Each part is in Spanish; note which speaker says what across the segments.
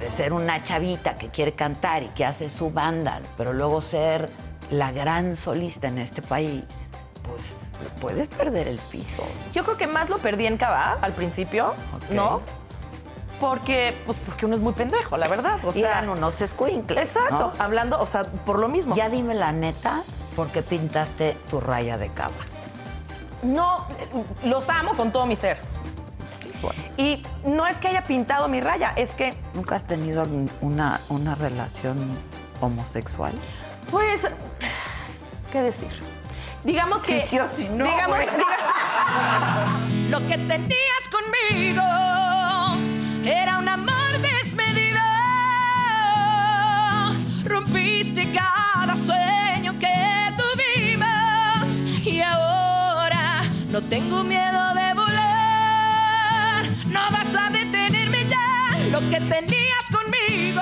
Speaker 1: de ser una chavita que quiere cantar y que hace su banda, pero luego ser la gran solista en este país, pues puedes perder el piso.
Speaker 2: Yo creo que más lo perdí en Cava al principio, ¿no? Porque, pues porque uno es muy pendejo, la verdad. O sea,
Speaker 1: Eran unos escuincles. ¿no?
Speaker 2: exacto. Hablando, o sea, por lo mismo.
Speaker 1: Ya dime la neta, ¿por qué pintaste tu raya de cava?
Speaker 2: No, los amo con todo mi ser. Y no es que haya pintado mi raya, es que
Speaker 1: ¿Nunca has tenido una, una relación homosexual?
Speaker 2: Pues, ¿qué decir? Digamos que.
Speaker 1: Sí, sí o sí, no,
Speaker 2: digamos,
Speaker 1: güey.
Speaker 2: diga- Lo que tenías conmigo era un amor desmedido. Rompiste cada sueño que tuvimos. Y ahora no tengo miedo de volar. No vas a detenerme ya. Lo que tenías conmigo.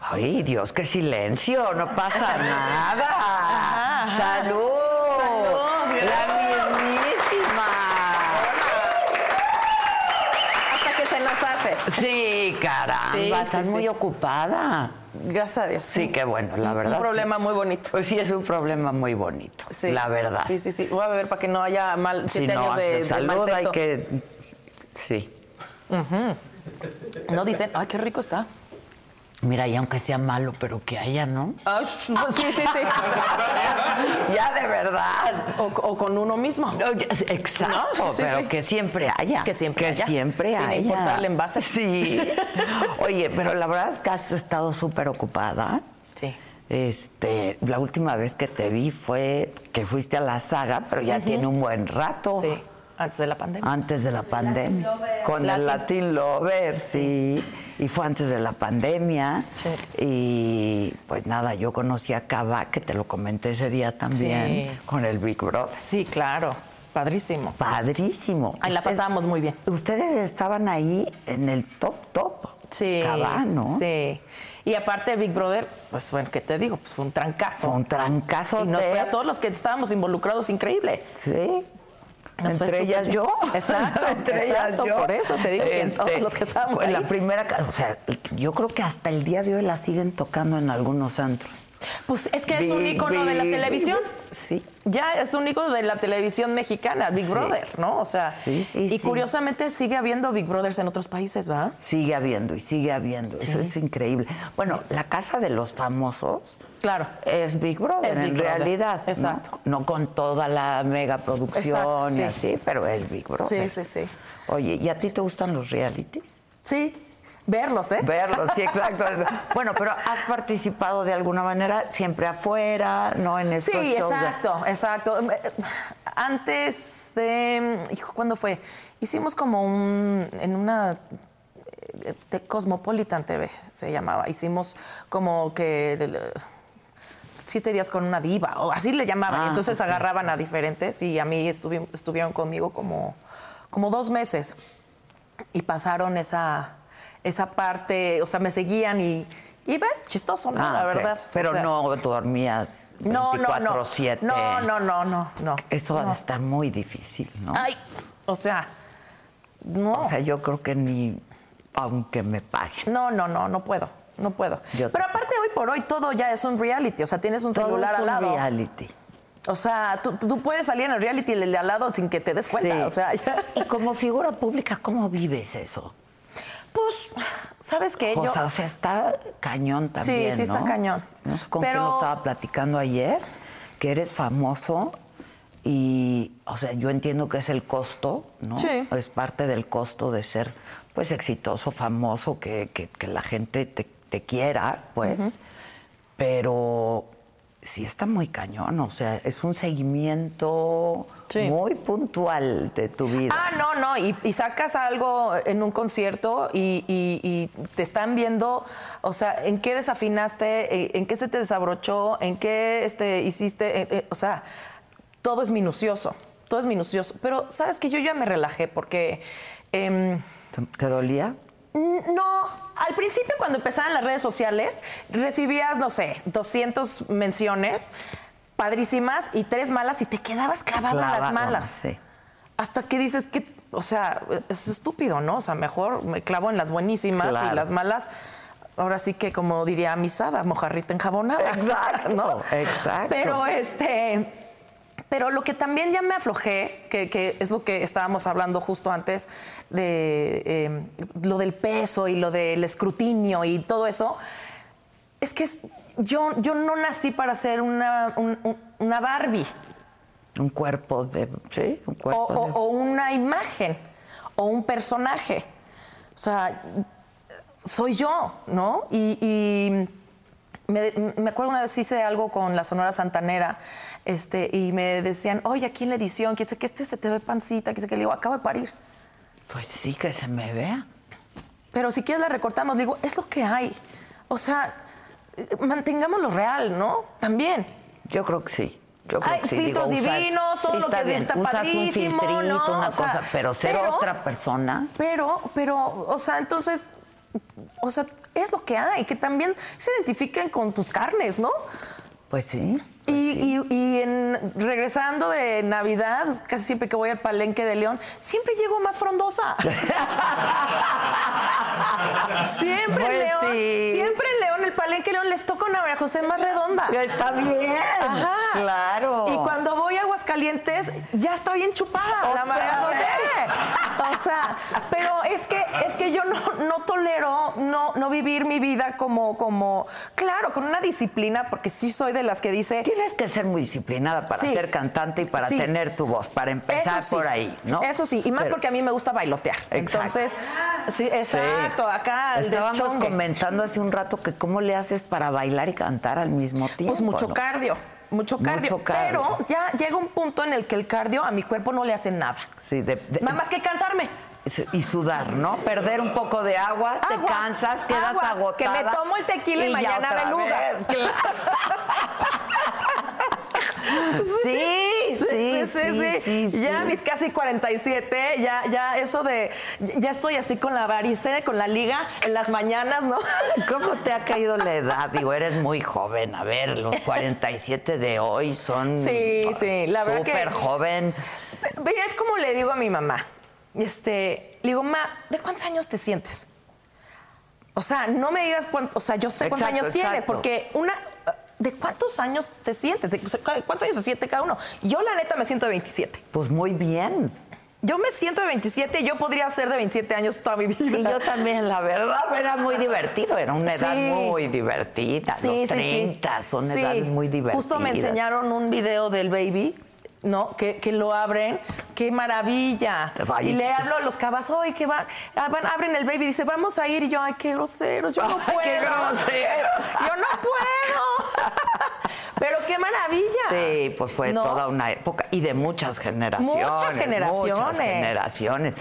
Speaker 1: Ay, Dios, qué silencio, no pasa nada. Salud.
Speaker 2: Salud,
Speaker 1: La mismísima.
Speaker 2: Hasta que se nos hace.
Speaker 1: Sí, caramba,
Speaker 2: Sí, sí,
Speaker 1: estás
Speaker 2: sí.
Speaker 1: muy ocupada.
Speaker 2: Gracias a Dios.
Speaker 1: Sí, qué bueno, la verdad.
Speaker 2: Un problema
Speaker 1: sí.
Speaker 2: muy bonito.
Speaker 1: Pues sí, es un problema muy bonito,
Speaker 2: Sí.
Speaker 1: la verdad.
Speaker 2: Sí, sí, sí. Voy a beber para que no haya mal
Speaker 1: Si
Speaker 2: siete
Speaker 1: no
Speaker 2: años de,
Speaker 1: hace
Speaker 2: de
Speaker 1: salud,
Speaker 2: mal
Speaker 1: hay
Speaker 2: sexo.
Speaker 1: que... Sí.
Speaker 2: No dicen, ay, qué rico está.
Speaker 1: Mira, y aunque sea malo, pero que haya, ¿no?
Speaker 2: Ay, sí, sí, sí.
Speaker 1: ya de verdad.
Speaker 2: o, o con uno mismo.
Speaker 1: No, ya- exacto,
Speaker 2: No, sí, sí,
Speaker 1: pero
Speaker 2: sí.
Speaker 1: que siempre haya.
Speaker 2: Que siempre haya.
Speaker 1: siempre
Speaker 2: Sin
Speaker 1: haya.
Speaker 2: importar el envase.
Speaker 1: Sí. Oye, pero la verdad es que has estado súper ocupada.
Speaker 2: Sí.
Speaker 1: Este, la última vez que te vi fue que fuiste a la saga, pero ya tiene un buen rato.
Speaker 2: Sí. Antes de la pandemia.
Speaker 1: Antes de la pandemia. Con el Latin Lover, sí. Y fue antes de la pandemia.
Speaker 2: Sí.
Speaker 1: Y pues nada, yo conocí a Cava, que te lo comenté ese día también,
Speaker 2: Sí.
Speaker 1: con el Big Brother.
Speaker 2: Sí, claro. Padrísimo.
Speaker 1: Padrísimo.
Speaker 2: Ahí la
Speaker 1: Ustedes-
Speaker 2: pasábamos muy bien.
Speaker 1: Ustedes estaban ahí en el top top.
Speaker 2: Sí.
Speaker 1: Cava, ¿no?
Speaker 2: Sí. Y aparte Big Brother, pues bueno, ¿qué te digo? Pues fue un trancazo.
Speaker 1: Fue Un trancazo.
Speaker 2: y nos
Speaker 1: de-
Speaker 2: fue a todos los que estábamos involucrados increíble.
Speaker 1: Sí.
Speaker 2: Nos
Speaker 1: entre
Speaker 2: fue súper
Speaker 1: ellas
Speaker 2: bien.
Speaker 1: yo.
Speaker 2: Exacto,
Speaker 1: entre ellas
Speaker 2: exacto,
Speaker 1: yo.
Speaker 2: por eso te digo que todos los que estábamos
Speaker 1: fue
Speaker 2: ahí.
Speaker 1: La primera, ca- o sea, yo creo que hasta el día de hoy la siguen tocando en algunos antros.
Speaker 2: Pues es que es un
Speaker 1: Big,
Speaker 2: icono de la
Speaker 1: big,
Speaker 2: televisión.
Speaker 1: Sí.
Speaker 2: Ya es un icono de la televisión mexicana, Big
Speaker 1: Sí.
Speaker 2: Brother, ¿no? O sea,
Speaker 1: Sí, sí,
Speaker 2: y
Speaker 1: sí.
Speaker 2: curiosamente sigue habiendo Big Brothers en otros países, ¿va?
Speaker 1: Sigue habiendo y sigue habiendo. Eso es increíble. Bueno, la casa de los famosos
Speaker 2: Claro.
Speaker 1: es Big Brother
Speaker 2: Es
Speaker 1: en
Speaker 2: Big Brother.
Speaker 1: realidad. ¿no?
Speaker 2: Exacto.
Speaker 1: No, con toda la mega producción
Speaker 2: Exacto,
Speaker 1: y
Speaker 2: sí.
Speaker 1: así, pero es Big Brother.
Speaker 2: Sí, sí, sí.
Speaker 1: Oye, ¿y a ti te gustan los realities?
Speaker 2: Sí, verlos, ¿eh?
Speaker 1: Verlos, sí, exacto. Bueno, pero has participado de alguna manera siempre afuera, no en estos
Speaker 2: Sí,
Speaker 1: shows de-
Speaker 2: exacto, exacto. Em, eh, Antes de, mm, hijo, ¿cuándo fue? Hicimos como un en una eh, de Cosmopolitan TV se llamaba. Hicimos como que el- el- eh, siete días con una diva, o así le
Speaker 1: Ah,
Speaker 2: llamaban. Entonces agarraban a diferentes y a mí estuvi- estuvieron conmigo como, como dos meses y pasaron esa, esa parte, o sea, me seguían y iba chistoso, ¿no?
Speaker 1: Ah,
Speaker 2: la
Speaker 1: ok.
Speaker 2: verdad.
Speaker 1: Pero
Speaker 2: o sea,
Speaker 1: no dormías
Speaker 2: no, no, no.
Speaker 1: 24-7.
Speaker 2: No, no, no, no, no.
Speaker 1: Eso ha
Speaker 2: No.
Speaker 1: de estar muy difícil, ¿no?
Speaker 2: Ay, o sea, no.
Speaker 1: O sea, yo creo que ni aunque me paguen.
Speaker 2: No, no, no, no puedo, no puedo.
Speaker 1: Yo-
Speaker 2: Pero aparte hoy por hoy todo ya es un reality, o sea, tienes un
Speaker 1: Todo
Speaker 2: celular
Speaker 1: es
Speaker 2: al
Speaker 1: un
Speaker 2: lado.
Speaker 1: reality.
Speaker 2: O sea, tú, tú puedes salir en el reality y el de al lado sin que te des cuenta,
Speaker 1: Sí.
Speaker 2: o sea, ya-
Speaker 1: Y como figura pública, ¿cómo vives eso?
Speaker 2: pues sabes que
Speaker 1: O
Speaker 2: Eh, yo
Speaker 1: sea, o sea, está cañón también.
Speaker 2: sí está
Speaker 1: ¿no?
Speaker 2: cañón.
Speaker 1: No sé con quién
Speaker 2: Pero-
Speaker 1: lo estaba platicando ayer, que eres famoso y, o sea, yo entiendo que es el costo, ¿no?
Speaker 2: Sí.
Speaker 1: Es parte del costo de ser, pues, exitoso, famoso, que, que- que la gente te, te quiera, pues. Pero sí está muy cañón, o sea, es un seguimiento
Speaker 2: Sí.
Speaker 1: muy puntual de tu vida.
Speaker 2: Ah, no, no, y, y sacas algo en un concierto y, y- y te están viendo, o sea, en qué desafinaste, eh, en qué se te desabrochó, en qué este, hiciste, eh, eh, o sea, todo es minucioso, todo es minucioso. Pero sabes que yo ya me relajé porque... em,
Speaker 1: ¿Te- ¿Te dolía?
Speaker 2: no, al principio cuando empezaban las redes sociales, recibías, no sé, 200 menciones padrísimas y tres malas y te quedabas clavado en las
Speaker 1: Clavado,
Speaker 2: malas.
Speaker 1: sí.
Speaker 2: Hasta que dices que, o sea, es estúpido, ¿no? O sea, mejor me clavo en las buenísimas
Speaker 1: Claro.
Speaker 2: y las malas. Ahora sí que, como diría Misada, mojarrita enjabonada.
Speaker 1: Exacto,
Speaker 2: ¿no?
Speaker 1: exacto.
Speaker 2: Pero este. Pero lo que también ya me aflojé, que, que es lo que estábamos hablando justo antes, de eh, lo del peso y lo del escrutinio y todo eso, es que es- yo, yo no nací para ser una, un- un- una Barbie.
Speaker 1: Un cuerpo de. Sí, un
Speaker 2: o,
Speaker 1: cuerpo
Speaker 2: o-
Speaker 1: de.
Speaker 2: o una imagen o un personaje. O sea, soy yo, ¿no? Y, y me, me acuerdo una vez hice algo con la Sonora Santanera este, y me decían, oye, aquí en la edición, que dice que este se te ve pancita, que dice que le digo, acabo de parir.
Speaker 1: Pues sí, que se me vea.
Speaker 2: Pero si quieres la recortamos, Le digo, es lo que hay. O sea, eh, mantengámoslo real, ¿no? También.
Speaker 1: Yo creo que sí. Yo creo
Speaker 2: Hay
Speaker 1: que sí.
Speaker 2: filtros
Speaker 1: usar-
Speaker 2: divinos, todo
Speaker 1: sí,
Speaker 2: lo
Speaker 1: está
Speaker 2: que
Speaker 1: bien.
Speaker 2: está
Speaker 1: Usas un
Speaker 2: padrísimo,
Speaker 1: filtrito,
Speaker 2: ¿no?
Speaker 1: una
Speaker 2: O sea,
Speaker 1: cosa, pero ser
Speaker 2: pero-
Speaker 1: otra persona.
Speaker 2: Pero, pero, o sea, entonces, o sea, es lo que hay, que también se identifiquen con tus carnes, ¿no?
Speaker 1: Pues sí.
Speaker 2: Y, y- y en, regresando de Navidad, casi siempre que voy al palenque de León, siempre llego más frondosa. siempre en
Speaker 1: Pues
Speaker 2: León,
Speaker 1: sí.
Speaker 2: siempre en León, el palenque de León les toca una María José más redonda.
Speaker 1: Está bien.
Speaker 2: Ah. Ajá.
Speaker 1: Claro.
Speaker 2: Y cuando voy a Aguascalientes, ya está bien chupada
Speaker 1: Otra
Speaker 2: la
Speaker 1: vez.
Speaker 2: María José. O sea, pero es que, es que yo no, no tolero no, no vivir mi vida como, como, claro, con una disciplina, porque sí soy de las que dice.
Speaker 1: Tienes que ser muy disciplinada para
Speaker 2: Sí.
Speaker 1: ser cantante y para
Speaker 2: Sí.
Speaker 1: tener tu voz, para empezar
Speaker 2: Eso sí,
Speaker 1: por ahí, ¿no?
Speaker 2: Eso sí, y más
Speaker 1: Pero-
Speaker 2: porque a mí me gusta bailotear.
Speaker 1: Exacto.
Speaker 2: Entonces, sí,
Speaker 1: Sí.
Speaker 2: exacto, acá el
Speaker 1: Estábamos
Speaker 2: deschongue.
Speaker 1: comentando hace un rato que cómo le haces para bailar y cantar al mismo tiempo.
Speaker 2: Pues mucho
Speaker 1: ¿no?
Speaker 2: cardio, mucho cardio.
Speaker 1: Mucho cardio.
Speaker 2: Pero ya llega un punto en el que el cardio a mi cuerpo no le hace nada.
Speaker 1: Sí, de- de-
Speaker 2: Nada más que cansarme.
Speaker 1: y sudar, ¿no? Perder un poco de agua, te
Speaker 2: Agua,
Speaker 1: cansas, quedas
Speaker 2: agua,
Speaker 1: agotada.
Speaker 2: que me tomo el tequila y
Speaker 1: ya
Speaker 2: mañana
Speaker 1: otra
Speaker 2: beluga.
Speaker 1: vez, claro. sí, sí, sí, sí, sí.
Speaker 2: Ya mis casi 47, ya, ya eso de, ya estoy así con la varice, con la liga en las mañanas, ¿no?
Speaker 1: ¿Cómo te ha caído la edad? Digo, eres muy joven. A ver, los 47 de hoy son
Speaker 2: Sí, sí, la verdad que-
Speaker 1: súper joven.
Speaker 2: Mira, es como le digo a mi mamá. Este, le digo, ma, ¿de cuántos años te sientes? O sea, no me digas cuánto, o sea, yo sé cuántos
Speaker 1: Exacto,
Speaker 2: años tienes,
Speaker 1: exacto.
Speaker 2: porque una, ¿de cuántos años te sientes? ¿De cuántos años se siente cada uno? Yo la neta me siento de 27.
Speaker 1: Pues muy bien.
Speaker 2: Yo me siento de 27, yo podría ser de 27 años toda mi vida.
Speaker 1: Sí, yo también, la verdad, era muy divertido. Era una edad
Speaker 2: Sí.
Speaker 1: muy divertida. los 30 son
Speaker 2: Sí.
Speaker 1: edades muy divertidas.
Speaker 2: Justo me enseñaron un video del baby. No, que, que lo abren, qué maravilla.
Speaker 1: Ay.
Speaker 2: Y le hablo a los cabas, oye, que van, Ah, van, abren el baby, dice, vamos a ir. Y yo, ay, qué grosero, yo no
Speaker 1: Ay,
Speaker 2: puedo.
Speaker 1: qué grosero.
Speaker 2: Yo no puedo. Pero qué maravilla.
Speaker 1: Sí, pues fue
Speaker 2: ¿No?
Speaker 1: toda una época y de muchas generaciones.
Speaker 2: Muchas generaciones.
Speaker 1: muchas generaciones.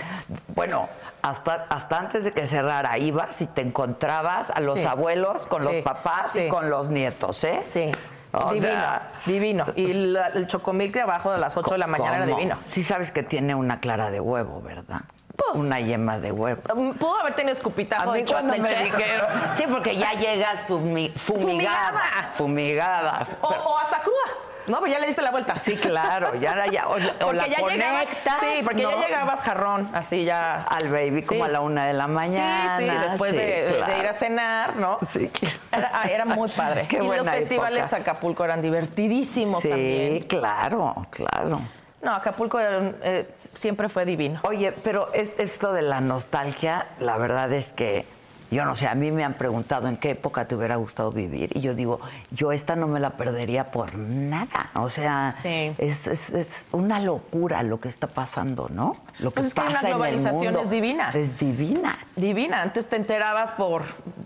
Speaker 1: Bueno, hasta, hasta antes de que cerrara ibas y te encontrabas a los
Speaker 2: Sí.
Speaker 1: abuelos con los
Speaker 2: Sí.
Speaker 1: papás y
Speaker 2: Sí.
Speaker 1: con los nietos, ¿eh?
Speaker 2: Sí.
Speaker 1: O
Speaker 2: divino,
Speaker 1: sea, pues,
Speaker 2: divino. Y la- el chocomil de abajo de las 8 de la mañana era
Speaker 1: ¿cómo?
Speaker 2: divino.
Speaker 1: Sí sabes que tiene una clara de huevo, ¿verdad?
Speaker 2: Pues-
Speaker 1: una yema de huevo.
Speaker 2: Mm, Pudo haber tenido escupitajo
Speaker 1: A mí
Speaker 2: de
Speaker 1: cuando
Speaker 2: chocolate.
Speaker 1: me dijeron- Sí, porque ya llegas fumi- fumigada.
Speaker 2: Fumigada. Oh.
Speaker 1: Fumigada.
Speaker 2: O, o hasta cruda. No, pues ya le diste la vuelta.
Speaker 1: Sí, claro, ya, era ya o, o
Speaker 2: Porque
Speaker 1: la
Speaker 2: ya llegabas-
Speaker 1: conectas.
Speaker 2: sí, porque
Speaker 1: ¿no?
Speaker 2: ya llegabas jarrón, así ya.
Speaker 1: al baby como
Speaker 2: Sí.
Speaker 1: a la una de la mañana.
Speaker 2: Sí, sí, después
Speaker 1: sí,
Speaker 2: de, de
Speaker 1: claro.
Speaker 2: ir a cenar, ¿no?
Speaker 1: Sí, claro.
Speaker 2: Era, ah, era muy padre.
Speaker 1: Qué
Speaker 2: y los
Speaker 1: buena
Speaker 2: festivales
Speaker 1: época.
Speaker 2: Acapulco eran divertidísimos
Speaker 1: Sí,
Speaker 2: también.
Speaker 1: claro, claro.
Speaker 2: No, Acapulco era un- eh, siempre fue divino.
Speaker 1: Oye, pero es- esto de la nostalgia, la verdad es que yo no sé, a mí me han preguntado en qué época te hubiera gustado vivir y yo digo, yo esta no me la perdería por nada. O sea,
Speaker 2: Sí.
Speaker 1: es, es- es una locura lo que está pasando, ¿no? Lo que
Speaker 2: Pues es que
Speaker 1: pasa
Speaker 2: la
Speaker 1: en el
Speaker 2: globalización
Speaker 1: mundo
Speaker 2: es divina.
Speaker 1: Es divina.
Speaker 2: Divina. Antes te enterabas por,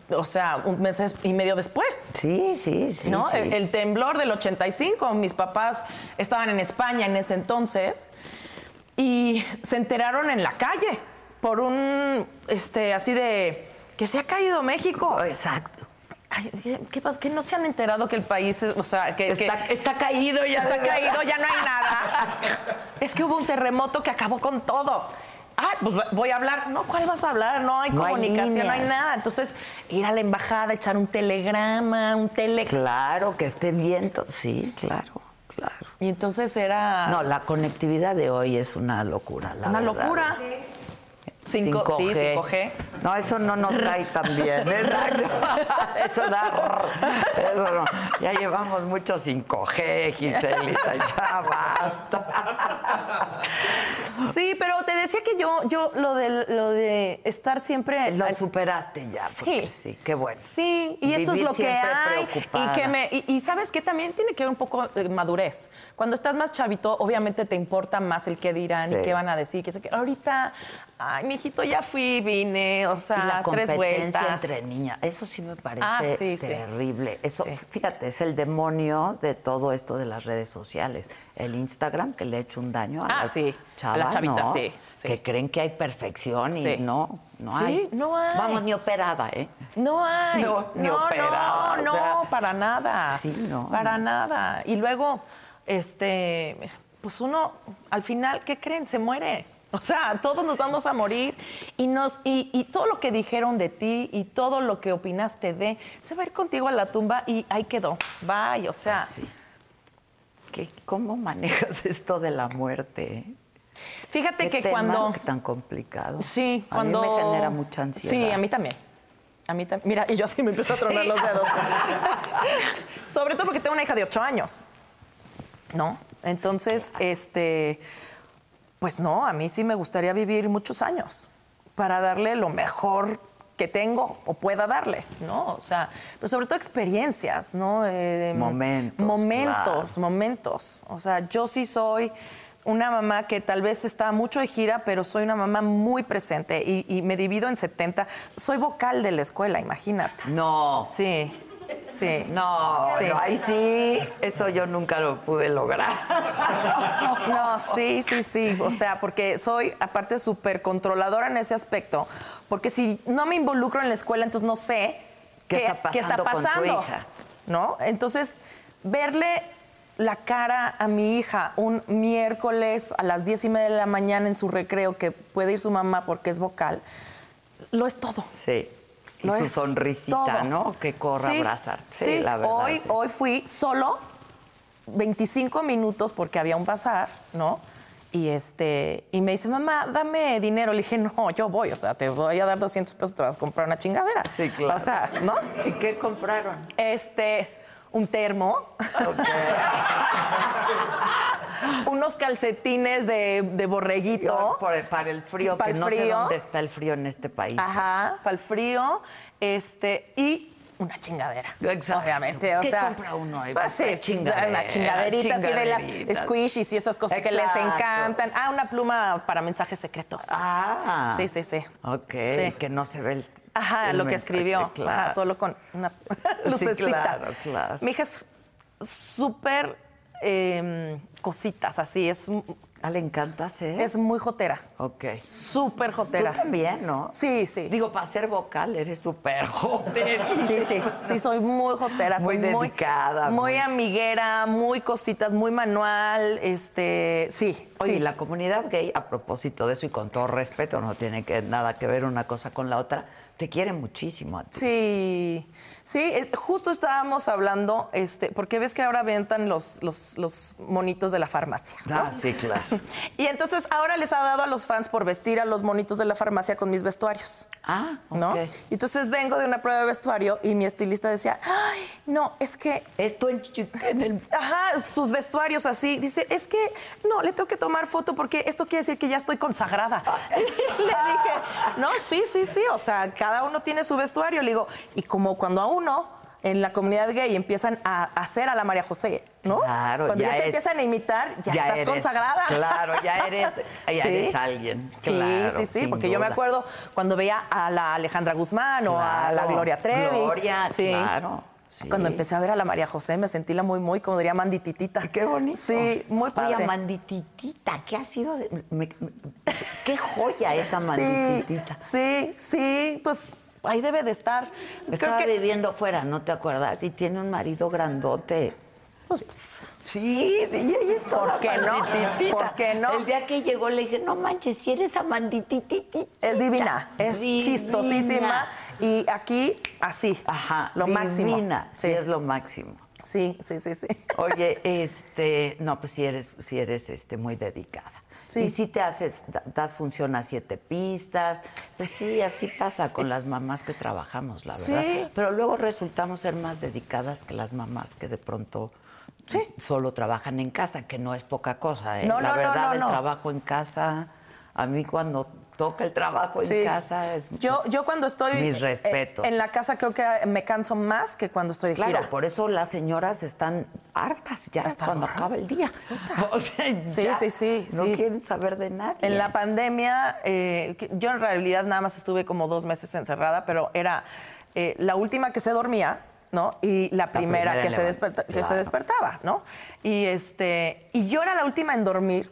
Speaker 2: o sea, un mes y medio después.
Speaker 1: Sí, sí, sí.
Speaker 2: ¿no?
Speaker 1: sí.
Speaker 2: El, el temblor del 85, mis papás estaban en España en ese entonces y se enteraron en la calle por un, este, así de, que se ha caído México.
Speaker 1: Pues, Exacto.
Speaker 2: Ay, ¿qué- ¿Qué pasa? Que no se han enterado que el país, es- o sea, que... que-
Speaker 1: Está, está caído ya.
Speaker 2: está caído, ya no hay nada. Es que hubo un terremoto que acabó con todo. Ah, pues voy a hablar. No, ¿cuál vas a hablar? No hay
Speaker 1: No hay
Speaker 2: comunicación, no hay
Speaker 1: líneas.
Speaker 2: nada. Entonces, ir a la embajada, echar un telegrama, un telex.
Speaker 1: Claro, que esté viento. Sí, claro, claro.
Speaker 2: Y entonces era
Speaker 1: No, la conectividad de hoy es una locura, la
Speaker 2: una
Speaker 1: verdad.
Speaker 2: locura. Cinco- sí, 5G.
Speaker 1: No, eso no nos cae tan bien. Exacto. Eso da. Eso no. Ya llevamos mucho 5G, Giselita. Ya basta.
Speaker 2: Sí, pero te decía que yo, yo lo de lo de estar siempre.
Speaker 1: Lo
Speaker 2: al-
Speaker 1: superaste ya. porque
Speaker 2: Sí.
Speaker 1: Sí, qué bueno.
Speaker 2: Sí, y esto es
Speaker 1: Vivir
Speaker 2: lo que
Speaker 1: siempre
Speaker 2: hay. Y
Speaker 1: preocupada.
Speaker 2: que me, y, y sabes que también tiene que ver un poco de madurez. Cuando estás más chavito, obviamente te importa más el qué dirán
Speaker 1: Sí.
Speaker 2: y qué van a decir. Que sé que ahorita, ay, mijito, ya fui, vine, o
Speaker 1: Y la
Speaker 2: sea, tres
Speaker 1: competencia
Speaker 2: vueltas.
Speaker 1: entre niñas, eso sí me parece
Speaker 2: Ah, sí, sí.
Speaker 1: terrible. Eso,
Speaker 2: Sí.
Speaker 1: fíjate, es el demonio de todo esto de las redes sociales. El Instagram que le ha hecho un daño a
Speaker 2: Ah,
Speaker 1: las
Speaker 2: sí,
Speaker 1: chavas,
Speaker 2: a las chavitas,
Speaker 1: ¿no?
Speaker 2: sí, sí.
Speaker 1: que creen que hay perfección y
Speaker 2: Sí.
Speaker 1: no, no
Speaker 2: Sí,
Speaker 1: hay.
Speaker 2: no hay.
Speaker 1: Vamos ni operada, ¿eh?
Speaker 2: No hay.
Speaker 1: No,
Speaker 2: No,
Speaker 1: ni
Speaker 2: no,
Speaker 1: operada,
Speaker 2: no,
Speaker 1: o sea,
Speaker 2: para nada.
Speaker 1: sí, no,
Speaker 2: Para
Speaker 1: no.
Speaker 2: nada. Y luego, este, pues uno, al final, ¿qué creen? Se muere. O sea, todos nos vamos a morir y nos y, y todo lo que dijeron de ti y todo lo que opinaste de se va a ir contigo a la tumba y ahí quedó. Bye, o sea,
Speaker 1: Sí. ¿Qué- ¿Cómo manejas esto de la muerte? eh?
Speaker 2: fíjate
Speaker 1: ¿Qué
Speaker 2: que
Speaker 1: tema
Speaker 2: cuando
Speaker 1: tan complicado?
Speaker 2: Sí,
Speaker 1: a
Speaker 2: cuando.
Speaker 1: mí me genera mucha ansiedad.
Speaker 2: Sí, a mí también. A mí también. Mira, y yo así me empiezo a tronar los dedos. Sobre todo porque tengo una hija de 8 años. ¿No? Entonces, este. Pues no, a mí sí me gustaría vivir muchos años para darle lo mejor que tengo o pueda darle, ¿no? O sea, pero sobre todo experiencias, ¿no? Eh,
Speaker 1: Momentos,
Speaker 2: Momentos,
Speaker 1: claro.
Speaker 2: momentos. O sea, yo sí soy una mamá que tal vez está mucho de gira, pero soy una mamá muy presente y, y me divido en 70. Soy vocal de la escuela, imagínate.
Speaker 1: No.
Speaker 2: Sí, sí.
Speaker 1: No,
Speaker 2: Sí.
Speaker 1: no, ahí sí, eso yo nunca lo pude lograr.
Speaker 2: No, sí, sí, sí. O sea, porque soy, aparte, súper controladora en ese aspecto. Porque si no me involucro en la escuela, entonces no sé
Speaker 1: ¿Qué está pasando con tu hija?
Speaker 2: ¿No? Entonces, verle la cara a mi hija un miércoles a las diez y media de la mañana en su recreo, que puede ir su mamá porque es vocal, lo es todo.
Speaker 1: Sí. Y
Speaker 2: Lo
Speaker 1: su
Speaker 2: es
Speaker 1: sonrisita,
Speaker 2: todo.
Speaker 1: ¿no? Que corra
Speaker 2: Sí,
Speaker 1: a abrazarte.
Speaker 2: Sí,
Speaker 1: la verdad.
Speaker 2: hoy,
Speaker 1: sí.
Speaker 2: hoy fui solo 25 minutos porque había un bazar, ¿no? Y, este, y me dice, mamá, dame dinero. Le dije, no, yo voy, o sea, te voy a dar 200 pesos, te vas a comprar una chingadera.
Speaker 1: Sí, claro.
Speaker 2: O sea, ¿no?
Speaker 1: ¿Y qué compraron?
Speaker 2: Este, un termo, unos calcetines de, de borreguito.
Speaker 1: Por- para el frío,
Speaker 2: Para
Speaker 1: que
Speaker 2: el
Speaker 1: no sé
Speaker 2: frío.
Speaker 1: dónde está el frío en este país.
Speaker 2: Ajá, para el frío, este, y una chingadera.
Speaker 1: Exacto.
Speaker 2: Obviamente,
Speaker 1: Pues,
Speaker 2: o
Speaker 1: ¿qué
Speaker 2: sea.
Speaker 1: compra uno? Eh,
Speaker 2: pues, sí,
Speaker 1: una chingadera,
Speaker 2: una chingaderita así de las
Speaker 1: chingaderita.
Speaker 2: squishies y esas cosas que les
Speaker 1: Exacto.
Speaker 2: encantan. Ah, una pluma para mensajes secretos.
Speaker 1: Ah.
Speaker 2: Sí, sí, sí.
Speaker 1: Ok,
Speaker 2: Sí.
Speaker 1: que no se ve el.
Speaker 2: Ajá,
Speaker 1: el
Speaker 2: lo que
Speaker 1: Ah, mensaje,
Speaker 2: escribió.
Speaker 1: claro.
Speaker 2: Ajá, solo con una lucecita.
Speaker 1: claro, claro.
Speaker 2: Mi hija es súper eh, cositas, em, así. Es
Speaker 1: Ah, le encanta ser.
Speaker 2: Es muy jotera.
Speaker 1: Ok.
Speaker 2: Súper
Speaker 1: ¿Eh? Tú
Speaker 2: jotera.
Speaker 1: también, ¿no?
Speaker 2: Sí, sí.
Speaker 1: Digo, para ser vocal eres súper joven.
Speaker 2: Sí, sí, sí, soy muy jotera,
Speaker 1: Muy
Speaker 2: soy muy,
Speaker 1: dedicada,
Speaker 2: muy,
Speaker 1: muy-
Speaker 2: amiguera, muy cositas, muy manual, este, sí,
Speaker 1: Oye,
Speaker 2: sí.
Speaker 1: y la comunidad gay, a propósito de eso y con todo respeto, no tiene que, nada que ver una cosa con la otra, te quiere muchísimo a ti.
Speaker 2: Sí, sí, eh, justo estábamos hablando, este, porque ves que ahora ventan los, los, los monitos de la farmacia. ¿no?
Speaker 1: Ah, sí, claro.
Speaker 2: Y entonces ahora les ha dado a los fans por vestir a los monitos de la farmacia con mis vestuarios.
Speaker 1: Ah, ok.
Speaker 2: ¿No? Entonces vengo de una prueba de vestuario y mi estilista decía, ay, no, es que
Speaker 1: Esto en, chi- en el...
Speaker 2: Ajá, sus vestuarios así. Dice, es que no, le tengo que tomar foto porque esto quiere decir que ya estoy consagrada.
Speaker 1: Ah.
Speaker 2: le dije, no, sí, sí, sí. O sea, cada uno tiene su vestuario. Le digo, y como cuando a uno en la comunidad gay empiezan a hacer a la María José, ¿no?
Speaker 1: Claro,
Speaker 2: cuando
Speaker 1: ya
Speaker 2: ya, te
Speaker 1: es-
Speaker 2: empiezan a imitar, ya, estás
Speaker 1: eres-
Speaker 2: consagrada.
Speaker 1: Claro, ya eres, ya
Speaker 2: Sí.
Speaker 1: eres alguien.
Speaker 2: Sí,
Speaker 1: claro,
Speaker 2: sí, sí,
Speaker 1: sin
Speaker 2: porque yo me
Speaker 1: duda.
Speaker 2: acuerdo cuando veía a la Alejandra Guzmán o a la
Speaker 1: Claro,
Speaker 2: Gloria Trevi.
Speaker 1: Gloria, claro, sí.
Speaker 2: Cuando empecé a ver a la María José me sentí la muy, muy, como diría Mandititita.
Speaker 1: Qué bonito.
Speaker 2: Sí, muy padre.
Speaker 1: Oye, mandititita, ¿qué ha sido? de- me- me- qué joya esa
Speaker 2: sí,
Speaker 1: mandititita.
Speaker 2: sí, sí, pues ahí debe de estar.
Speaker 1: Estaba viviendo fuera, ¿no te acuerdas? Y tiene un marido grandote. Pues, sí, sí, ella es toda
Speaker 2: ¿Por qué no?
Speaker 1: mandititita.
Speaker 2: ¿Por qué no?
Speaker 1: El día que llegó le dije, no manches, si eres amanditititita.
Speaker 2: Es divina, es chistosísima y aquí así.
Speaker 1: Ajá,
Speaker 2: lo máximo.
Speaker 1: divina, Sí.
Speaker 2: Sí,
Speaker 1: es lo máximo.
Speaker 2: sí, sí, sí, sí.
Speaker 1: Oye, este, no, pues si eres, si eres este, muy dedicada.
Speaker 2: Sí.
Speaker 1: Y si te haces, da- das función a siete pistas. Pues sí, así pasa con las mamás que trabajamos, la verdad.
Speaker 2: Sí.
Speaker 1: Pero luego resultamos ser más dedicadas que las mamás que de pronto solo trabajan en casa, que no es poca cosa. ¿eh?
Speaker 2: No,
Speaker 1: la
Speaker 2: no, no,
Speaker 1: verdad,
Speaker 2: no,
Speaker 1: el
Speaker 2: no.
Speaker 1: trabajo en casa, a mí cuando toca el trabajo en
Speaker 2: Sí.
Speaker 1: casa es. pues,
Speaker 2: yo,
Speaker 1: es-
Speaker 2: yo cuando estoy
Speaker 1: Mis
Speaker 2: eh,
Speaker 1: respetos.
Speaker 2: en la casa creo que me canso más que cuando estoy de
Speaker 1: Claro,
Speaker 2: gira.
Speaker 1: por eso las señoras están hartas ya
Speaker 2: Hasta
Speaker 1: cuando
Speaker 2: ahora.
Speaker 1: acaba el día. O sea,
Speaker 2: Sí,
Speaker 1: ya
Speaker 2: sí, sí,
Speaker 1: No
Speaker 2: sí.
Speaker 1: quieren saber de nadie. Ah,
Speaker 2: En la pandemia, eh, que- yo en realidad nada más estuve como dos meses encerrada, pero era eh, la última que se dormía, ¿no? Y la primera,
Speaker 1: primera
Speaker 2: que,
Speaker 1: en
Speaker 2: se
Speaker 1: levantar,
Speaker 2: desperta- que se
Speaker 1: claro.
Speaker 2: despertaba, ¿no? Y, este, y yo era la última en dormir,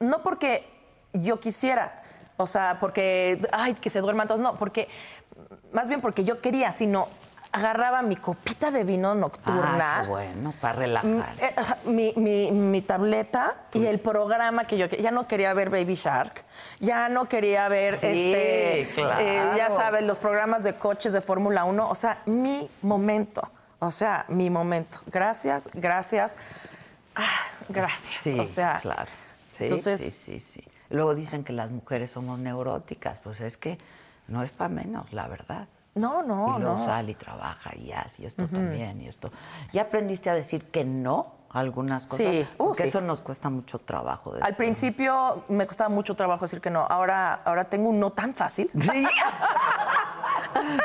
Speaker 2: no porque yo quisiera, o sea, porque, ay, que se duerman todos, no, porque, más bien porque yo quería, sino agarraba mi copita de vino nocturna.
Speaker 1: Ah, qué bueno, para
Speaker 2: Mm,
Speaker 1: relajar.
Speaker 2: eh, ajá, mi, mi- mi tableta y el programa que yo que- ya no quería ver Baby Shark, ya no quería ver
Speaker 1: Sí,
Speaker 2: este
Speaker 1: claro.
Speaker 2: ya sabes, los programas de coches de Fórmula 1, o sea, mi momento, o sea, mi momento. Gracias, gracias. ah, gracias.
Speaker 1: sí,
Speaker 2: o sea,
Speaker 1: claro. Sí,
Speaker 2: entonces-
Speaker 1: sí, sí, sí. Luego dicen que las mujeres somos neuróticas, pues es que no es para menos, la verdad.
Speaker 2: no, no,
Speaker 1: y luego
Speaker 2: no.
Speaker 1: sal y trabaja y haz y esto también y esto. ¿Ya aprendiste a decir que no a algunas cosas?
Speaker 2: Sí, uh,
Speaker 1: Porque
Speaker 2: sí.
Speaker 1: eso nos cuesta mucho trabajo.
Speaker 2: Al principio me costaba mucho trabajo decir que no. Ahora, ahora tengo un no tan fácil.
Speaker 1: Sí.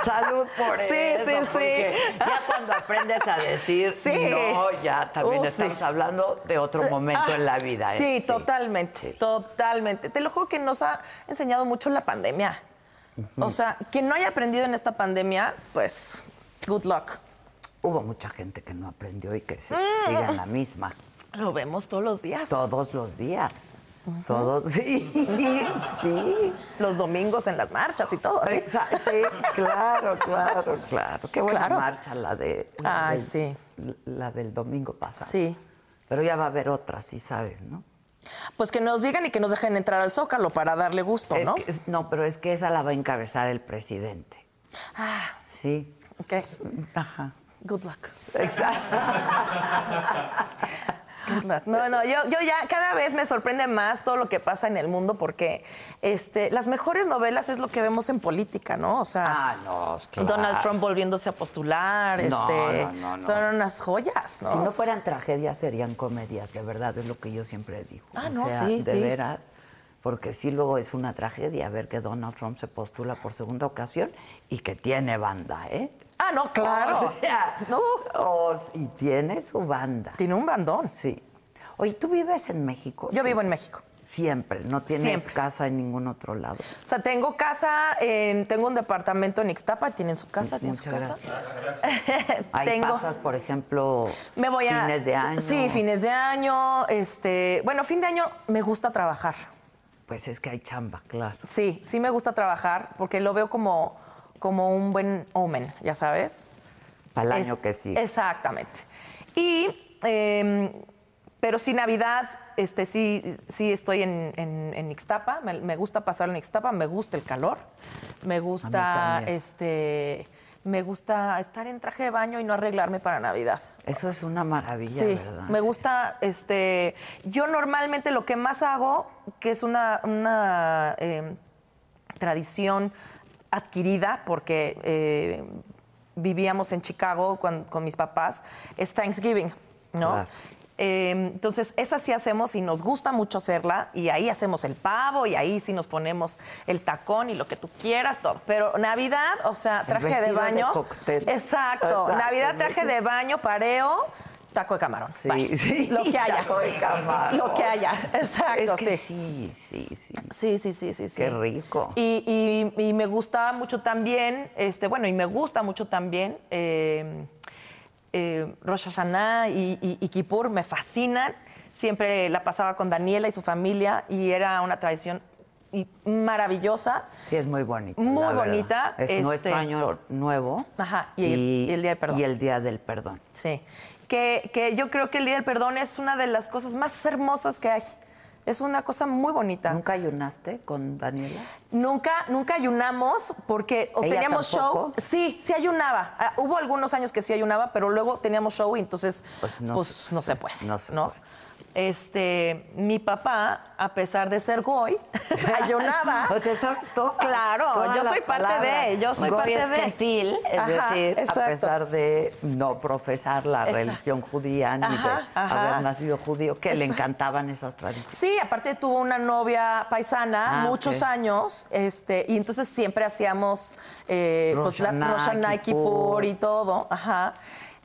Speaker 1: Salud por
Speaker 2: Sí,
Speaker 1: eso.
Speaker 2: sí, sí.
Speaker 1: porque Ya cuando aprendes a decir
Speaker 2: Sí.
Speaker 1: no, ya también
Speaker 2: Uh,
Speaker 1: estamos
Speaker 2: sí.
Speaker 1: hablando de otro momento
Speaker 2: Ah,
Speaker 1: en la vida. ¿eh?
Speaker 2: Sí, totalmente, totalmente. Te lo juro que nos ha enseñado mucho la pandemia. O sea, quien no haya aprendido en esta pandemia, pues, good luck.
Speaker 1: Hubo mucha gente que no aprendió y que se
Speaker 2: Mm.
Speaker 1: sigue en la misma.
Speaker 2: Lo vemos todos los días.
Speaker 1: Todos los días. Todos. Sí, sí.
Speaker 2: Los domingos en las marchas y todo, así.
Speaker 1: Exa- Sí, claro, claro, claro. Qué buena
Speaker 2: Claro.
Speaker 1: marcha la de la
Speaker 2: Ay,
Speaker 1: del-
Speaker 2: sí.
Speaker 1: la del domingo pasado.
Speaker 2: Sí.
Speaker 1: Pero ya va a haber otra, sí sabes, ¿no?
Speaker 2: Pues que nos digan y que nos dejen entrar al Zócalo para darle gusto,
Speaker 1: Es
Speaker 2: ¿no?
Speaker 1: que- es- no, pero es que esa la va a encabezar el presidente.
Speaker 2: Ah,
Speaker 1: Sí.
Speaker 2: ok.
Speaker 1: Ajá.
Speaker 2: Good luck.
Speaker 1: Exacto.
Speaker 2: No, no, yo, yo ya cada vez me sorprende más todo lo que pasa en el mundo porque este, las mejores novelas es lo que vemos en política, ¿no? O sea,
Speaker 1: Ah, no, claro.
Speaker 2: Donald Trump volviéndose a
Speaker 1: No,
Speaker 2: postular, este,
Speaker 1: no, no, no.
Speaker 2: son unas joyas, ¿no?
Speaker 1: Si no fueran tragedias, serían comedias, de verdad, es lo que yo siempre digo.
Speaker 2: Ah,
Speaker 1: O
Speaker 2: no,
Speaker 1: sea,
Speaker 2: sí,
Speaker 1: de
Speaker 2: sí.
Speaker 1: veras, porque sí luego es una tragedia ver que Donald Trump se postula por segunda ocasión y que tiene banda, ¿eh?
Speaker 2: Ah, no, claro.
Speaker 1: O sea,
Speaker 2: No,
Speaker 1: o- y tiene su banda.
Speaker 2: tiene un bandón.
Speaker 1: Sí. Oye, ¿tú vives en México?
Speaker 2: Yo
Speaker 1: Sí.
Speaker 2: vivo en México.
Speaker 1: Siempre, no tienes
Speaker 2: Siempre.
Speaker 1: casa en ningún otro lado.
Speaker 2: O sea, tengo casa, en, tengo un departamento en Ixtapa, tienen su casa, tienen su
Speaker 1: Muchas
Speaker 2: casa. Eh,
Speaker 1: gracias. Ahí
Speaker 2: Tengo-
Speaker 1: pasas, por ejemplo,
Speaker 2: Me voy a
Speaker 1: fines de año.
Speaker 2: Sí, fines de año, este, bueno, fin de año me gusta trabajar.
Speaker 1: Pues es que hay chamba, claro.
Speaker 2: Sí, sí me gusta trabajar porque lo veo como como un buen omen, ya sabes.
Speaker 1: Para el año
Speaker 2: Es-
Speaker 1: que sí.
Speaker 2: Exactamente. Y, eh, pero sí, Navidad, este, sí, sí estoy en, en, en Ixtapa, me, me gusta pasar en Ixtapa, me gusta el calor, me gusta,
Speaker 1: también.
Speaker 2: este, me gusta estar en traje de baño y no arreglarme para Navidad.
Speaker 1: Eso es una maravilla,
Speaker 2: Sí,
Speaker 1: ¿verdad?
Speaker 2: me
Speaker 1: Sí.
Speaker 2: gusta, este, yo normalmente lo que más hago, que es una, una, eh, tradición adquirida, porque eh, vivíamos en Chicago con, con mis papás, es Thanksgiving, ¿no?
Speaker 1: Claro.
Speaker 2: Eh, entonces, esa sí hacemos y nos gusta mucho hacerla, y ahí hacemos el pavo, y ahí sí nos ponemos el tacón y lo que tú quieras, todo. Pero Navidad, o sea, traje de
Speaker 1: vestido de
Speaker 2: baño.
Speaker 1: cóctel.
Speaker 2: Exacto.
Speaker 1: Exacto,
Speaker 2: Navidad,
Speaker 1: ¿no?
Speaker 2: traje de baño, pareo, taco de camarón.
Speaker 1: Sí,
Speaker 2: Bye.
Speaker 1: sí.
Speaker 2: Lo que haya.
Speaker 1: Taco de camarón.
Speaker 2: Lo que haya.
Speaker 1: Es
Speaker 2: Exacto,
Speaker 1: que
Speaker 2: sí.
Speaker 1: sí, sí, sí.
Speaker 2: Sí, sí, sí, sí, sí.
Speaker 1: Qué rico.
Speaker 2: Y, y- y me gusta mucho también, este, bueno, y me gusta mucho también eh, eh, Rosh Hashanah y, y, y Kippur, me fascinan. Siempre la pasaba con Daniela y su familia y era una tradición y- maravillosa.
Speaker 1: Sí, es muy bonita.
Speaker 2: Muy
Speaker 1: la verdad.
Speaker 2: bonita,
Speaker 1: Es nuestro
Speaker 2: este-
Speaker 1: año nuevo.
Speaker 2: Ajá, y el- y el Día del Perdón.
Speaker 1: Y el día del perdón.
Speaker 2: Sí. Que, que yo creo que el Día del Perdón es una de las cosas más hermosas que hay. Es una cosa muy bonita.
Speaker 1: ¿Nunca ayunaste con Daniela?
Speaker 2: Nunca, nunca ayunamos porque o
Speaker 1: ¿Ella
Speaker 2: teníamos show.
Speaker 1: tampoco?
Speaker 2: Sí, sí ayunaba. Ah, hubo algunos años que sí ayunaba, pero luego teníamos show y entonces pues
Speaker 1: Pues
Speaker 2: no,
Speaker 1: no se-
Speaker 2: se puede. No
Speaker 1: no se puede.
Speaker 2: Este, mi papá, a pesar de ser goy, ayunaba.
Speaker 1: Porque sabes todo.
Speaker 2: Claro,
Speaker 1: toda
Speaker 2: yo
Speaker 1: la
Speaker 2: soy parte
Speaker 1: palabra.
Speaker 2: de, yo soy
Speaker 1: Goy
Speaker 2: parte
Speaker 1: es
Speaker 2: de.
Speaker 1: gentil, es
Speaker 2: Ajá,
Speaker 1: decir,
Speaker 2: exacto.
Speaker 1: a pesar de no profesar la
Speaker 2: Exacto.
Speaker 1: religión judía ni
Speaker 2: Ajá,
Speaker 1: de
Speaker 2: ajá.
Speaker 1: haber nacido judío, que le
Speaker 2: Exacto.
Speaker 1: encantaban esas tradiciones.
Speaker 2: Sí, aparte tuvo una novia paisana
Speaker 1: Ah,
Speaker 2: muchos
Speaker 1: ok.
Speaker 2: años, este, y entonces siempre hacíamos eh, pues, la-
Speaker 1: Roshaná,
Speaker 2: Roshaná, Kippur
Speaker 1: Kippur.
Speaker 2: y todo, ajá.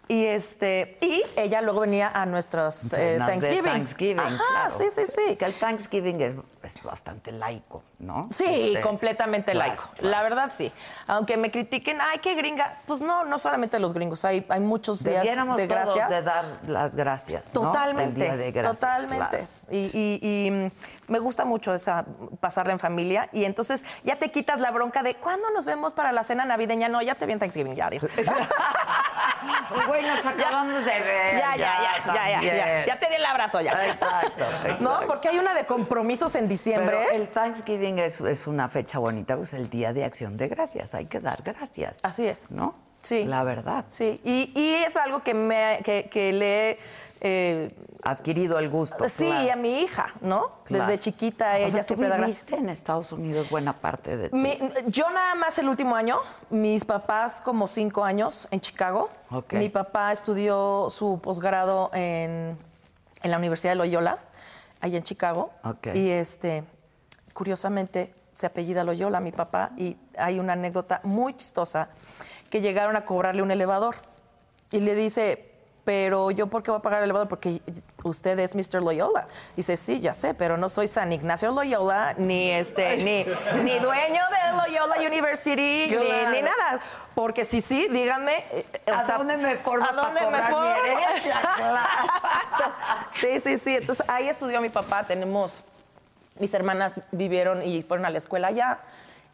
Speaker 2: Y este, y ella luego venía a nuestros eh,
Speaker 1: Cenas de
Speaker 2: Thanksgiving.
Speaker 1: Thanksgiving,
Speaker 2: Ajá,
Speaker 1: claro.
Speaker 2: sí, sí, sí.
Speaker 1: Que el Thanksgiving es, es bastante laico, ¿no?
Speaker 2: Sí,
Speaker 1: Este,
Speaker 2: completamente
Speaker 1: claro,
Speaker 2: laico.
Speaker 1: claro.
Speaker 2: La verdad sí. Aunque me critiquen, ay, qué gringa. Pues no, no solamente los gringos, hay, hay muchos días
Speaker 1: Debiéramos
Speaker 2: de
Speaker 1: todos
Speaker 2: gracias.
Speaker 1: de dar las gracias. ¿no?
Speaker 2: Totalmente,
Speaker 1: El día de gracias,
Speaker 2: totalmente.
Speaker 1: claro.
Speaker 2: Y, y- y, mm, me gusta mucho esa pasarla en familia y entonces ya te quitas la bronca de ¿cuándo nos vemos para la cena navideña? No, ya te vi en Thanksgiving, ya, adiós.
Speaker 1: Güey, nos acabamos de ver.
Speaker 2: Ya, ya, ya, ya, ya, ya,
Speaker 1: también.
Speaker 2: ya te di el abrazo ya.
Speaker 1: Exacto,
Speaker 2: No,
Speaker 1: exacto.
Speaker 2: porque hay una de compromisos en diciembre.
Speaker 1: Pero el Thanksgiving es, es una fecha bonita, pues el día de acción de gracias. Hay que dar gracias.
Speaker 2: Así es.
Speaker 1: ¿No?
Speaker 2: Sí.
Speaker 1: La verdad.
Speaker 2: Sí, y, y es algo que me que, que le eh,
Speaker 1: Adquirido el gusto.
Speaker 2: sí
Speaker 1: claro,
Speaker 2: a mi hija, ¿no?
Speaker 1: claro.
Speaker 2: Desde chiquita
Speaker 1: O sea,
Speaker 2: ella
Speaker 1: tú
Speaker 2: siempre da gracias.
Speaker 1: viviste en Estados Unidos buena parte de tu...
Speaker 2: Mi- yo nada más el último año, mis papás como cinco años en Chicago.
Speaker 1: Ok.
Speaker 2: Mi papá estudió su posgrado en, en la Universidad de Loyola, allá en Chicago.
Speaker 1: Ok.
Speaker 2: Y este, curiosamente se apellida Loyola, mi papá, y hay una anécdota muy chistosa que llegaron a cobrarle un elevador. Y le dice, pero yo por qué voy a pagar el elevador? Porque usted es Mr. Loyola. Dice, sí, ya sé, pero no soy San Ignacio Loyola, ni este, ni, ni dueño de Loyola University, ni-
Speaker 1: Claro.
Speaker 2: ni, nada. Porque sí, sí, díganme. eh, o
Speaker 1: ¿A
Speaker 2: sea,
Speaker 1: dónde me formo
Speaker 2: ¿A
Speaker 1: pa'
Speaker 2: dónde me
Speaker 1: cobrar mi
Speaker 2: formo?
Speaker 1: herencia?
Speaker 2: Exacto. Sí, sí, sí. Entonces ahí estudió mi papá. Tenemos mis hermanas vivieron y fueron a la escuela allá.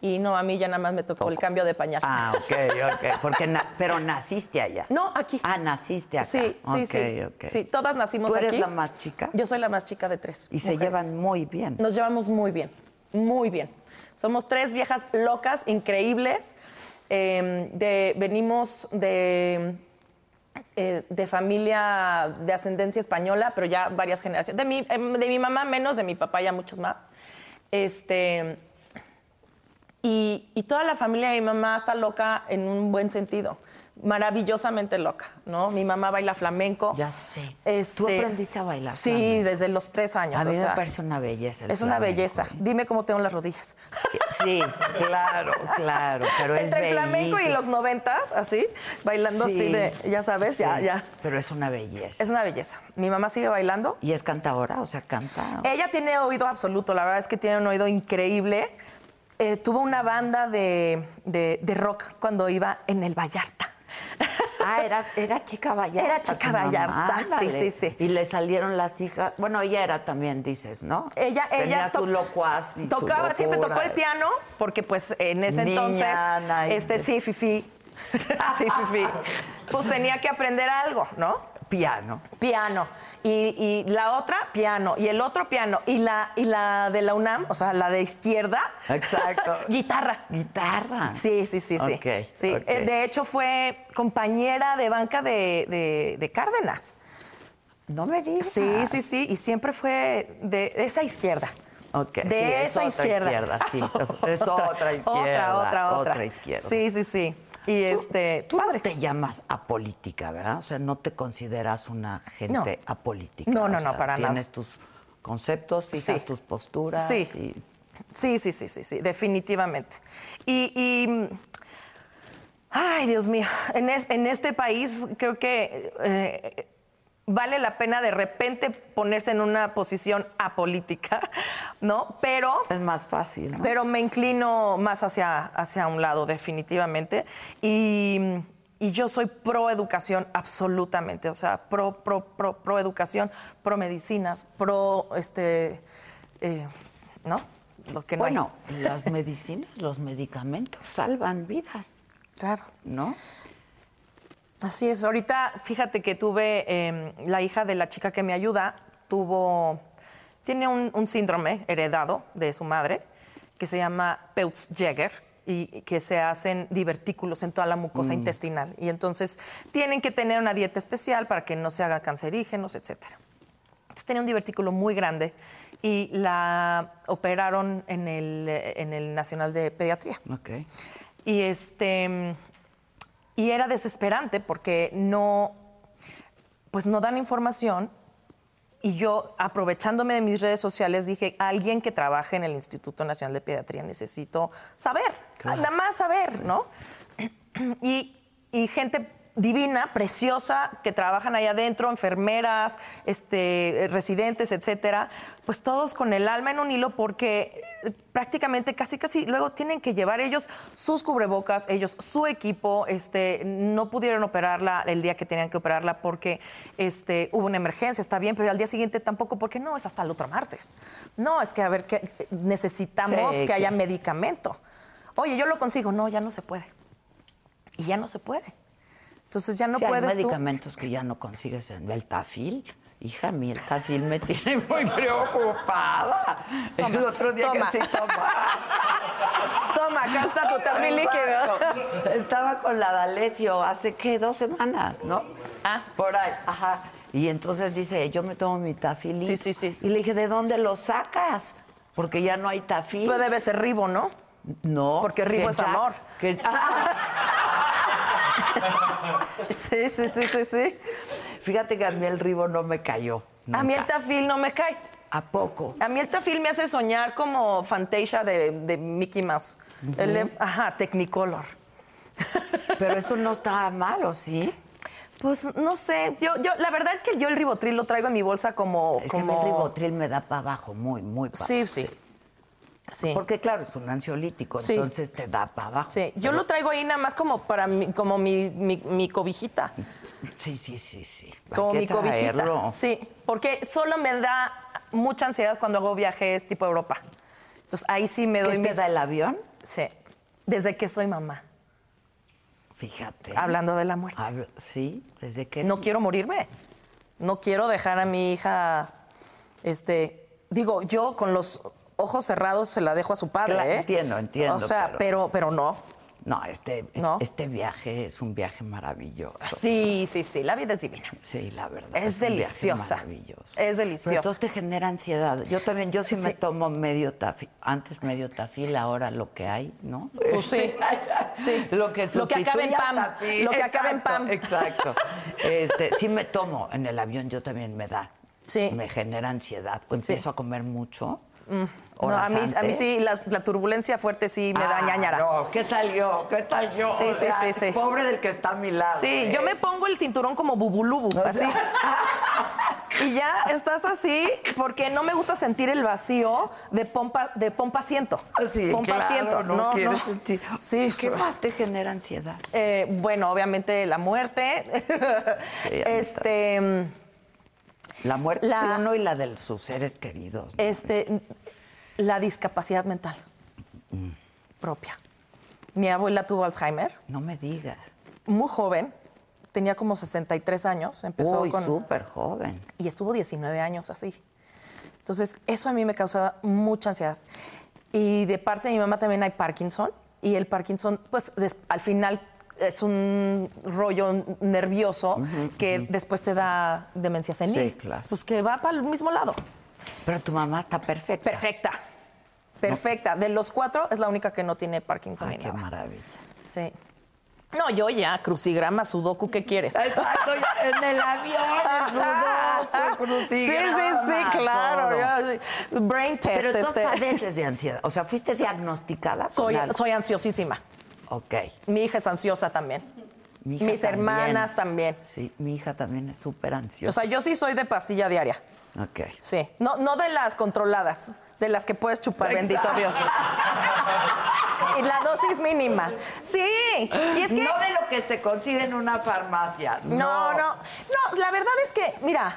Speaker 2: Y no, a mí ya nada más me tocó el cambio de pañal.
Speaker 1: Ah, ok, ok. Porque na- Pero naciste allá.
Speaker 2: No, aquí.
Speaker 1: Ah, naciste acá.
Speaker 2: Sí, sí, sí.
Speaker 1: Ok, ok.
Speaker 2: Sí, todas nacimos
Speaker 1: ¿Tú eres
Speaker 2: aquí.
Speaker 1: la más chica?
Speaker 2: Yo soy la más chica de tres.
Speaker 1: Y se
Speaker 2: mujeres.
Speaker 1: llevan muy bien.
Speaker 2: Nos llevamos muy bien, muy bien. Somos tres viejas locas, increíbles. eh, de, venimos de, eh, de familia de ascendencia española, pero ya varias generaciones. De mi, em, de mi mamá menos, de mi papá ya muchos más. Este, y, y toda la familia de mi mamá está loca en un buen sentido. maravillosamente loca, ¿no? Mi mamá baila flamenco.
Speaker 1: Ya sé.
Speaker 2: Este,
Speaker 1: ¿Tú aprendiste a bailar
Speaker 2: Sí,
Speaker 1: flamenco?
Speaker 2: desde los tres años.
Speaker 1: A mí
Speaker 2: o
Speaker 1: me
Speaker 2: sea,
Speaker 1: parece una belleza. el
Speaker 2: es una
Speaker 1: flamenco,
Speaker 2: belleza.
Speaker 1: ¿eh?
Speaker 2: Dime cómo tengo las rodillas.
Speaker 1: Sí, claro, claro, pero es
Speaker 2: Entre el flamenco y
Speaker 1: bellísimo.
Speaker 2: los noventas, así, bailando así
Speaker 1: Sí,
Speaker 2: de, ya sabes, ya,
Speaker 1: sí,
Speaker 2: ya.
Speaker 1: Pero es una belleza.
Speaker 2: Es una belleza. Mi mamá sigue bailando.
Speaker 1: ¿Y es cantadora? O sea, canta.
Speaker 2: Ella tiene oído absoluto, la verdad es que tiene un oído increíble. Eh, tuvo una banda de, de- de rock cuando iba en el Vallarta.
Speaker 1: Ah, era, era chica Vallarta.
Speaker 2: Era chica
Speaker 1: tu mamá,
Speaker 2: Vallarta, sí,
Speaker 1: ándale.
Speaker 2: sí, sí.
Speaker 1: Y le salieron las hijas. Bueno, ella era también, dices, ¿no?
Speaker 2: Ella,
Speaker 1: Tenía
Speaker 2: ella
Speaker 1: su
Speaker 2: toc-
Speaker 1: locuaz y su
Speaker 2: tocaba, siempre
Speaker 1: locura.
Speaker 2: tocó el piano, porque pues en ese
Speaker 1: Niña,
Speaker 2: entonces,
Speaker 1: Ana, y-
Speaker 2: este sí, Fifi, sí, Fifi, pues tenía que aprender algo, ¿no?
Speaker 1: Piano.
Speaker 2: Piano. Y, y la otra, piano. Y el otro, piano. Y la, y la de la UNAM, o sea, la de izquierda,
Speaker 1: Exacto.
Speaker 2: guitarra.
Speaker 1: Guitarra.
Speaker 2: Sí, sí, sí, sí.
Speaker 1: Ok,
Speaker 2: Sí,
Speaker 1: ok.
Speaker 2: eh, De hecho, fue compañera de banca de, de- de Cárdenas.
Speaker 1: No me digas.
Speaker 2: Sí, sí, sí. Y siempre fue de esa izquierda.
Speaker 1: Ok,
Speaker 2: De
Speaker 1: sí, es
Speaker 2: esa
Speaker 1: otra
Speaker 2: izquierda.
Speaker 1: izquierda, sí.
Speaker 2: Ah,
Speaker 1: Es otra izquierda,
Speaker 2: Otra, otra, otra.
Speaker 1: otra izquierda.
Speaker 2: Sí, sí, sí. Y este,
Speaker 1: Tú
Speaker 2: padre.
Speaker 1: no te llamas apolítica, ¿verdad? O sea, no te consideras una gente
Speaker 2: No.
Speaker 1: apolítica.
Speaker 2: No,
Speaker 1: o
Speaker 2: no, no,
Speaker 1: sea,
Speaker 2: para nada.
Speaker 1: Tienes tus conceptos, fijas
Speaker 2: Sí.
Speaker 1: tus posturas.
Speaker 2: Sí.
Speaker 1: y-
Speaker 2: Sí, sí, sí, sí, sí, definitivamente. Y, y, mm, ay, Dios mío, en, es- en este país creo que eh, vale la pena de repente ponerse en una posición apolítica, ¿no? Pero,
Speaker 1: Es más fácil, ¿no?
Speaker 2: pero me inclino más hacia, hacia un lado, definitivamente. Y, mm, y yo soy pro educación, absolutamente. O sea, pro, pro, pro, pro educación, pro medicinas, pro este. eh, ¿No? Lo que no hay.
Speaker 1: bueno, las medicinas, los medicamentos salvan vidas,
Speaker 2: Claro.
Speaker 1: ¿no?
Speaker 2: Así es. Ahorita, fíjate que tuve eh, la hija de la chica que me ayuda, tuvo. Tiene un, un síndrome heredado de su madre que se llama Peutz-Jeghers y que se hacen divertículos en toda la mucosa intestinal. Y entonces tienen que tener una dieta especial para que no se hagan cancerígenos, etcétera. Entonces tenía un divertículo muy grande y la operaron en el, eh, en el Nacional de Pediatría.
Speaker 1: Ok.
Speaker 2: Y este y era desesperante porque no pues no dan información y yo aprovechándome de mis redes sociales dije, alguien que trabaje en el Instituto Nacional de Pediatría necesito saber,
Speaker 1: Claro.
Speaker 2: nada más saber, ¿no? Y, y gente divina, preciosa, que trabajan ahí adentro, enfermeras, este, eh, residentes, etcétera, pues todos con el alma en un hilo porque eh, prácticamente casi casi luego tienen que llevar ellos sus cubrebocas, ellos su equipo, este, no pudieron operarla el día que tenían que operarla porque este, hubo una emergencia, está bien, pero al día siguiente tampoco, porque no, es hasta el otro martes. No, es que a ver, que eh, necesitamos
Speaker 1: Sí,
Speaker 2: que haya
Speaker 1: que-
Speaker 2: medicamento. Oye, yo lo consigo, no, ya no se puede y ya no se puede. Entonces ya no
Speaker 1: Sí,
Speaker 2: puedes
Speaker 1: hay
Speaker 2: tú.
Speaker 1: medicamentos que ya no consigues en el tafil. Hija, mi el tafil me tiene muy preocupada. el
Speaker 2: Toma,
Speaker 1: otro día
Speaker 2: toma.
Speaker 1: que sí tomaba.
Speaker 2: Toma, acá está tu tafil líquido.
Speaker 1: Exacto. Estaba con la D'Alessio hace, ¿qué? Dos semanas, ¿no?
Speaker 2: Ah.
Speaker 1: Por ahí, ajá. Y entonces dice, yo me tomo mi tafil.
Speaker 2: Sí, sí, sí, sí.
Speaker 1: Y le dije, ¿de dónde lo sacas? Porque ya no hay tafil.
Speaker 2: Pero debe ser ribo, ¿no?
Speaker 1: No.
Speaker 2: Porque Ribo
Speaker 1: que
Speaker 2: es
Speaker 1: ya-
Speaker 2: amor.
Speaker 1: que-
Speaker 2: Sí, sí, sí, sí, sí.
Speaker 1: fíjate que a mí el Ribo no me cayó.
Speaker 2: A mí el
Speaker 1: nunca.
Speaker 2: tafil no me cae.
Speaker 1: ¿A poco?
Speaker 2: A mí el tafil me hace soñar como Fantasia de, de Mickey Mouse. El F- ajá, Technicolor.
Speaker 1: Pero eso no está malo, ¿sí?
Speaker 2: Pues no sé, yo, yo, la verdad es que yo el ribotril lo traigo en mi bolsa como.
Speaker 1: Es que
Speaker 2: como...
Speaker 1: a mí el ribotril me da para abajo, muy, muy para
Speaker 2: Sí, sí. Sí.
Speaker 1: Porque claro, es un ansiolítico,
Speaker 2: Sí.
Speaker 1: entonces te da para abajo.
Speaker 2: Sí. Yo lo traigo ahí nada más como para mi, como mi, mi, mi cobijita.
Speaker 1: Sí, sí, sí, sí. Hay
Speaker 2: Como
Speaker 1: que
Speaker 2: mi cobijita.
Speaker 1: traerlo.
Speaker 2: Sí, porque solo me da mucha ansiedad cuando hago viajes tipo Europa. Entonces ahí sí me doy
Speaker 1: ¿Qué te
Speaker 2: mis-
Speaker 1: da el avión?
Speaker 2: Sí. Desde que soy mamá,
Speaker 1: Fíjate.
Speaker 2: hablando de la muerte.
Speaker 1: Hablo- sí, desde que...
Speaker 2: No quiero morirme. No quiero dejar a mi hija este, digo, yo con los ojos cerrados se la dejo a su padre,
Speaker 1: Claro,
Speaker 2: ¿eh?
Speaker 1: entiendo, entiendo,
Speaker 2: O sea, pero pero no.
Speaker 1: No, este,
Speaker 2: ¿No?
Speaker 1: este viaje es un viaje maravilloso.
Speaker 2: Sí, sí, sí, la vida es divina.
Speaker 1: Sí, la verdad.
Speaker 2: Es
Speaker 1: Pues un viaje
Speaker 2: deliciosa.
Speaker 1: maravilloso.
Speaker 2: Es
Speaker 1: Pero
Speaker 2: deliciosa.
Speaker 1: entonces te genera ansiedad. Yo también, yo sí, me
Speaker 2: Sí.
Speaker 1: tomo medio tafil. Antes medio tafil, ahora lo que hay, ¿no?
Speaker 2: Pues sí, sí.
Speaker 1: Lo que,
Speaker 2: Lo que acabe en
Speaker 1: sustituye a
Speaker 2: Pam,
Speaker 1: tafil.
Speaker 2: lo que acabe en
Speaker 1: Exacto,
Speaker 2: Pam.
Speaker 1: Exacto. Este, sí me tomo en el avión, yo también me da.
Speaker 2: Sí. Mm.
Speaker 1: Me genera ansiedad. Empiezo a comer mucho.
Speaker 2: No, a,
Speaker 1: horas
Speaker 2: mí, a mí
Speaker 1: antes.
Speaker 2: sí, la, la turbulencia fuerte sí me
Speaker 1: ¿eh?
Speaker 2: da
Speaker 1: Ah,
Speaker 2: ñañara.
Speaker 1: No, ¿qué tal yo? ¿Qué tal yo?
Speaker 2: Sí,
Speaker 1: O
Speaker 2: sí,
Speaker 1: sea,
Speaker 2: sí, sí.
Speaker 1: Pobre del que está a mi lado.
Speaker 2: Sí,
Speaker 1: ¿eh?
Speaker 2: yo me pongo el cinturón como bubulubu,
Speaker 1: Ah,
Speaker 2: así. Y ya estás así porque no me gusta sentir el vacío de pompa de pompa asiento.
Speaker 1: Ah, Sí,
Speaker 2: pompa
Speaker 1: claro,
Speaker 2: asiento.
Speaker 1: no, quieres sentir.
Speaker 2: Sí, sí.
Speaker 1: ¿Qué más te genera ansiedad?
Speaker 2: Eh, bueno, obviamente la muerte.
Speaker 1: mí
Speaker 2: este,
Speaker 1: La muerte
Speaker 2: La-
Speaker 1: de uno y la Eh, de sus seres queridos. ¿no?
Speaker 2: este, la discapacidad mental propia. Mi abuela tuvo Alzheimer,
Speaker 1: No me digas.
Speaker 2: muy joven, tenía como 63 años, empezó
Speaker 1: Uy,
Speaker 2: con
Speaker 1: súper joven.
Speaker 2: y estuvo 19 años así. Entonces, eso a mí me causaba mucha ansiedad. Y de parte de mi mamá también hay Parkinson, y el Parkinson, pues des- al final es un rollo nervioso que después te da demencia senil.
Speaker 1: Sí, claro.
Speaker 2: Pues que va para el mismo lado.
Speaker 1: Pero tu mamá está perfecta.
Speaker 2: Perfecta. Perfecta. De los cuatro, es la única que no tiene Parkinson
Speaker 1: Ay,
Speaker 2: ni
Speaker 1: Ah, qué
Speaker 2: nada.
Speaker 1: maravilla.
Speaker 2: Sí. No, yo ya, crucigrama, sudoku, ¿qué quieres?
Speaker 1: Exacto, en el avión, en
Speaker 2: Ah,
Speaker 1: su
Speaker 2: sí, sí, sí, claro. ya, sí. brain test.
Speaker 1: Ah, Pero tú
Speaker 2: este.
Speaker 1: padeces de ansiedad. O sea, fuiste diagnosticada
Speaker 2: Soy,
Speaker 1: con algo.
Speaker 2: soy ansiosísima.
Speaker 1: Ok.
Speaker 2: Mi hija es ansiosa también.
Speaker 1: Mi hija
Speaker 2: Mis
Speaker 1: también.
Speaker 2: hermanas también.
Speaker 1: Sí, mi hija también es súper
Speaker 2: O
Speaker 1: ansiosa.
Speaker 2: sea, yo sí soy de pastilla diaria.
Speaker 1: ok.
Speaker 2: Sí. No, no de las controladas, de las que puedes chupar,
Speaker 1: Exacto.
Speaker 2: bendito Dios. Y la dosis mínima. Sí. Y es que.
Speaker 1: No de lo que se consigue en una farmacia.
Speaker 2: No, no. No, la verdad es que, mira,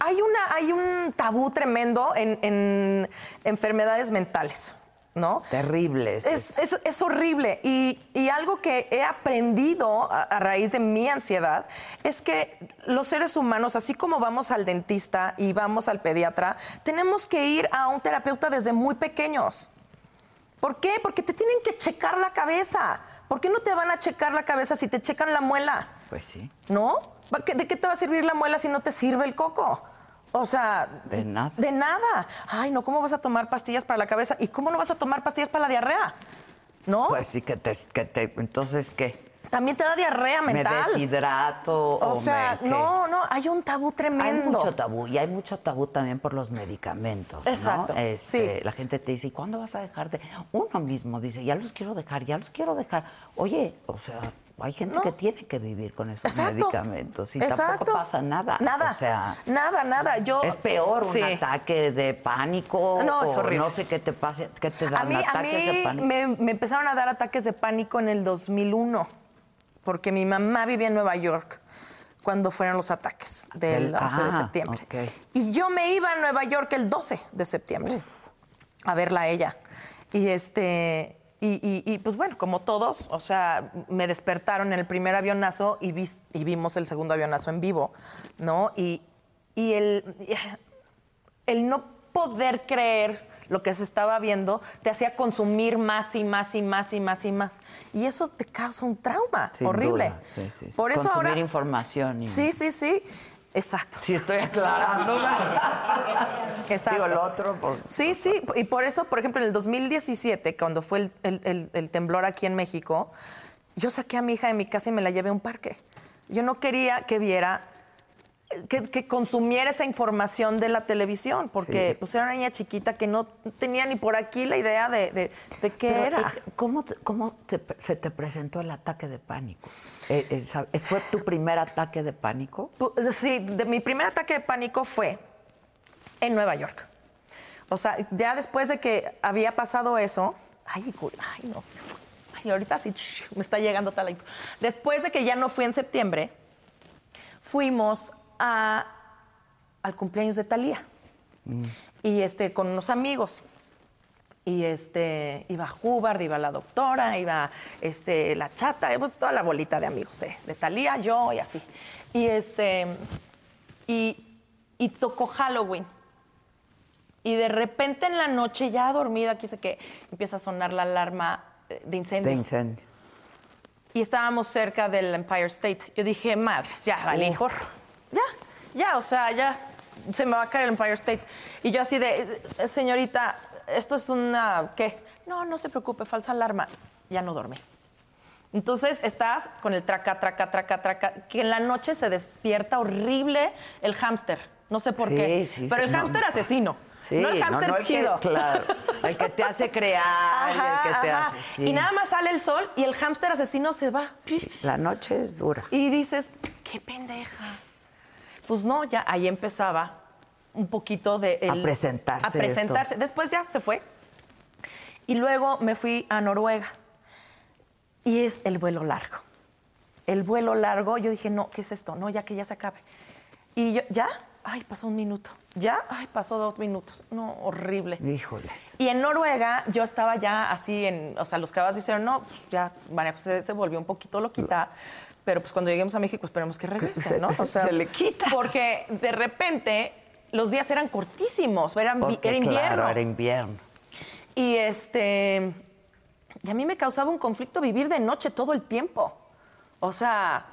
Speaker 2: hay, una, hay un tabú tremendo en, en enfermedades mentales, ¿no?
Speaker 1: Terrible. es
Speaker 2: Es, es- es horrible. Y, y algo que he aprendido a, a raíz de mi ansiedad es que los seres humanos, así como vamos al dentista y vamos al pediatra, tenemos que ir a un terapeuta desde muy pequeños. ¿Por qué? Porque te tienen que checar la cabeza. ¿Por qué no te van a checar la cabeza si te checan la muela?
Speaker 1: Pues sí,
Speaker 2: ¿No? ¿Pa- qué- ¿De qué te va a servir la muela si no te sirve el coco? O sea,
Speaker 1: De nada.
Speaker 2: De nada. Ay, no, ¿cómo vas a tomar pastillas para la cabeza? ¿Y cómo no vas a tomar pastillas para la diarrea? ¿No?
Speaker 1: pues sí que te, que te entonces qué,
Speaker 2: También te da diarrea
Speaker 1: me
Speaker 2: mental.
Speaker 1: deshidrato o,
Speaker 2: o sea,
Speaker 1: me- qué?
Speaker 2: no, no, hay un tabú
Speaker 1: Hay
Speaker 2: tremendo.
Speaker 1: mucho tabú y hay mucho tabú también por los medicamentos. ¿no?
Speaker 2: Exacto,
Speaker 1: Este,
Speaker 2: sí.
Speaker 1: La gente te dice, ¿y cuándo vas a dejar de...? Uno mismo dice, ya los quiero dejar, ya los quiero dejar. Oye, o sea, hay gente
Speaker 2: No.
Speaker 1: que tiene que vivir con esos
Speaker 2: Exacto.
Speaker 1: medicamentos y
Speaker 2: Exacto.
Speaker 1: tampoco pasa nada.
Speaker 2: Nada.
Speaker 1: O sea,
Speaker 2: nada, nada. Yo,
Speaker 1: es peor un
Speaker 2: Sí.
Speaker 1: ataque de pánico
Speaker 2: No, es
Speaker 1: o
Speaker 2: horrible.
Speaker 1: no sé qué te pase, qué te dan
Speaker 2: A mí, a
Speaker 1: ataques de
Speaker 2: mí
Speaker 1: pánico.
Speaker 2: me, me empezaron a dar ataques de pánico en el 2001, porque mi mamá vivía en Nueva York cuando fueron los ataques del
Speaker 1: Del-
Speaker 2: 11 de
Speaker 1: ah,
Speaker 2: septiembre.
Speaker 1: ok.
Speaker 2: Y yo me iba a Nueva York el 12 de septiembre a verla a ella. Y este. Y, y- y, pues bueno, como todos, o sea, me despertaron en el primer avionazo y, vis- y vimos el segundo avionazo en vivo, ¿no? Y, y el, el no poder creer lo que se estaba viendo te hacía consumir más y más y más y más y más. Y eso te causa un trauma
Speaker 1: Sin
Speaker 2: horrible.
Speaker 1: duda, sí, sí, sí.
Speaker 2: Por eso
Speaker 1: Consumir
Speaker 2: ahora.
Speaker 1: información. y-
Speaker 2: Sí, sí, sí. Exacto.
Speaker 1: Sí, estoy aclarando.
Speaker 2: Exacto.
Speaker 1: Digo, lo otro, pues,
Speaker 2: Sí, sí, y por eso, por ejemplo, en el 2017, cuando fue el, el- el- el temblor aquí en México, yo saqué a mi hija de mi casa y me la llevé a un parque. Yo no quería que viera, que, que consumiera esa información de la televisión, porque
Speaker 1: Sí.
Speaker 2: pues era una niña chiquita que no tenía ni por aquí la idea de, de- de qué
Speaker 1: Pero,
Speaker 2: era.
Speaker 1: eh, ¿Cómo, te- cómo te- se te presentó el ataque de pánico? Eh, eh, ¿sab- ¿Fue tu primer ataque de pánico?
Speaker 2: Pu- Sí, de- mi primer ataque de pánico fue en Nueva York. O sea, ya después de que había pasado eso, ay, cu- ay no. Ay, ahorita sí ch, me está llegando tal info. Después de que ya no fui en septiembre, fuimos a- al cumpleaños de Talía. Y este con unos amigos. Y este, iba Hubbard, iba la doctora, iba este, la chata, eh, pues, toda la bolita de amigos de, de Talía, yo y así. Y este, y, y tocó Halloween. Y de repente en la noche, ya dormida, aquí sé que empieza a sonar la alarma eh, de incendio.
Speaker 1: De incendio.
Speaker 2: y estábamos cerca del Empire State. Yo dije, madres, ya,
Speaker 1: Oh.
Speaker 2: vale, hijo. Ya, ya, o sea, ya se me va a caer el Empire State. Y yo así de, "Eh, señorita, esto es una, ¿qué? No, no se preocupe, falsa alarma. Ya no dormí. Entonces estás con el traca, traca, traca, traca, que en la noche se despierta horrible el hámster. No sé por
Speaker 1: Sí,
Speaker 2: qué.
Speaker 1: sí,
Speaker 2: pero
Speaker 1: sí,
Speaker 2: el
Speaker 1: no.
Speaker 2: hámster asesino.
Speaker 1: Sí,
Speaker 2: no el hámster
Speaker 1: no, el que-
Speaker 2: chido.
Speaker 1: claro, el que te hace crear, y el
Speaker 2: Ajá,
Speaker 1: que te
Speaker 2: ajá.
Speaker 1: hace. sí.
Speaker 2: Y nada más sale el sol y el hámster asesino se va.
Speaker 1: La noche es dura.
Speaker 2: Y dices, qué pendeja. Pues no, ya ahí empezaba un poquito de... el-
Speaker 1: A presentarse
Speaker 2: A presentarse. Después ya se fue. Y luego me fui a Noruega. Y es el vuelo largo. El vuelo largo, yo dije, no, ¿qué es esto? No, ya que ya se acabe. Y yo, ¿ya? Ay, pasó un minuto. ¿Ya? Ay, pasó dos minutos. No, horrible.
Speaker 1: Híjole.
Speaker 2: Y en Noruega yo estaba ya así en, o sea, los cabas dijeron, no, pues ya María José se volvió un poquito loquita, pero pues cuando lleguemos a México esperemos que regrese, ¿no? O sea,
Speaker 1: Se le quita.
Speaker 2: Porque de repente los días eran cortísimos, eran, vi-
Speaker 1: Porque,
Speaker 2: era invierno.
Speaker 1: Claro, era invierno.
Speaker 2: Y este. Y a mí me causaba un conflicto vivir de noche todo el tiempo. O sea,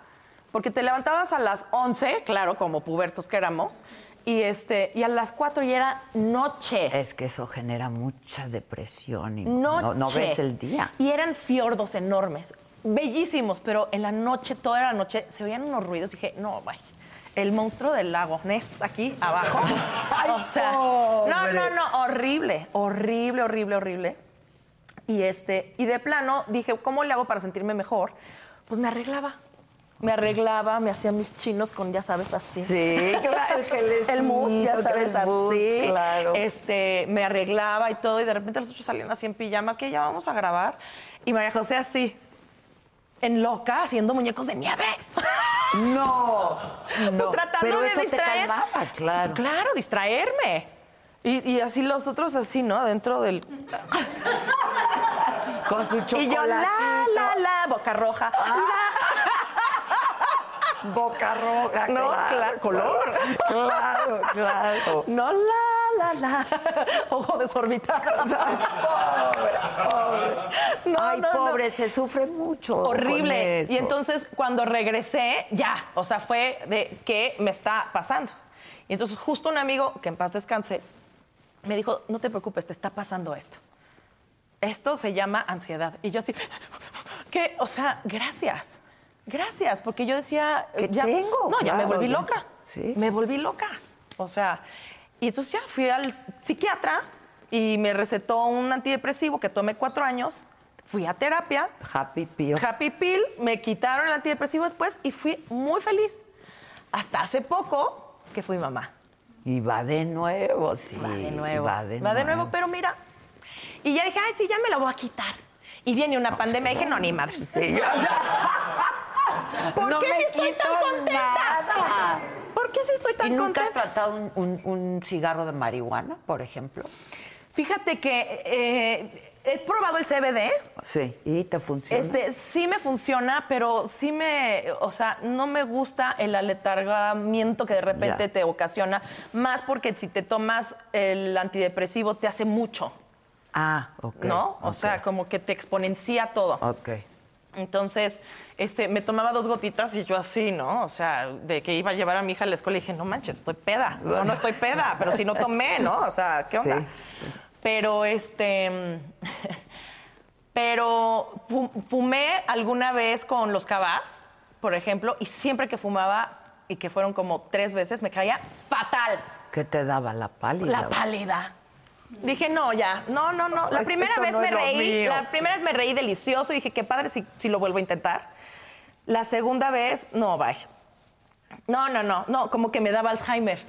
Speaker 2: porque te levantabas a las 11, claro, como pubertos que éramos, y este, y a las 4 ya era noche.
Speaker 1: Es que eso genera mucha depresión y
Speaker 2: noche.
Speaker 1: no, no ves el día.
Speaker 2: Y eran fiordos enormes, bellísimos, pero en la noche, toda la noche, se oían unos ruidos. Dije, no, vaya. El monstruo del lago Ness aquí abajo. o sea, no, no, no, horrible, horrible, horrible, horrible. Y este, y de plano dije, ¿cómo le hago para sentirme mejor? Pues me arreglaba. Me arreglaba, me hacía mis chinos con, ya sabes, así.
Speaker 1: Sí, claro, el gelecito,
Speaker 2: El mousse, ya
Speaker 1: que
Speaker 2: sabes,
Speaker 1: el mousse,
Speaker 2: así.
Speaker 1: claro.
Speaker 2: Este, me arreglaba y todo, y de repente los ocho salían así en pijama, que ya vamos a grabar. Y María José así, en loca, haciendo muñecos de nieve.
Speaker 1: No,
Speaker 2: Pues tratando
Speaker 1: pero
Speaker 2: de
Speaker 1: eso
Speaker 2: distraer.
Speaker 1: Te calmaba, claro.
Speaker 2: Claro, distraerme. Y, y así los otros así, ¿no? Dentro del...
Speaker 1: Con su chocolate.
Speaker 2: Y yo, la, la, la, boca roja.
Speaker 1: Boca roja.
Speaker 2: No, claro, color.
Speaker 1: Claro, claro.
Speaker 2: No, la, la, la. Ojo desorbitado. No,
Speaker 1: Ay,
Speaker 2: no, no.
Speaker 1: pobre, se sufre mucho. con
Speaker 2: Horrible.
Speaker 1: eso.
Speaker 2: Y entonces cuando regresé, ya, o sea, fue de qué me está pasando. Y entonces justo un amigo, que en paz descanse, me dijo, no te preocupes, te está pasando esto. Esto se llama ansiedad. Y yo así, que, o sea, gracias. Gracias, porque yo decía,
Speaker 1: ¿Qué
Speaker 2: ya,
Speaker 1: tengo?
Speaker 2: no, ya me
Speaker 1: Claro,
Speaker 2: volví
Speaker 1: ya.
Speaker 2: loca.
Speaker 1: Sí.
Speaker 2: Me volví loca. O sea, y entonces ya fui al psiquiatra y me recetó un antidepresivo que tomé cuatro años. Fui a terapia.
Speaker 1: Happy Pio.
Speaker 2: Happy Pill, me quitaron el antidepresivo después y fui muy feliz. Hasta hace poco que fui mamá.
Speaker 1: Y va de nuevo, sí.
Speaker 2: Va de nuevo.
Speaker 1: Va de,
Speaker 2: nuevo, pero mira. Y ya dije, ay, sí, ya me la voy a quitar. Y viene una pandemia y dije, no, ni madres.
Speaker 1: Sí, ya-
Speaker 2: ¿Por
Speaker 1: No
Speaker 2: qué
Speaker 1: me
Speaker 2: si estoy tan
Speaker 1: quito
Speaker 2: contenta?
Speaker 1: nada.
Speaker 2: ¿Por qué si estoy
Speaker 1: ¿Y
Speaker 2: tan
Speaker 1: nunca has
Speaker 2: contenta?
Speaker 1: tratado un, un- un cigarro de marihuana, por ejemplo?
Speaker 2: Fíjate que eh, he probado el CBD.
Speaker 1: Sí. ¿Y te funciona?
Speaker 2: Este, sí me funciona, pero sí me, o sea, no me gusta el aletargamiento que de repente
Speaker 1: Ya.
Speaker 2: te ocasiona, más porque si te tomas el antidepresivo te hace mucho,
Speaker 1: Ah, ok.
Speaker 2: ¿no? O
Speaker 1: ok,
Speaker 2: sea, como que te exponencia todo.
Speaker 1: Ok.
Speaker 2: Entonces, este, me tomaba dos gotitas y yo así, ¿no? O sea, de que iba a llevar a mi hija a la escuela y dije, no manches, estoy peda. No, no estoy peda, pero si no tomé, ¿no? O sea, ¿qué onda?
Speaker 1: Sí.
Speaker 2: Pero este. mm, Pero fu- fumé alguna vez con los cabas, por ejemplo, y siempre que fumaba y que fueron como tres veces, me caía fatal.
Speaker 1: ¿Qué te daba la pálida?
Speaker 2: La pálida. Dije, no, ya. No, no, no. La
Speaker 1: Esto
Speaker 2: primera vez
Speaker 1: no
Speaker 2: me
Speaker 1: es lo
Speaker 2: reí.
Speaker 1: mío.
Speaker 2: La primera vez me reí delicioso y dije, qué padre si, si lo vuelvo a intentar. La segunda vez, no, vaya. No, no, no, no, como que me daba Alzheimer.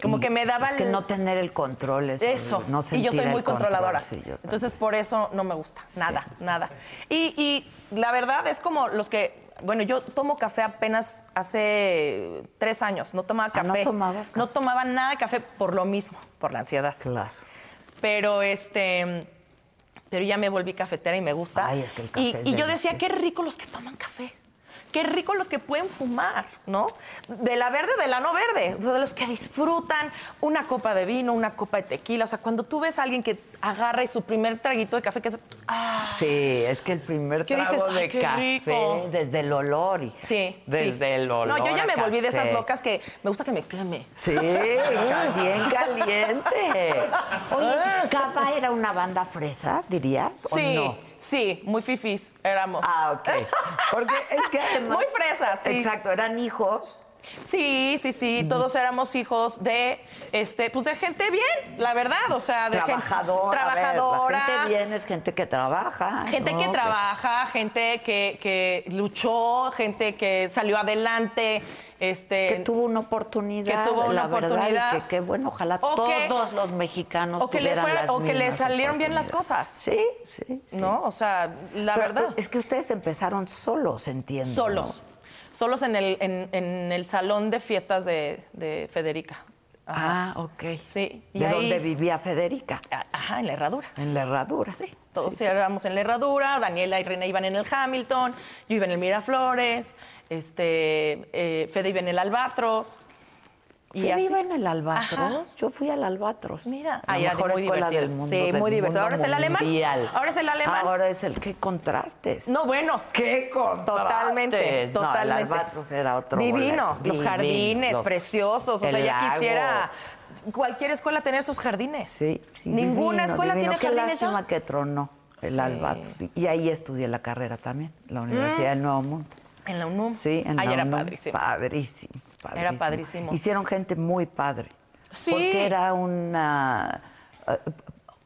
Speaker 2: Como
Speaker 1: Y
Speaker 2: que me daba
Speaker 1: Mm. Es que
Speaker 2: el-
Speaker 1: no tener el control es
Speaker 2: eso.
Speaker 1: horrible, No
Speaker 2: y yo
Speaker 1: sentir
Speaker 2: soy muy
Speaker 1: el control,
Speaker 2: controladora.
Speaker 1: sí, yo también.
Speaker 2: Entonces, por eso no me gusta. Nada, nada. Y, y la verdad es como los que. Bueno, yo tomo café apenas hace eh, tres años. No tomaba
Speaker 1: Ah,
Speaker 2: café.
Speaker 1: ¿no tomabas café?
Speaker 2: No tomaba nada de café por lo mismo, por la ansiedad.
Speaker 1: Claro.
Speaker 2: Pero este. Pero ya me volví cafetera y me gusta.
Speaker 1: Ay, es que el
Speaker 2: Y-
Speaker 1: café es
Speaker 2: y, yo decía,
Speaker 1: delicioso.
Speaker 2: qué rico los que toman café. Qué rico los que pueden fumar, ¿no? De la verde, de la no verde. O sea, de los que disfrutan una copa de vino, una copa de tequila. O sea, cuando tú ves a alguien que agarra y su primer traguito de café, que es. "Ah",
Speaker 1: Sí, es que el primer
Speaker 2: ¿Qué
Speaker 1: trago
Speaker 2: dices?
Speaker 1: de
Speaker 2: Ay, qué
Speaker 1: café,
Speaker 2: rico.
Speaker 1: desde el olor. hija.
Speaker 2: Sí.
Speaker 1: Desde
Speaker 2: sí.
Speaker 1: el olor.
Speaker 2: No, yo ya
Speaker 1: a
Speaker 2: me volví de esas
Speaker 1: café.
Speaker 2: locas que me gusta que me queme.
Speaker 1: Sí, ca- bien caliente. Ah. Oye, ¿Cava era una banda fresa, dirías? ¿O
Speaker 2: Sí,
Speaker 1: no?
Speaker 2: sí, muy fifis éramos.
Speaker 1: Ah, ok. Porque es que además...
Speaker 2: Muy fresas, sí.
Speaker 1: Exacto, eran hijos.
Speaker 2: Sí, sí, sí, todos éramos hijos de este, pues de gente bien, la verdad, o sea, de gente-
Speaker 1: trabajadora. a ver,
Speaker 2: trabajadora.
Speaker 1: la gente bien es gente que trabaja.
Speaker 2: Gente
Speaker 1: ¿no?
Speaker 2: que trabaja, gente que, que luchó, gente que salió adelante, este
Speaker 1: Que tuvo una oportunidad.
Speaker 2: que tuvo una
Speaker 1: la verdad, y
Speaker 2: oportunidad.
Speaker 1: que, que, bueno, ojalá
Speaker 2: O que-
Speaker 1: todos los mexicanos
Speaker 2: o que le
Speaker 1: tuvieran
Speaker 2: fuera-
Speaker 1: las
Speaker 2: o que le
Speaker 1: mismas
Speaker 2: salieron bien las
Speaker 1: oportunidades.
Speaker 2: cosas.
Speaker 1: Sí, sí, sí.
Speaker 2: ¿no? O sea, la
Speaker 1: Pero,
Speaker 2: verdad.
Speaker 1: Es que ustedes empezaron solos, entiendo. ¿no?
Speaker 2: Solos. Solos en el, en, en el salón de fiestas de, de Federica.
Speaker 1: Ah, ok.
Speaker 2: Sí, y
Speaker 1: ¿De
Speaker 2: ahí-
Speaker 1: dónde vivía Federica?
Speaker 2: A- Ajá, en la herradura.
Speaker 1: En la herradura.
Speaker 2: Sí, todos éramos en la herradura, Daniela y Reina iban en el Hamilton, yo iba en el Miraflores, este, eh, Fede iba en el Albatros.
Speaker 1: Y
Speaker 2: así.
Speaker 1: iba en el Albatros.
Speaker 2: Ajá.
Speaker 1: Yo fui al Albatros.
Speaker 2: Mira,
Speaker 1: la
Speaker 2: ah, ya,
Speaker 1: mejor
Speaker 2: muy
Speaker 1: escuela
Speaker 2: divertido.
Speaker 1: del mundo.
Speaker 2: Sí,
Speaker 1: del
Speaker 2: muy divertido.
Speaker 1: mundo
Speaker 2: Ahora es el alemán.
Speaker 1: mundial.
Speaker 2: Ahora es el alemán.
Speaker 1: Ahora es el. ¿Qué contrastes?
Speaker 2: No, bueno.
Speaker 1: ¿Qué contrastes?
Speaker 2: Totalmente,
Speaker 1: No,
Speaker 2: totalmente.
Speaker 1: el Albatros era otro.
Speaker 2: Divino,
Speaker 1: boleto.
Speaker 2: los
Speaker 1: Divino,
Speaker 2: jardines
Speaker 1: los-
Speaker 2: preciosos, o sea,
Speaker 1: el
Speaker 2: ya
Speaker 1: lago.
Speaker 2: quisiera cualquier escuela tener sus jardines.
Speaker 1: Sí, sí.
Speaker 2: Ninguna
Speaker 1: divino,
Speaker 2: escuela
Speaker 1: divino.
Speaker 2: tiene jardines
Speaker 1: Qué
Speaker 2: ya.
Speaker 1: lástima que tronó el
Speaker 2: Sí.
Speaker 1: Albatros. Y- Y ahí estudié la carrera también, la Universidad del Nuevo Mundo.
Speaker 2: En la UNUM.
Speaker 1: Sí, en
Speaker 2: Ahí
Speaker 1: la
Speaker 2: Mm. era
Speaker 1: UNAM.
Speaker 2: padrísimo.
Speaker 1: Padrísimo, padrísimo.
Speaker 2: Era padrísimo.
Speaker 1: Hicieron gente muy padre.
Speaker 2: Sí.
Speaker 1: Porque era una. eh,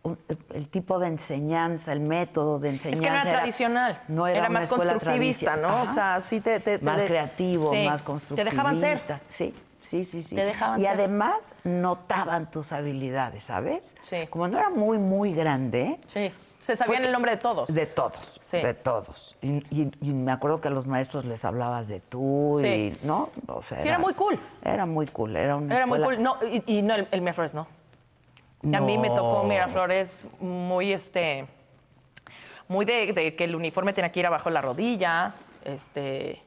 Speaker 1: un- el tipo de enseñanza, el método de enseñanza.
Speaker 2: Es que no era, tradicional,
Speaker 1: No era,
Speaker 2: era
Speaker 1: una
Speaker 2: más
Speaker 1: escuela
Speaker 2: constructivista,
Speaker 1: tradici-
Speaker 2: ¿no? O
Speaker 1: Ajá.
Speaker 2: sea, sí te... te- te-
Speaker 1: más
Speaker 2: de-
Speaker 1: creativo,
Speaker 2: Sí,
Speaker 1: más
Speaker 2: Te
Speaker 1: constructivista.
Speaker 2: dejaban ser.
Speaker 1: Sí, sí, sí, sí.
Speaker 2: Te dejaban
Speaker 1: y
Speaker 2: ser.
Speaker 1: además notaban tus habilidades, ¿sabes?
Speaker 2: Sí.
Speaker 1: Como no era muy, muy grande,
Speaker 2: Sí, se sabían el nombre de todos.
Speaker 1: de todos,
Speaker 2: Sí.
Speaker 1: de todos. Y, y- y me acuerdo que a los maestros les hablabas de tú
Speaker 2: Sí.
Speaker 1: y, ¿no? O sea,
Speaker 2: Sí, era muy cool.
Speaker 1: Era muy cool, era una
Speaker 2: Era muy
Speaker 1: escuela-
Speaker 2: cool. No, y, y no, el, el Miraflores no. A mí me tocó
Speaker 1: No.
Speaker 2: Miraflores muy, este, muy de, de que el uniforme tenía que ir abajo de la rodilla, este,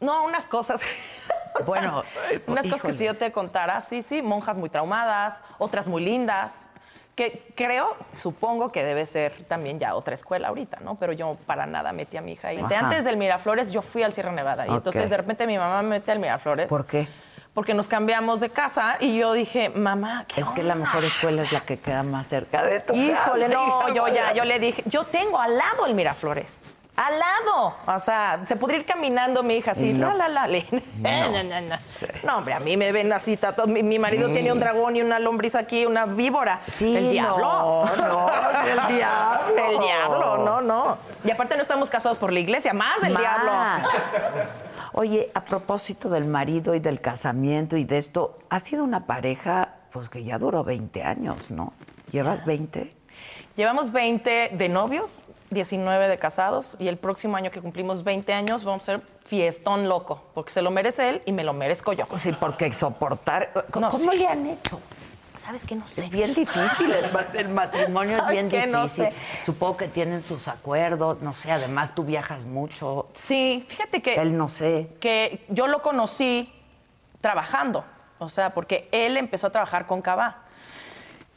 Speaker 2: no, unas cosas.
Speaker 1: Bueno,
Speaker 2: unas, unas cosas que si yo
Speaker 1: híjoles.
Speaker 2: te contara, sí, sí, monjas muy traumadas, otras muy lindas, que creo, supongo que debe ser también ya otra escuela ahorita, ¿no? Pero yo para nada metí a mi hija ahí. De
Speaker 1: Ajá.
Speaker 2: Antes del Miraflores yo fui al Sierra Nevada y
Speaker 1: Ok.
Speaker 2: entonces de repente mi mamá me mete al Miraflores.
Speaker 1: ¿Por qué?
Speaker 2: Porque nos cambiamos de casa y yo dije, mamá, ¿qué
Speaker 1: Es que la
Speaker 2: onda?
Speaker 1: mejor escuela es la que queda más cerca de tu
Speaker 2: Híjole,
Speaker 1: casa.
Speaker 2: no, yo ya, yo le dije, yo tengo al lado el Miraflores. Al lado. O sea, se podría ir caminando mi hija así,
Speaker 1: No.
Speaker 2: la, la, la. le- "Eh, No. no, no. No, hombre, a mí me ven así, tato- mi, mi marido tiene un dragón y una lombriz aquí, una víbora.
Speaker 1: Sí,
Speaker 2: el diablo.
Speaker 1: no, no, el diablo.
Speaker 2: El diablo, no, no. Y aparte no estamos casados por la iglesia, más del diablo.
Speaker 1: Más. Oye, a propósito del marido y del casamiento y de esto, ha sido una pareja pues que ya duró 20 años, ¿no? ¿Llevas 20?
Speaker 2: Llevamos 20 de novios, 19 de casados y el próximo año que cumplimos 20 años vamos a ser fiestón loco, porque se lo merece él y me lo merezco yo.
Speaker 1: Sí, porque soportar. ¿Cómo,
Speaker 2: No
Speaker 1: cómo
Speaker 2: sé.
Speaker 1: le han hecho?
Speaker 2: ¿Sabes qué? No sé.
Speaker 1: Es bien difícil, el, ma- el matrimonio es
Speaker 2: ¿Sabes
Speaker 1: bien
Speaker 2: qué?
Speaker 1: difícil.
Speaker 2: No sé.
Speaker 1: Supongo que tienen sus acuerdos, no sé, además tú viajas mucho,
Speaker 2: Sí, fíjate que...
Speaker 1: él no sé.
Speaker 2: que yo lo conocí trabajando, o sea, porque él empezó a trabajar con Cava.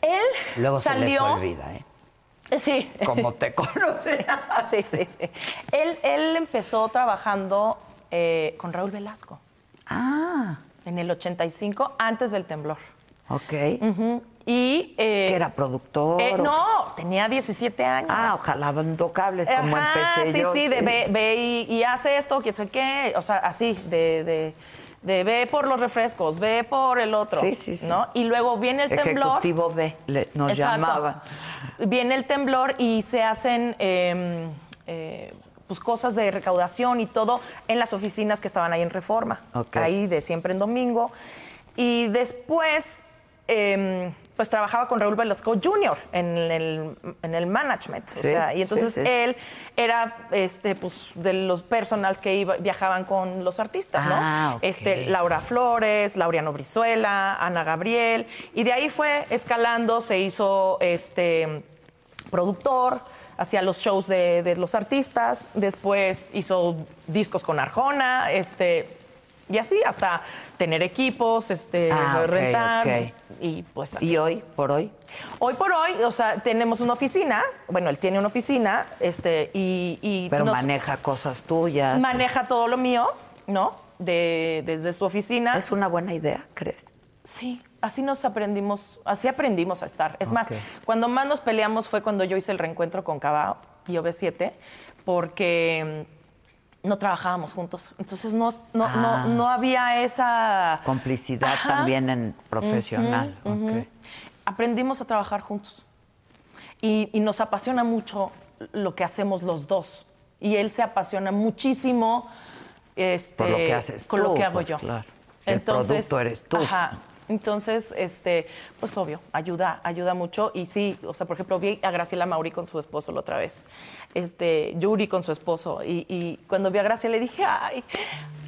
Speaker 2: Él
Speaker 1: Luego
Speaker 2: salió.
Speaker 1: se les olvida, ¿eh?
Speaker 2: sí.
Speaker 1: Como te conoce.
Speaker 2: sí, sí, sí. Él, él empezó trabajando eh, con Raúl Velasco
Speaker 1: Ah,
Speaker 2: en el 85, antes del temblor.
Speaker 1: ok.
Speaker 2: Ujú. Y. eh,
Speaker 1: ¿Que era productor?
Speaker 2: eh,
Speaker 1: o-
Speaker 2: no, tenía 17 años.
Speaker 1: Ah, ojalá ando cables como
Speaker 2: Ajá,
Speaker 1: empecé
Speaker 2: sí,
Speaker 1: yo.
Speaker 2: sí, de ve, ve y, y hace esto, que sé qué, o sea, así, de, de, de ve por los refrescos, ve por el otro,
Speaker 1: Sí, sí, sí.
Speaker 2: ¿no? Y luego viene el temblor.
Speaker 1: Ejecutivo B, le- nos
Speaker 2: Exacto.
Speaker 1: llamaban.
Speaker 2: Viene el temblor y se hacen eh, eh, pues cosas de recaudación y todo en las oficinas que estaban ahí en Reforma.
Speaker 1: Ok.
Speaker 2: Ahí de siempre en domingo. Y después, eh, pues trabajaba con Raúl Velasco Jr. en el, en el management. o
Speaker 1: Sí,
Speaker 2: sea, y entonces
Speaker 1: sí, sí, sí.
Speaker 2: él era este, pues, de los personals que iba- viajaban con los artistas, ¿no?
Speaker 1: Ah, ok.
Speaker 2: Este, Laura Flores, Laureano Brizuela, Ana Gabriel, y de ahí fue escalando, se hizo este productor, hacía los shows de, de los artistas, después hizo discos con Arjona, este, y así hasta tener equipos, este,
Speaker 1: Ah, ok,
Speaker 2: rentar
Speaker 1: ok.
Speaker 2: y pues así.
Speaker 1: ¿Y hoy, por hoy?
Speaker 2: Hoy por hoy, o sea, tenemos una oficina, bueno, él tiene una oficina, este, y, y
Speaker 1: Pero
Speaker 2: nos-
Speaker 1: maneja cosas tuyas.
Speaker 2: maneja todo lo mío, ¿no? De, desde su oficina.
Speaker 1: ¿Es una buena idea, crees?
Speaker 2: Sí, así nos aprendimos, así aprendimos a estar. Es más,
Speaker 1: Ok.
Speaker 2: cuando más nos peleamos fue cuando yo hice el reencuentro con Cava y OB7, porque mm, no trabajábamos juntos. Entonces no, no,
Speaker 1: Ah.
Speaker 2: no, no había esa...
Speaker 1: Complicidad
Speaker 2: Ajá.
Speaker 1: también en profesional. ok.
Speaker 2: Aprendimos a trabajar juntos. Y, y nos apasiona mucho lo que hacemos los dos. Y él se apasiona muchísimo este,
Speaker 1: Por lo que haces
Speaker 2: con lo
Speaker 1: tú,
Speaker 2: que hago
Speaker 1: pues,
Speaker 2: yo.
Speaker 1: claro. El producto eres tú.
Speaker 2: Ajá. Entonces, este, pues obvio, ayuda, ayuda mucho. Y sí, o sea, por ejemplo, vi a Graciela Mauri con su esposo la otra vez. Este, Yuri con su esposo. Y, y cuando vi a Graciela le dije, ay,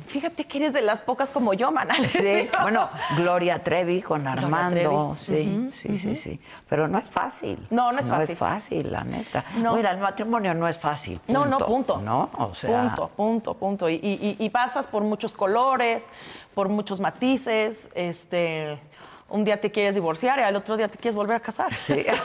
Speaker 2: fíjate que eres de las pocas como yo, mana. Le
Speaker 1: Sí,
Speaker 2: digo.
Speaker 1: bueno, Gloria Trevi con Armando, sí,
Speaker 2: Trevi.
Speaker 1: sí, sí, sí. Pero no es fácil.
Speaker 2: No, no es fácil.
Speaker 1: No es fácil, la neta.
Speaker 2: No.
Speaker 1: Mira, el matrimonio no es fácil.
Speaker 2: No, no, punto.
Speaker 1: No, o sea,
Speaker 2: Punto, punto, punto. Y, y- y- y pasas por muchos colores, por muchos matices. Este, un día te quieres divorciar y al otro día te quieres volver a casar.
Speaker 1: sí. Este,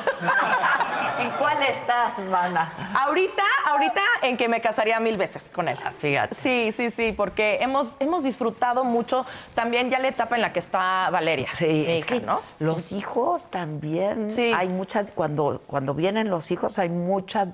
Speaker 1: ¿En cuál estás, mana?
Speaker 2: Ahorita, ahorita en que me casaría mil veces con él.
Speaker 1: Ah, Fíjate.
Speaker 2: Sí, sí, sí, porque hemos, hemos disfrutado mucho también ya la etapa en la que está Valeria,
Speaker 1: Sí,
Speaker 2: mi
Speaker 1: es
Speaker 2: hija,
Speaker 1: que
Speaker 2: ¿no?
Speaker 1: los hijos también.
Speaker 2: Sí.
Speaker 1: Hay mucha cuando cuando vienen los hijos hay mucha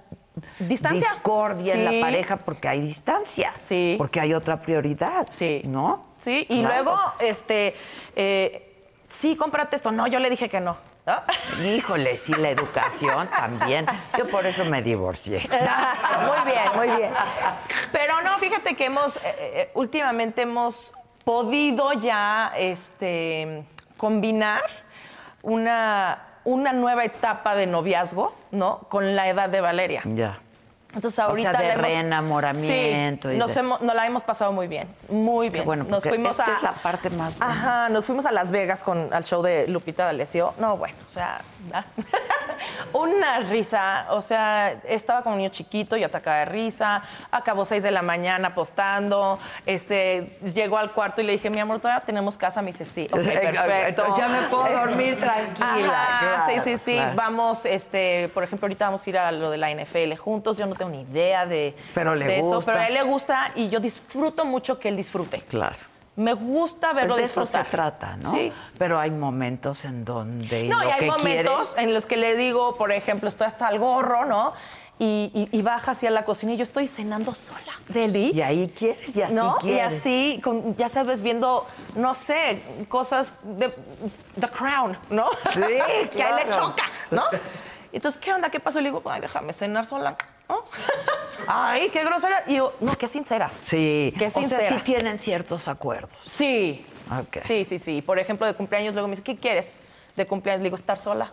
Speaker 2: Distancia.
Speaker 1: discordia en
Speaker 2: Sí.
Speaker 1: la pareja porque hay distancia.
Speaker 2: Sí.
Speaker 1: Porque hay otra prioridad.
Speaker 2: Sí.
Speaker 1: ¿No?
Speaker 2: Sí, y
Speaker 1: Claro.
Speaker 2: luego, este, eh, sí, cómprate esto. No, yo le dije que no. ¿no?
Speaker 1: Híjole, sí, la educación también. Yo por eso me divorcié.
Speaker 2: Ah. muy bien, muy bien. Pero no, fíjate que hemos, eh, eh, últimamente hemos podido ya este, combinar una, una nueva etapa de noviazgo, ¿no? Con la edad de Valeria.
Speaker 1: Ya.
Speaker 2: Entonces
Speaker 1: O
Speaker 2: ahorita
Speaker 1: sea, de
Speaker 2: la hemos-
Speaker 1: reenamoramiento
Speaker 2: Sí,
Speaker 1: y
Speaker 2: nos,
Speaker 1: de-
Speaker 2: hemos- nos la hemos pasado muy bien, muy bien.
Speaker 1: bueno,
Speaker 2: nos
Speaker 1: porque
Speaker 2: fuimos
Speaker 1: esta
Speaker 2: a
Speaker 1: es la parte más bonita.
Speaker 2: Ajá, nos fuimos a Las Vegas con al show de Lupita D'Alessio. No, bueno, o sea, ah, una risa, o sea, estaba como un niño chiquito y atacaba de risa. Acabó 6 de la mañana apostando. Este, llegó al cuarto y le dije, "Mi amor, todavía tenemos casa." Me dice, "Sí, ok, perfecto."
Speaker 1: Entonces ya me puedo dormir tranquila,
Speaker 2: Ajá,
Speaker 1: claro,
Speaker 2: sí, sí, sí.
Speaker 1: claro.
Speaker 2: Vamos, este, por ejemplo, ahorita vamos a ir a lo de la NFL juntos. Yo no tengo ni idea de,
Speaker 1: Pero le
Speaker 2: de eso,
Speaker 1: gusta.
Speaker 2: pero a él le gusta y yo disfruto mucho que él disfrute.
Speaker 1: Claro.
Speaker 2: Me gusta
Speaker 1: Pero
Speaker 2: verlo
Speaker 1: Pues de eso se
Speaker 2: disfrutar.
Speaker 1: trata, ¿no?
Speaker 2: Sí.
Speaker 1: Pero hay momentos en donde
Speaker 2: No,
Speaker 1: lo
Speaker 2: y hay
Speaker 1: que
Speaker 2: momentos en los que le digo, por ejemplo, estoy hasta el gorro, ¿no? Y, y- y baja hacia la cocina y yo estoy cenando sola. Deli.
Speaker 1: quieres, y ahí quieres y así
Speaker 2: ¿no?
Speaker 1: quieres.
Speaker 2: Y así, con- ya sabes, viendo, no sé, cosas de The Crown, ¿no?
Speaker 1: Sí,
Speaker 2: que a él le
Speaker 1: claro.
Speaker 2: choca, ¿no? Entonces, ¿qué onda? ¿Qué pasó? Le digo, ay, déjame cenar sola. ¿no? ay, qué grosera. Y digo, no, qué sincera.
Speaker 1: Sí.
Speaker 2: Qué
Speaker 1: o sea,
Speaker 2: sincera.
Speaker 1: sí tienen ciertos acuerdos.
Speaker 2: Sí.
Speaker 1: Ok.
Speaker 2: Sí, sí, sí. Por ejemplo, de cumpleaños, luego me dice, ¿qué quieres de cumpleaños? Le digo, estar sola.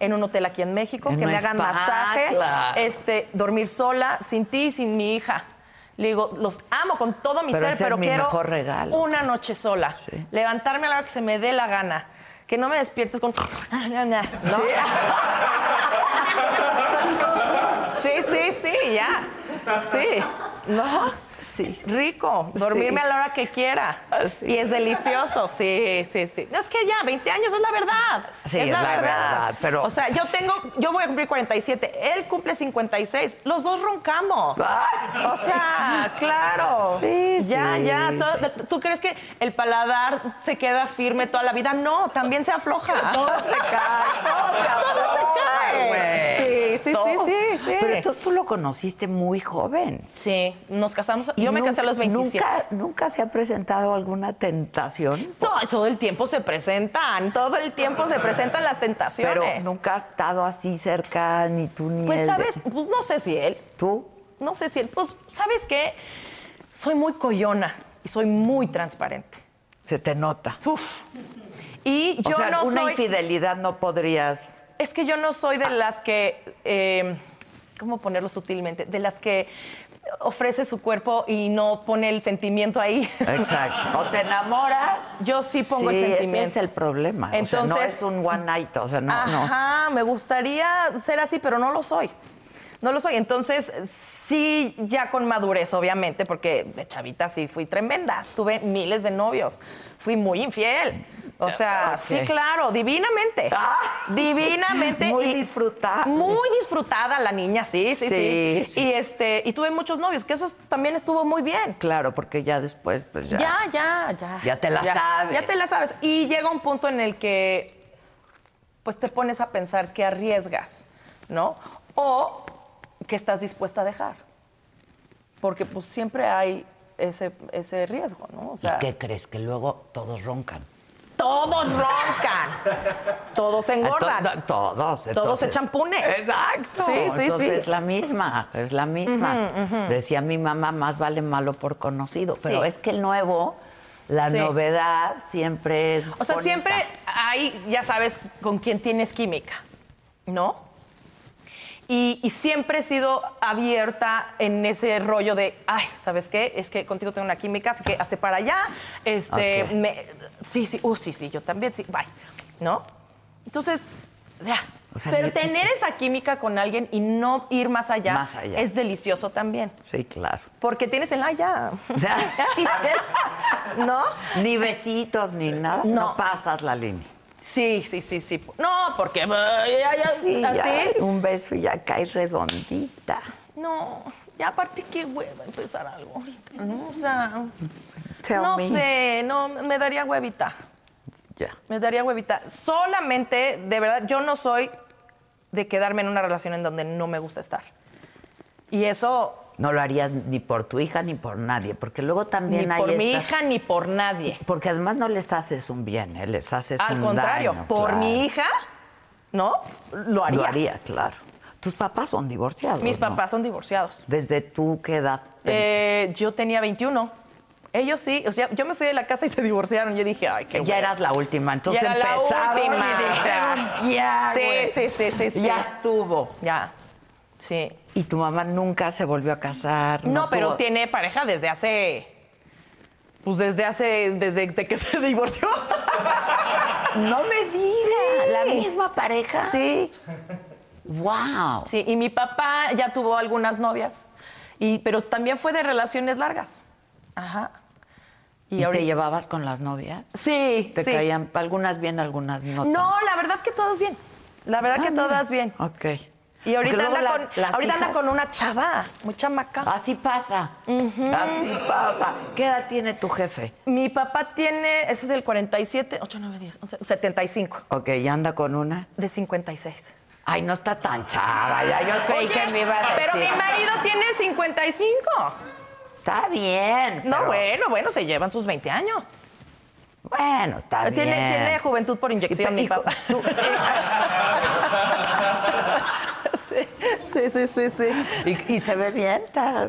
Speaker 2: En un hotel aquí en México,
Speaker 1: En
Speaker 2: que
Speaker 1: un
Speaker 2: me hagan
Speaker 1: spa,
Speaker 2: masaje,
Speaker 1: claro.
Speaker 2: este, dormir sola, sin ti y sin mi hija. Le digo, los amo con todo mi
Speaker 1: Pero
Speaker 2: ser,
Speaker 1: ese es
Speaker 2: pero
Speaker 1: mi
Speaker 2: quiero
Speaker 1: mejor regalo.
Speaker 2: una noche sola.
Speaker 1: Sí.
Speaker 2: Levantarme a la hora que se me dé la gana. Que no me despiertes con... ¿No? Sí, sí, sí, ya. Sí. No.
Speaker 1: Sí.
Speaker 2: Rico.
Speaker 1: Sí.
Speaker 2: Dormirme
Speaker 1: Ah,
Speaker 2: a la hora que quiera.
Speaker 1: Así.
Speaker 2: Y es delicioso. Sí, sí, sí. No, es que ya, 20 años es la verdad.
Speaker 1: Sí, es la verdad, pero-
Speaker 2: O sea, yo tengo, yo voy a cumplir 47, él cumple 56. Los dos roncamos. O sea, claro.
Speaker 1: Ah. Sí,
Speaker 2: Ya,
Speaker 1: sí,
Speaker 2: ya. todo- ¿Tú crees que el paladar se queda firme toda la vida? No, también se afloja. Todo se cae. Todo se cae. Sí, sí, sí,
Speaker 1: Todos.
Speaker 2: sí, sí.
Speaker 1: Pero entonces tú lo conociste muy joven.
Speaker 2: Sí, nos casamos.
Speaker 1: Y
Speaker 2: Yo me casé a
Speaker 1: nunca-
Speaker 2: los 27.
Speaker 1: Nunca, nunca se ha presentado alguna tentación,
Speaker 2: No, todo el tiempo se presentan, todo el tiempo se presentan las
Speaker 1: pero
Speaker 2: tentaciones.
Speaker 1: nunca ha estado así cerca, ni tú ni
Speaker 2: pues
Speaker 1: él.
Speaker 2: sabes, pues no sé si él,
Speaker 1: Tú,
Speaker 2: no sé si él, pues sabes qué, soy muy coyona y soy muy transparente.
Speaker 1: se te nota.
Speaker 2: Uf. Y
Speaker 1: O
Speaker 2: yo
Speaker 1: sea,
Speaker 2: no
Speaker 1: una Ah.
Speaker 2: soy,
Speaker 1: infidelidad no podrías.
Speaker 2: es que yo no soy de las que, eh, cómo ponerlo sutilmente, de las que ofrece su cuerpo y no pone el sentimiento ahí.
Speaker 1: Exacto. O te enamoras.
Speaker 2: Yo sí pongo el
Speaker 1: Sí,
Speaker 2: sentimiento.
Speaker 1: Ese es el problema. o sea, no
Speaker 2: Entonces-
Speaker 1: es un one night. O sea, no, no.
Speaker 2: Ajá, me gustaría ser así, pero no lo soy. no lo soy. Entonces, sí, ya con madurez, obviamente, porque de chavita sí fui tremenda. Tuve miles de novios. Fui muy infiel. O sea,
Speaker 1: Ok. Ah.
Speaker 2: sí, claro, divinamente. Divinamente.
Speaker 1: Muy
Speaker 2: y-
Speaker 1: disfrutada.
Speaker 2: Muy disfrutada la niña, sí, sí, sí,
Speaker 1: Sí.
Speaker 2: Y este, y tuve muchos novios, que eso es- también estuvo muy bien.
Speaker 1: Claro, porque ya después, pues ya.
Speaker 2: Ya, ya, ya.
Speaker 1: Ya te la sabes.
Speaker 2: Ya te la sabes. Y llega un punto en el que pues te pones a pensar que arriesgas, ¿no? O que estás dispuesta a dejar. Porque pues siempre hay ese, ese riesgo, ¿no? O sea,
Speaker 1: ¿Y qué crees? Que luego todos roncan.
Speaker 2: todos roncan, todos engordan.
Speaker 1: To- to- Todos.
Speaker 2: Todos echan punes.
Speaker 1: Exacto.
Speaker 2: Sí, sí, sí.
Speaker 1: Entonces Es la misma, es la misma. Decía mi mamá, más vale malo por conocido. Pero
Speaker 2: Sí.
Speaker 1: es que el nuevo, la
Speaker 2: Sí.
Speaker 1: novedad siempre es.
Speaker 2: O sea,
Speaker 1: bonita.
Speaker 2: siempre hay, ya sabes, con quién tienes química, ¿no? Y, y siempre he sido abierta en ese rollo de, ay, ¿sabes qué? Es que contigo tengo una química, así que hazte para allá. Este,
Speaker 1: Ok.
Speaker 2: me- sí, sí, uh, sí, sí, yo también, sí, bye, ¿no? Entonces, ya.
Speaker 1: O sea,
Speaker 2: Pero
Speaker 1: ni-
Speaker 2: tener esa química con alguien y no ir más allá,
Speaker 1: Más allá.
Speaker 2: es delicioso también.
Speaker 1: Sí, claro.
Speaker 2: Porque tienes el, ay, ya. ¿No?
Speaker 1: ni besitos ni nada. No.
Speaker 2: No.
Speaker 1: pasas la línea.
Speaker 2: Sí, sí, sí, sí. No, porque bah, ya, ya,
Speaker 1: ¿Ah, Sí,
Speaker 2: así.
Speaker 1: ya, un beso y ya caes redondita.
Speaker 2: No, ya aparte qué hueva empezar algo ahorita, ¿no? O sea,
Speaker 1: Tell
Speaker 2: no
Speaker 1: me.
Speaker 2: sé, no, me daría huevita,
Speaker 1: Ya.
Speaker 2: me daría huevita. Solamente, de verdad, yo no soy de quedarme en una relación en donde no me gusta estar. Y eso
Speaker 1: No lo harías ni por tu hija ni por nadie, porque luego también
Speaker 2: ni
Speaker 1: hay
Speaker 2: por mi
Speaker 1: estas-
Speaker 2: hija ni por nadie.
Speaker 1: Porque además no les haces un bien, ¿eh? les haces
Speaker 2: Al
Speaker 1: un
Speaker 2: contrario,
Speaker 1: daño,
Speaker 2: por
Speaker 1: claro.
Speaker 2: mi hija, ¿no? Lo haría.
Speaker 1: Lo haría, claro. Tus papás son divorciados.
Speaker 2: Mis
Speaker 1: ¿no?
Speaker 2: papás son divorciados.
Speaker 1: ¿Desde tú qué edad?
Speaker 2: Eh, yo tenía 21. Ellos sí, o sea, yo me fui de la casa y se divorciaron. Yo dije, ay, qué
Speaker 1: ya
Speaker 2: hueva.
Speaker 1: eras la última, entonces
Speaker 2: Ya era la
Speaker 1: empezaron
Speaker 2: última,
Speaker 1: y
Speaker 2: o sea,
Speaker 1: dijeron, ya,
Speaker 2: sí,
Speaker 1: güey,
Speaker 2: sí, sí, sí, sí.
Speaker 1: Ya estuvo.
Speaker 2: Ya. Sí.
Speaker 1: Y tu mamá nunca se volvió a casar.
Speaker 2: No, pero
Speaker 1: tuvo-
Speaker 2: tiene pareja desde hace. Pues desde hace. Desde que se divorció.
Speaker 1: No me digas, la misma pareja.
Speaker 2: Sí.
Speaker 1: Wow.
Speaker 2: Sí, y mi papá ya tuvo algunas novias. Y, pero también fue de relaciones largas. Ajá.
Speaker 1: ¿Y, te llevabas con las novias?
Speaker 2: Sí,
Speaker 1: ¿Te
Speaker 2: sí.
Speaker 1: caían algunas bien, algunas no?
Speaker 2: No, la verdad que todas bien. La verdad que todas bien.
Speaker 1: Ok.
Speaker 2: Y ahorita,
Speaker 1: Ah, Porque
Speaker 2: anda,
Speaker 1: luego
Speaker 2: con,
Speaker 1: las- las
Speaker 2: ahorita anda
Speaker 1: hijas-
Speaker 2: con una chava, muy chamaca.
Speaker 1: Así pasa. Así pasa. ¿Qué edad tiene tu jefe?
Speaker 2: Mi papá tiene, ese es del 47, 8, 9, 10, 11, 75,
Speaker 1: Ok, ¿y anda con una?
Speaker 2: de 56.
Speaker 1: Ay, no está tan chava. Ya yo creí
Speaker 2: Oye,
Speaker 1: que me iba a decir.
Speaker 2: Pero mi marido tiene 55.
Speaker 1: Está bien.
Speaker 2: No,
Speaker 1: pero-
Speaker 2: bueno, bueno, se llevan sus 20 años.
Speaker 1: Bueno, está
Speaker 2: Tiene,
Speaker 1: bien.
Speaker 2: tiene juventud por inyección,
Speaker 1: Y-
Speaker 2: mi
Speaker 1: y-
Speaker 2: papá.
Speaker 1: tú-
Speaker 2: Sí, sí, sí, sí, sí.
Speaker 1: y, y se ve bien. está-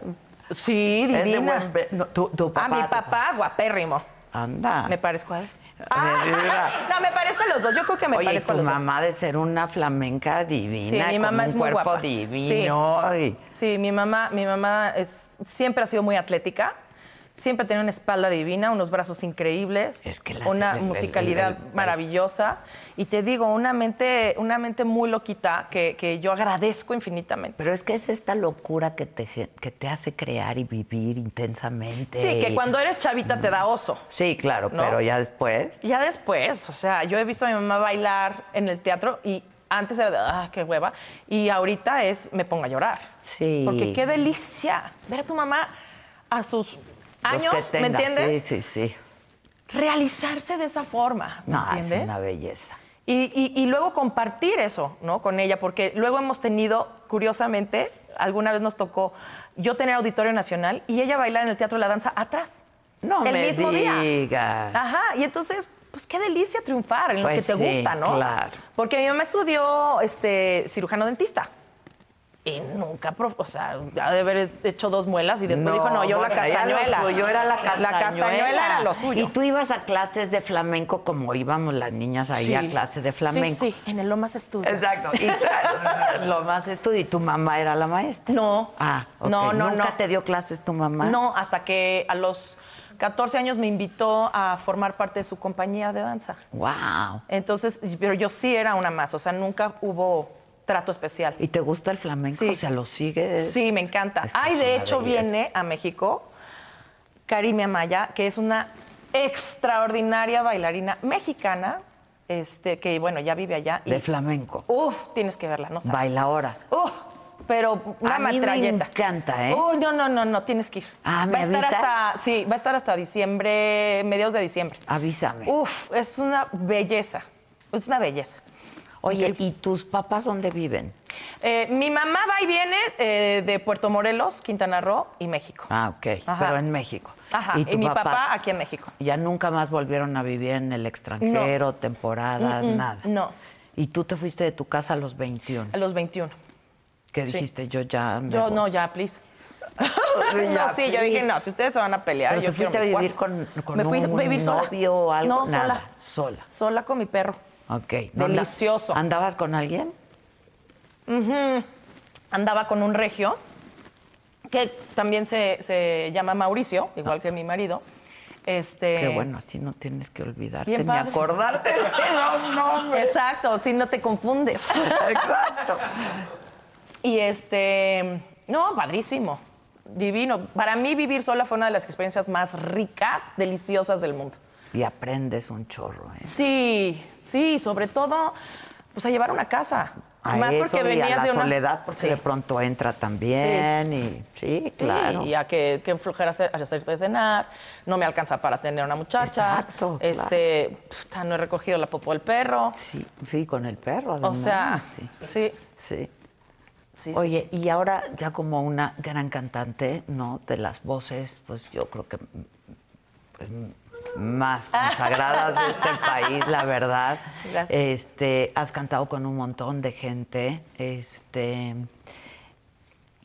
Speaker 2: Sí,
Speaker 1: es de
Speaker 2: divina.
Speaker 1: buen ve- no, tu, tu papá. Ah.
Speaker 2: Ah, mi
Speaker 1: tu
Speaker 2: papá, guapérrimo.
Speaker 1: Anda.
Speaker 2: Me parezco a él.
Speaker 1: mira.
Speaker 2: Ah, no, me parezco a los dos. Yo creo que me
Speaker 1: Oye, y
Speaker 2: parezco a
Speaker 1: tu
Speaker 2: los dos.
Speaker 1: mamá de ser una flamenca divina.
Speaker 2: Sí, mi
Speaker 1: con
Speaker 2: mamá
Speaker 1: un
Speaker 2: es muy
Speaker 1: cuerpo
Speaker 2: guapa.
Speaker 1: divino. y-
Speaker 2: Sí, mi mamá, mi mamá es, siempre ha sido muy atlética. Siempre tiene una espalda divina, unos brazos increíbles,
Speaker 1: Es que las-
Speaker 2: una
Speaker 1: el- el-
Speaker 2: musicalidad
Speaker 1: el- el-
Speaker 2: maravillosa. Y te digo, una mente, una mente muy loquita que, que yo agradezco infinitamente.
Speaker 1: Pero es que es esta locura que te, gen- que te hace crear y vivir intensamente.
Speaker 2: sí, que
Speaker 1: y-
Speaker 2: cuando eres chavita te da oso.
Speaker 1: Sí, claro,
Speaker 2: ¿No?
Speaker 1: pero ya después.
Speaker 2: Ya después, o sea, yo he visto a mi mamá bailar en el teatro y antes era de, ah, qué hueva, y ahorita es, me pongo a llorar.
Speaker 1: Sí.
Speaker 2: Porque qué delicia ver a tu mamá a sus
Speaker 1: los que
Speaker 2: años, ¿me
Speaker 1: tengas,
Speaker 2: entiendes?
Speaker 1: Sí, sí, sí.
Speaker 2: Realizarse de esa forma, ¿me
Speaker 1: No, Ah, es
Speaker 2: entiendes?
Speaker 1: una belleza.
Speaker 2: Y, y- y luego compartir eso, ¿no? Con ella, porque luego hemos tenido, curiosamente, alguna vez nos tocó yo tener Auditorio Nacional y ella bailar en el Teatro de la Danza atrás.
Speaker 1: No
Speaker 2: el
Speaker 1: me
Speaker 2: mismo día. Ah,
Speaker 1: digas.
Speaker 2: Ajá, y entonces, pues qué delicia triunfar en
Speaker 1: Pues
Speaker 2: lo que te
Speaker 1: sí,
Speaker 2: gusta, ¿no?
Speaker 1: claro.
Speaker 2: Porque mi mamá estudió este, cirujano dentista. Y nunca, prof- o sea, ha de haber hecho dos muelas y después dijo, no, yo la
Speaker 1: bueno, ella lo
Speaker 2: castañuela.
Speaker 1: suyo era la castañuela.
Speaker 2: La castañuela era lo suyo.
Speaker 1: Y tú ibas a clases de flamenco como íbamos las niñas ahí a
Speaker 2: Sí.
Speaker 1: clases de flamenco.
Speaker 2: Sí, sí, en el Lomas Estudio.
Speaker 1: Exacto. Y claro, lo más estudio. ¿Y tu mamá era la maestra?
Speaker 2: No.
Speaker 1: Ah, ok.
Speaker 2: No, no,
Speaker 1: ¿Nunca
Speaker 2: no.
Speaker 1: te dio clases tu mamá?
Speaker 2: No, hasta que a los 14 años me invitó a formar parte de su compañía de danza.
Speaker 1: Wow.
Speaker 2: Entonces, pero yo sí era una más, o sea, nunca hubo trato especial.
Speaker 1: ¿Y te gusta el flamenco?
Speaker 2: Sí.
Speaker 1: O sea, lo sigues.
Speaker 2: Sí, me encanta.
Speaker 1: Esto
Speaker 2: Ay,
Speaker 1: es
Speaker 2: de
Speaker 1: una
Speaker 2: hecho,
Speaker 1: belleza.
Speaker 2: viene a México Karime Amaya, que es una extraordinaria bailarina mexicana, este, que bueno, ya vive allá. y-
Speaker 1: De flamenco.
Speaker 2: Uf, tienes que verla, no sabes.
Speaker 1: Baila ahora.
Speaker 2: Uf, Uh, pero una
Speaker 1: A mí me
Speaker 2: metralleta.
Speaker 1: encanta, ¿eh?
Speaker 2: Uy, no, no, no, no, tienes que ir.
Speaker 1: Ah, ¿me
Speaker 2: va a estar
Speaker 1: avisas?
Speaker 2: hasta, sí, va a estar hasta diciembre, mediados de diciembre.
Speaker 1: Avísame.
Speaker 2: Uf, es una belleza. Es una belleza.
Speaker 1: Oye, ¿y tus papás dónde viven?
Speaker 2: Eh, mi mamá va y viene eh, de Puerto Morelos, Quintana Roo y México.
Speaker 1: Ah, ok.
Speaker 2: Ajá.
Speaker 1: Pero en México.
Speaker 2: Ajá. Y,
Speaker 1: tu
Speaker 2: mi papá? aquí en México.
Speaker 1: Ya nunca más volvieron a vivir en el extranjero, temporadas, nada.
Speaker 2: no.
Speaker 1: Y tú te fuiste de tu casa a los 21.
Speaker 2: A los 21.
Speaker 1: Que
Speaker 2: sí.
Speaker 1: dijiste, yo ya. me
Speaker 2: Yo,
Speaker 1: voy.
Speaker 2: no, ya, please.
Speaker 1: Ya,
Speaker 2: no, sí, yo dije,
Speaker 1: please.
Speaker 2: no, si ustedes se van a pelear,
Speaker 1: Pero
Speaker 2: yo
Speaker 1: te fuiste a
Speaker 2: quiero mi
Speaker 1: vivir con,
Speaker 2: cuarto.
Speaker 1: con
Speaker 2: Me fui a
Speaker 1: un
Speaker 2: vivir sola.
Speaker 1: novio o algo.
Speaker 2: No,
Speaker 1: nada,
Speaker 2: sola.
Speaker 1: Sola.
Speaker 2: Sola con mi perro.
Speaker 1: Ok. ¿No andas-
Speaker 2: Delicioso.
Speaker 1: ¿Andabas con alguien?
Speaker 2: Andaba con un regio, que también se, se llama Mauricio, igual que mi marido. Este,
Speaker 1: Ah. Qué bueno, así no tienes que olvidarte
Speaker 2: bien
Speaker 1: ni
Speaker 2: padre.
Speaker 1: acordarte de los nombres.
Speaker 2: Exacto, si no te confundes.
Speaker 1: Exacto.
Speaker 2: Y este, no, padrísimo, divino. Para mí vivir sola fue una de las experiencias más ricas, deliciosas del mundo.
Speaker 1: Y aprendes un chorro, ¿eh?
Speaker 2: Sí, sí, sobre todo, pues a llevar una casa.
Speaker 1: A
Speaker 2: Más
Speaker 1: eso
Speaker 2: porque
Speaker 1: y
Speaker 2: venías
Speaker 1: a la
Speaker 2: de una
Speaker 1: soledad, porque
Speaker 2: Sí.
Speaker 1: de pronto entra también y sí,
Speaker 2: Sí,
Speaker 1: claro.
Speaker 2: y a que, que flojera hacer, hacerte de cenar, no me alcanza para tener una muchacha.
Speaker 1: Exacto, claro.
Speaker 2: Este, puta, no he recogido la popó del perro.
Speaker 1: Sí, sí, con el perro.
Speaker 2: O
Speaker 1: además,
Speaker 2: sea,
Speaker 1: Mm, sí,
Speaker 2: sí.
Speaker 1: sí.
Speaker 2: sí, sí,
Speaker 1: Oye,
Speaker 2: sí.
Speaker 1: y ahora ya como una gran cantante, ¿no? De las voces, pues yo creo que mm, pues, mm, más consagradas de este país, la verdad.
Speaker 2: Gracias.
Speaker 1: Este, has cantado con un montón de gente, este,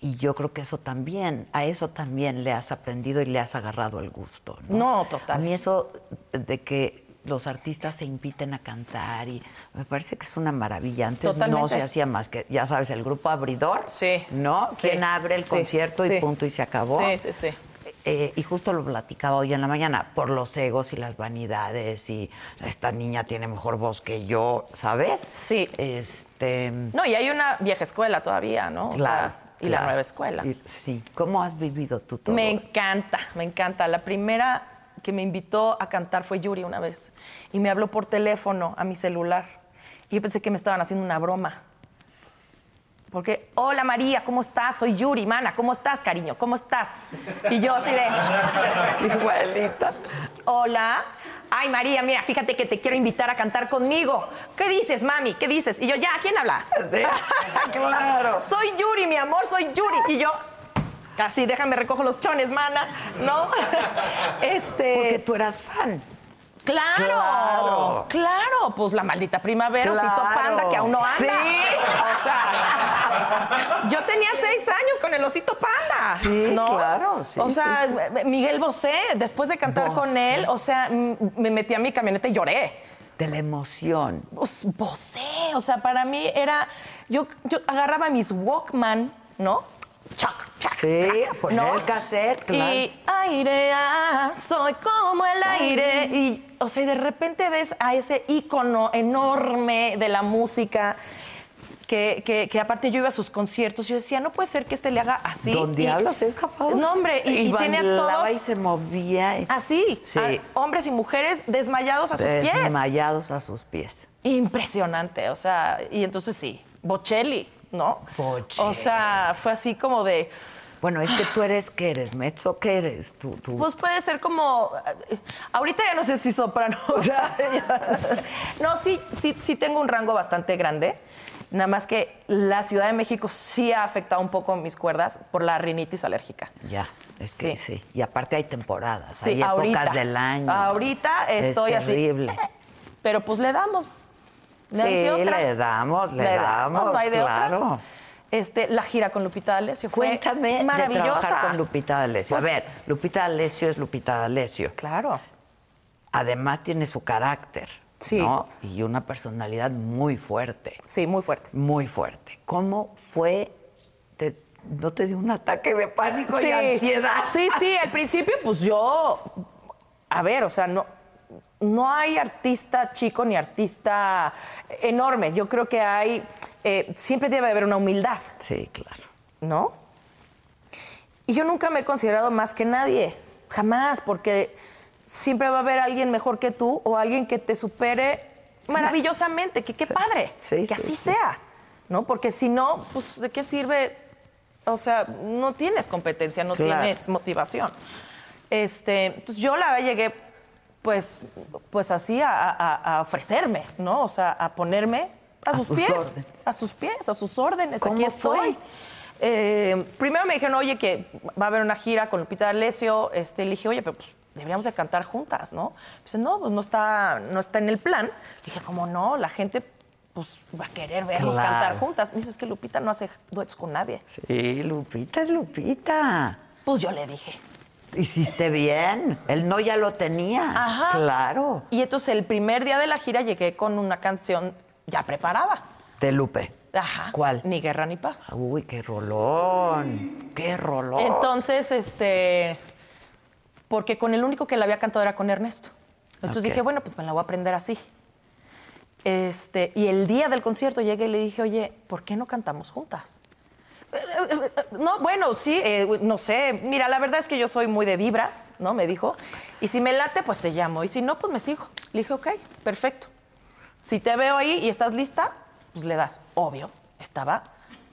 Speaker 1: y yo creo que eso también, a eso también le has aprendido y le has agarrado el gusto. No,
Speaker 2: No, total.
Speaker 1: A mí eso de que los artistas se inviten a cantar y me parece que es una maravilla. Antes no
Speaker 2: Totalmente.
Speaker 1: se hacía más que, ya sabes, el grupo abridor,
Speaker 2: Sí,
Speaker 1: ¿no?
Speaker 2: sí,
Speaker 1: Quien abre el
Speaker 2: sí,
Speaker 1: concierto y
Speaker 2: sí.
Speaker 1: punto y se acabó.
Speaker 2: Sí, sí, sí.
Speaker 1: Eh, y justo lo platicaba hoy en la mañana, por los egos y las vanidades y esta niña tiene mejor voz que yo, ¿sabes?
Speaker 2: Sí.
Speaker 1: Este,
Speaker 2: No, y hay una vieja escuela todavía, ¿no? O
Speaker 1: claro.
Speaker 2: sea, y la
Speaker 1: claro.
Speaker 2: nueva escuela.
Speaker 1: Y- sí. ¿Cómo has vivido tú todo?
Speaker 2: Me encanta, me encanta. La primera que me invitó a cantar fue Yuri una vez y me habló por teléfono a mi celular. Y yo pensé que me estaban haciendo una broma. Porque, hola María, ¿cómo estás? Soy Yuri, mana, ¿cómo estás, cariño? ¿Cómo estás? Y yo así de. Igualita. Hola. Ay, María, mira, fíjate que te quiero invitar a cantar conmigo. ¿Qué dices, mami? ¿Qué dices? Y yo, ya, ¿quién habla?
Speaker 1: Sí, claro.
Speaker 2: Soy Yuri, mi amor, soy Yuri. Y yo, así, déjame recojo los chones, mana, ¿no?
Speaker 1: Porque
Speaker 2: Este.
Speaker 1: tú eras fan. Claro.
Speaker 2: Claro, claro, pues la maldita primavera,
Speaker 1: Claro.
Speaker 2: osito panda que aún no anda.
Speaker 1: Sí.
Speaker 2: o sea, yo tenía seis años con el osito panda.
Speaker 1: Sí,
Speaker 2: ¿no?
Speaker 1: claro, sí,
Speaker 2: O sea,
Speaker 1: sí,
Speaker 2: Miguel Bosé, después de cantar con
Speaker 1: Bosé.
Speaker 2: él, o sea, m- me metí a mi camioneta y lloré.
Speaker 1: De la emoción.
Speaker 2: Pues, Bosé, o sea, para mí era, yo, yo agarraba mis Walkman, ¿no? Chac, chac,
Speaker 1: Sí,
Speaker 2: clac,
Speaker 1: poner el cassette, claro.
Speaker 2: Y aire, ah, soy como el aire. Y, o sea, y de repente ves a ese ícono enorme de la música. Que, que- que aparte yo iba a sus conciertos y yo decía, no puede ser que este le haga así.
Speaker 1: Donde
Speaker 2: Y-
Speaker 1: hablas es capaz.
Speaker 2: No, hombre, y, y tiene a
Speaker 1: bailaba
Speaker 2: todos
Speaker 1: y se movía. y-
Speaker 2: así,
Speaker 1: Sí.
Speaker 2: a hombres y mujeres desmayados a sus pies.
Speaker 1: Desmayados a sus pies.
Speaker 2: Impresionante, o sea, y entonces sí, Bocelli, ¿no?
Speaker 1: Bocelli.
Speaker 2: O sea, fue así como de,
Speaker 1: Bueno, es que tú eres, ¿qué eres? ¿Mezzo? ¿Qué eres? Tú, tú.
Speaker 2: pues puede ser como, eh, ahorita ya no sé si soprano. o sea, ya- no, sí, sí, sí tengo un rango bastante grande, nada más que la Ciudad de México sí ha afectado un poco mis cuerdas por la rinitis alérgica.
Speaker 1: ya, es que sí.
Speaker 2: sí.
Speaker 1: Y aparte hay temporadas,
Speaker 2: Sí,
Speaker 1: hay épocas
Speaker 2: ahorita.
Speaker 1: del año.
Speaker 2: Ahorita estoy
Speaker 1: es
Speaker 2: así.
Speaker 1: terrible.
Speaker 2: Pero pues le damos. No hay de
Speaker 1: Sí,
Speaker 2: otra.
Speaker 1: le damos, le damos, claro.
Speaker 2: Este, la gira con Lupita D'Alessio fue
Speaker 1: Cuéntame de
Speaker 2: maravillosa.
Speaker 1: trabajar con Lupita D'Alessio. A
Speaker 2: Pues-
Speaker 1: ver, Lupita D'Alessio es Lupita D'Alessio.
Speaker 2: Claro.
Speaker 1: Además tiene su carácter,
Speaker 2: Sí.
Speaker 1: ¿no? Y una personalidad muy fuerte.
Speaker 2: Sí, muy fuerte.
Speaker 1: muy fuerte. ¿Cómo fue? Te- ¿No te dio un ataque de pánico y ansiedad?
Speaker 2: Sí, sí, al principio pues yo a ver, o sea, no no hay artista chico ni artista enorme. Yo creo que hay, eh, siempre debe haber una humildad,
Speaker 1: Sí, claro.
Speaker 2: ¿no? Y yo nunca me he considerado más que nadie, jamás, porque siempre va a haber alguien mejor que tú o alguien que te supere maravillosamente, que qué padre,
Speaker 1: Sí,
Speaker 2: que
Speaker 1: sí,
Speaker 2: así
Speaker 1: sí.
Speaker 2: sea, ¿no? Porque si no, pues, ¿de qué sirve? O sea, no tienes competencia, no
Speaker 1: Claro.
Speaker 2: tienes motivación. Este, entonces yo la verdad llegué, pues, pues así a, a- a ofrecerme, ¿no? O sea, a ponerme a,
Speaker 1: A
Speaker 2: sus
Speaker 1: sus
Speaker 2: pies,
Speaker 1: órdenes.
Speaker 2: a sus pies, a sus órdenes.
Speaker 1: ¿Cómo
Speaker 2: Aquí estoy.
Speaker 1: fue?
Speaker 2: Eh, primero me dijeron, oye, que va a haber una gira con Lupita D'Alessio. Este, le dije, oye, pero pues deberíamos de cantar juntas, ¿no? Dice, no, pues no está, no está en el plan. Dije, ¿cómo no? La gente pues va a querer vernos
Speaker 1: Claro.
Speaker 2: cantar juntas. Me dice, es que Lupita no hace duetos con nadie.
Speaker 1: Sí, Lupita es Lupita.
Speaker 2: Pues yo le dije.
Speaker 1: Hiciste bien. El no ya lo tenía.
Speaker 2: Ajá.
Speaker 1: Ah, Claro.
Speaker 2: Y entonces el primer día de la gira llegué con una canción ya preparada.
Speaker 1: De Lupe.
Speaker 2: Ajá.
Speaker 1: ¿Cuál?
Speaker 2: Ni guerra ni paz.
Speaker 1: Uy, qué rolón. Qué rolón.
Speaker 2: Entonces, este, porque con el único que la había cantado era con Ernesto. Entonces
Speaker 1: Ok.
Speaker 2: dije, bueno, pues me la voy a aprender así. Este, y el día del concierto llegué y le dije, oye, ¿por qué no cantamos juntas? No, bueno, sí, eh, no sé. Mira, la verdad es que yo soy muy de vibras, ¿no? Me dijo. Y si me late, pues te llamo. Y si no, pues me sigo. Le dije, ok, perfecto. Si te veo ahí y estás lista, pues le das. Obvio, estaba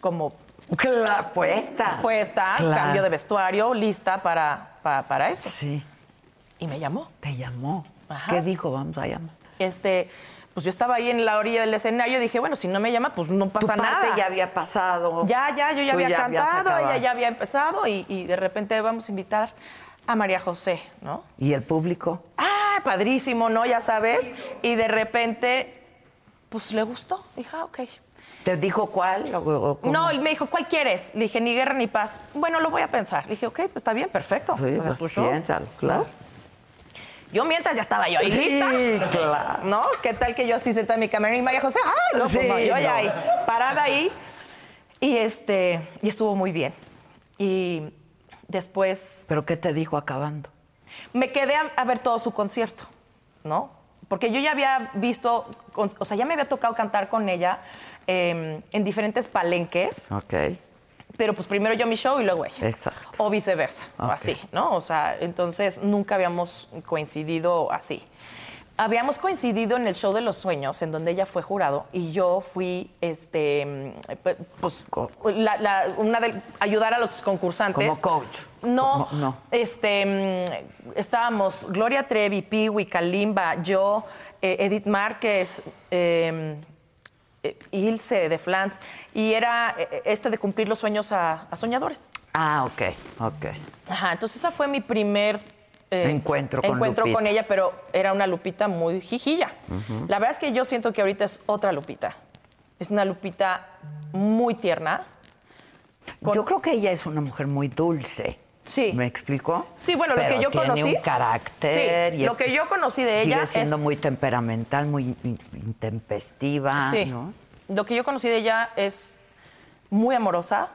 Speaker 2: como
Speaker 1: Cla- puesta.
Speaker 2: puesta,
Speaker 1: Claro.
Speaker 2: cambio de vestuario, lista para, pa- para eso.
Speaker 1: Sí,
Speaker 2: Y me llamó.
Speaker 1: te llamó.
Speaker 2: Ajá.
Speaker 1: ¿Qué dijo? Vamos a llamar.
Speaker 2: Este, pues yo estaba ahí en la orilla del escenario y dije, bueno, si no me llama, pues no pasa
Speaker 1: tu parte
Speaker 2: nada.
Speaker 1: ya había pasado.
Speaker 2: Ya, ya, yo ya
Speaker 1: Tú
Speaker 2: había
Speaker 1: habías
Speaker 2: cantado, ella
Speaker 1: acabado.
Speaker 2: ya había empezado y, y de repente vamos a invitar a María José, ¿no?
Speaker 1: ¿Y el público?
Speaker 2: Ah, padrísimo, ¿no? Ya sabes. Y de repente, pues le gustó. Dije, ah, ok.
Speaker 1: ¿Te dijo cuál? o- o cómo?
Speaker 2: No, él me dijo, ¿cuál quieres? Le dije, ni guerra ni paz. Bueno, lo voy a pensar. Le dije, ok, pues está bien, perfecto.
Speaker 1: Sí,
Speaker 2: Pues, es
Speaker 1: pues,
Speaker 2: tu show,
Speaker 1: piénsalo,
Speaker 2: ¿no?
Speaker 1: claro.
Speaker 2: Yo mientras ya estaba yo ahí lista.
Speaker 1: claro.
Speaker 2: ¿No? ¿Qué tal que yo así sentada en mi camerino y María José? ¡Ah! No, pues
Speaker 1: Sí,
Speaker 2: no, yo
Speaker 1: no.
Speaker 2: ya ahí, parada ahí. Y este, y estuvo muy bien. Y después
Speaker 1: ¿Pero qué te dijo acabando?
Speaker 2: me quedé a, a ver todo su concierto, ¿no? Porque yo ya había visto, con- o sea, ya me había tocado cantar con ella eh, en diferentes palenques,
Speaker 1: Ok.
Speaker 2: pero pues primero yo mi show y luego ella.
Speaker 1: Exacto.
Speaker 2: O viceversa, o
Speaker 1: Ok.
Speaker 2: así, ¿no? O sea, entonces nunca habíamos coincidido así. Habíamos coincidido en el show de los sueños, en donde ella fue jurado y yo fui, este, mm, pe- pues,
Speaker 1: Co-
Speaker 2: la- la- una de, ayudar a los concursantes.
Speaker 1: Como coach.
Speaker 2: No,
Speaker 1: Como- no.
Speaker 2: Este, mm, estábamos Gloria Trevi, Piwi, Kalimba, yo, eh, Edith Márquez, eh, eh, Ilse de Flans, y era eh, eh, este de cumplir los sueños a- a soñadores.
Speaker 1: Ah, ok, ok.
Speaker 2: Ajá, entonces esa fue mi primer eh,
Speaker 1: Encuentro con
Speaker 2: encuentro
Speaker 1: Lupita.
Speaker 2: con ella, pero era una Lupita muy jijilla. La verdad es que yo siento que ahorita es otra Lupita. Es una Lupita muy tierna. Con-
Speaker 1: Yo creo que ella es una mujer muy dulce.
Speaker 2: Sí.
Speaker 1: ¿Me explico?
Speaker 2: Sí, bueno, lo
Speaker 1: Pero
Speaker 2: que yo
Speaker 1: tiene
Speaker 2: conocí-
Speaker 1: un carácter.
Speaker 2: Sí,
Speaker 1: y
Speaker 2: lo
Speaker 1: es-
Speaker 2: que yo conocí de
Speaker 1: sigue
Speaker 2: ella es-
Speaker 1: siendo muy temperamental, muy in- intempestiva,
Speaker 2: sí.
Speaker 1: Ah, ¿no?
Speaker 2: Lo que yo conocí de ella es muy amorosa,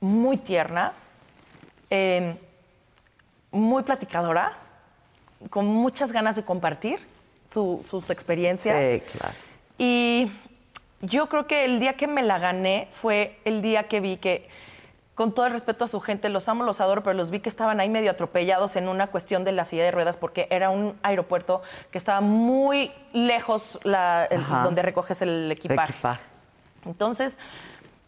Speaker 2: muy tierna, eh, muy platicadora, con muchas ganas de compartir su- sus experiencias.
Speaker 1: Sí, claro.
Speaker 2: Y yo creo que el día que me la gané fue el día que vi que, con todo el respeto a su gente, los amo, los adoro, pero los vi que estaban ahí medio atropellados en una cuestión de la silla de ruedas porque era un aeropuerto que estaba muy lejos la- el-
Speaker 1: Ajá.
Speaker 2: donde recoges el equipaje.
Speaker 1: Equipaje.
Speaker 2: Entonces,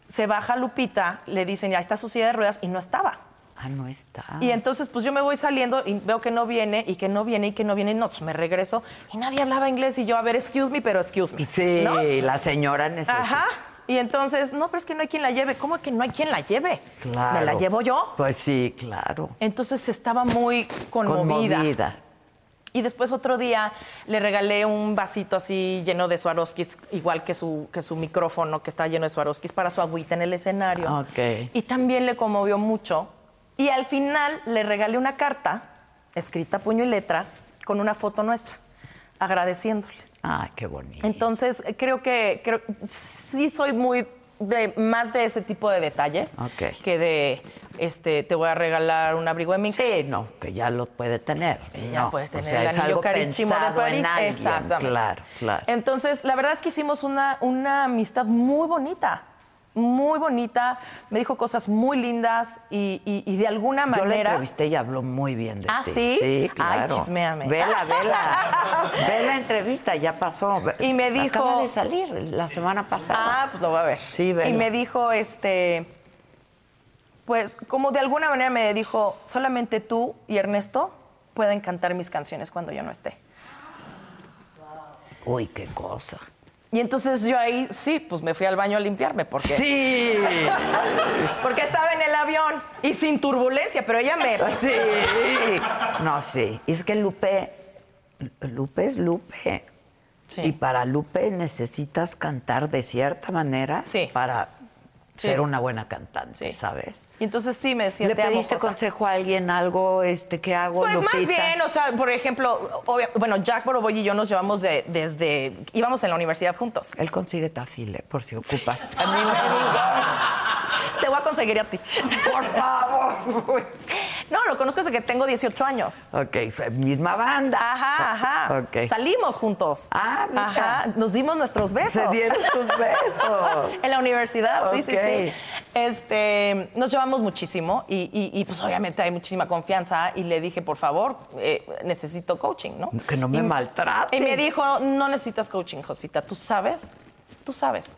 Speaker 2: se baja Lupita, le dicen, ya está su silla de ruedas y no estaba.
Speaker 1: Ah, no está.
Speaker 2: Y entonces, pues yo me voy saliendo y veo que no viene, y que no viene, y que no viene, y no, pues, me regreso. Y nadie hablaba inglés, y yo, a ver, excuse me, pero excuse me.
Speaker 1: Sí,
Speaker 2: ¿no?
Speaker 1: la señora necesita.
Speaker 2: Ajá. Y entonces, no, pero es que no hay quien la lleve. ¿Cómo que no hay quien la lleve?
Speaker 1: Claro.
Speaker 2: ¿Me la llevo yo?
Speaker 1: Pues sí, claro.
Speaker 2: Entonces estaba muy conmovida.
Speaker 1: Conmovida.
Speaker 2: Y después otro día le regalé un vasito así lleno de Swarovskis, igual que su, que su micrófono que está lleno de Swarovskis para su agüita en el escenario.
Speaker 1: Ok.
Speaker 2: Y también le conmovió mucho. Y al final le regalé una carta escrita a puño y letra con una foto nuestra, agradeciéndole.
Speaker 1: Ah, qué bonito.
Speaker 2: Entonces, eh, creo que creo, sí soy muy de más de ese tipo de detalles
Speaker 1: Ok.
Speaker 2: que de este te voy a regalar un abrigo de mi
Speaker 1: Sí, no, que ya lo puede tener.
Speaker 2: Ella
Speaker 1: no,
Speaker 2: puede
Speaker 1: o
Speaker 2: tener
Speaker 1: sea,
Speaker 2: el
Speaker 1: es
Speaker 2: anillo
Speaker 1: algo
Speaker 2: carísimo de
Speaker 1: pensado en
Speaker 2: París.
Speaker 1: alguien,
Speaker 2: Exactamente.
Speaker 1: Claro, claro.
Speaker 2: Entonces, la verdad es que hicimos una, una amistad muy bonita. Muy bonita. Me dijo cosas muy lindas y, y- y de alguna
Speaker 1: Yo la
Speaker 2: manera.
Speaker 1: entrevisté y habló muy bien de
Speaker 2: ¿Ah,
Speaker 1: ti.
Speaker 2: sí?
Speaker 1: Sí,
Speaker 2: Ay,
Speaker 1: claro.
Speaker 2: chisméame.
Speaker 1: Vela, vela. Ve la entrevista, ya pasó.
Speaker 2: Y me dijo-
Speaker 1: Acaba de salir la semana pasada.
Speaker 2: Ah, pues lo voy a ver.
Speaker 1: Sí, velo.
Speaker 2: Y me dijo, este, pues como de alguna manera me dijo, solamente tú y Ernesto pueden cantar mis canciones cuando yo no esté.
Speaker 1: Uy, qué cosa.
Speaker 2: Y entonces yo ahí, sí, pues me fui al baño a limpiarme porque,
Speaker 1: Sí,
Speaker 2: porque estaba en el avión y sin turbulencia, pero ella me...
Speaker 1: sí. No, sí. Es que Lupe, Lupe es Lupe.
Speaker 2: Sí.
Speaker 1: Y para Lupe necesitas cantar de cierta manera
Speaker 2: Sí.
Speaker 1: para
Speaker 2: Sí.
Speaker 1: ser una buena cantante,
Speaker 2: Sí.
Speaker 1: ¿sabes?
Speaker 2: Y entonces sí me decía,
Speaker 1: ¿Le
Speaker 2: te amo,
Speaker 1: pediste
Speaker 2: Josa".
Speaker 1: consejo a alguien, algo este, que hago?
Speaker 2: Pues más
Speaker 1: Lupita?
Speaker 2: bien, o sea, por ejemplo, obvia- bueno, Jack Boroboy y yo nos llevamos de- desde, íbamos en la universidad juntos.
Speaker 1: Él consigue tafile, por si ocupas.
Speaker 2: A mí me Te voy a conseguir a ti.
Speaker 1: Por favor.
Speaker 2: No, lo conozco desde que tengo 18 años.
Speaker 1: ok, fue misma banda.
Speaker 2: Ajá, ajá.
Speaker 1: Ah, Ok.
Speaker 2: Salimos juntos.
Speaker 1: Ah, mira.
Speaker 2: Ajá. Nos dimos nuestros
Speaker 1: Se
Speaker 2: besos.
Speaker 1: dieron tus besos.
Speaker 2: En la universidad, sí, sí,
Speaker 1: Ok.
Speaker 2: sí. Este, nos llevamos muchísimo y, y- y, pues obviamente hay muchísima confianza y le dije, por favor, eh, necesito coaching, ¿no?
Speaker 1: Que no me
Speaker 2: Y-
Speaker 1: maltrate.
Speaker 2: Y me dijo, no necesitas coaching, Josita, tú sabes, tú sabes.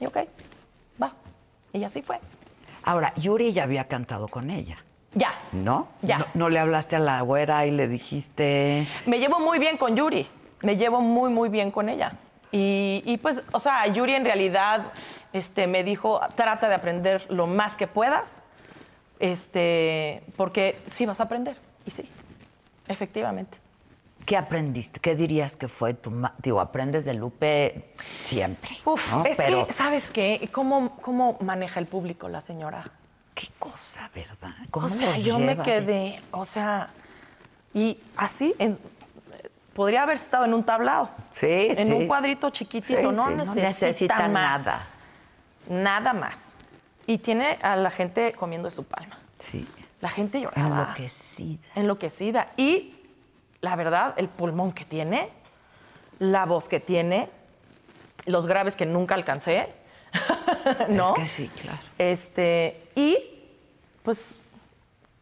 Speaker 2: Y ok, va. Y así fue.
Speaker 1: Ahora, Yuri ya había cantado con ella,
Speaker 2: Ya.
Speaker 1: ¿no?
Speaker 2: Ya.
Speaker 1: No, no le hablaste a la güera y le dijiste.
Speaker 2: Me llevo muy bien con Yuri. Me llevo muy, muy bien con ella. Y, y, pues, o sea, Yuri en realidad este, me dijo, trata de aprender lo más que puedas, este, porque sí vas a aprender. Y sí, efectivamente.
Speaker 1: ¿Qué aprendiste? ¿Qué dirías que fue tu... ma- Digo, aprendes de Lupe siempre.
Speaker 2: Uf,
Speaker 1: ¿no?
Speaker 2: es
Speaker 1: Pero
Speaker 2: que, ¿sabes qué? ¿Cómo, ¿Cómo maneja el público la señora?
Speaker 1: Qué cosa, ¿verdad? ¿Cómo
Speaker 2: O sea,
Speaker 1: los
Speaker 2: yo me
Speaker 1: lleva?
Speaker 2: quedé, o sea, y así, en- podría haber estado en un tablao.
Speaker 1: Sí,
Speaker 2: En
Speaker 1: sí.
Speaker 2: un cuadrito chiquitito,
Speaker 1: Sí,
Speaker 2: no,
Speaker 1: sí,
Speaker 2: necesita
Speaker 1: necesita
Speaker 2: más.
Speaker 1: nada.
Speaker 2: Nada más. Y tiene a la gente comiendo de su palma.
Speaker 1: Sí. Ah,
Speaker 2: La gente lloraba.
Speaker 1: Enloquecida.
Speaker 2: Enloquecida. Y la verdad, el pulmón que tiene, la voz que tiene, los graves que nunca alcancé, ¿no?
Speaker 1: Es que sí, claro.
Speaker 2: Este, y pues,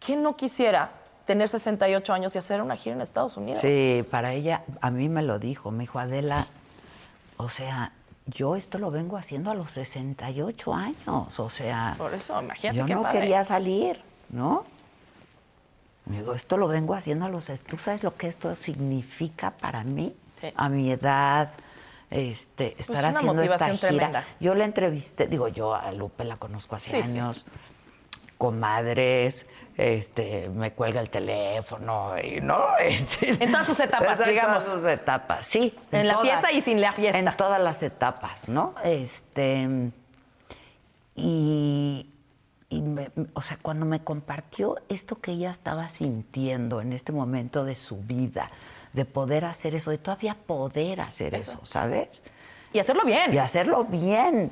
Speaker 2: ¿quién no quisiera tener 68 años y hacer una gira en Estados Unidos?
Speaker 1: Sí, para ella, a mí me lo dijo, me dijo Adela, o sea, yo esto lo vengo haciendo a los 68 años, o sea,
Speaker 2: Por eso, imagínate
Speaker 1: yo
Speaker 2: qué
Speaker 1: no
Speaker 2: padre.
Speaker 1: quería salir, ¿no? Me digo, esto lo vengo haciendo a los... ¿Tú sabes lo que esto significa para mí?
Speaker 2: Sí. Pues
Speaker 1: A mi edad, este, estar
Speaker 2: una
Speaker 1: haciendo esta
Speaker 2: motivación
Speaker 1: gira.
Speaker 2: tremenda.
Speaker 1: Yo la entrevisté, digo, yo a Lupe la conozco hace
Speaker 2: Sí, sí.
Speaker 1: años, comadres, este, me cuelga el teléfono y no, este,
Speaker 2: En todas sus etapas,
Speaker 1: en
Speaker 2: digamos.
Speaker 1: todas sus etapas, sí.
Speaker 2: En la fiesta y sin la fiesta.
Speaker 1: En todas las etapas, ¿no? Este y, y me- o sea, cuando me compartió esto que ella estaba sintiendo en este momento de su vida, de poder hacer eso, de todavía poder hacer eso, ¿sabes?
Speaker 2: Y hacerlo bien.
Speaker 1: Y hacerlo bien.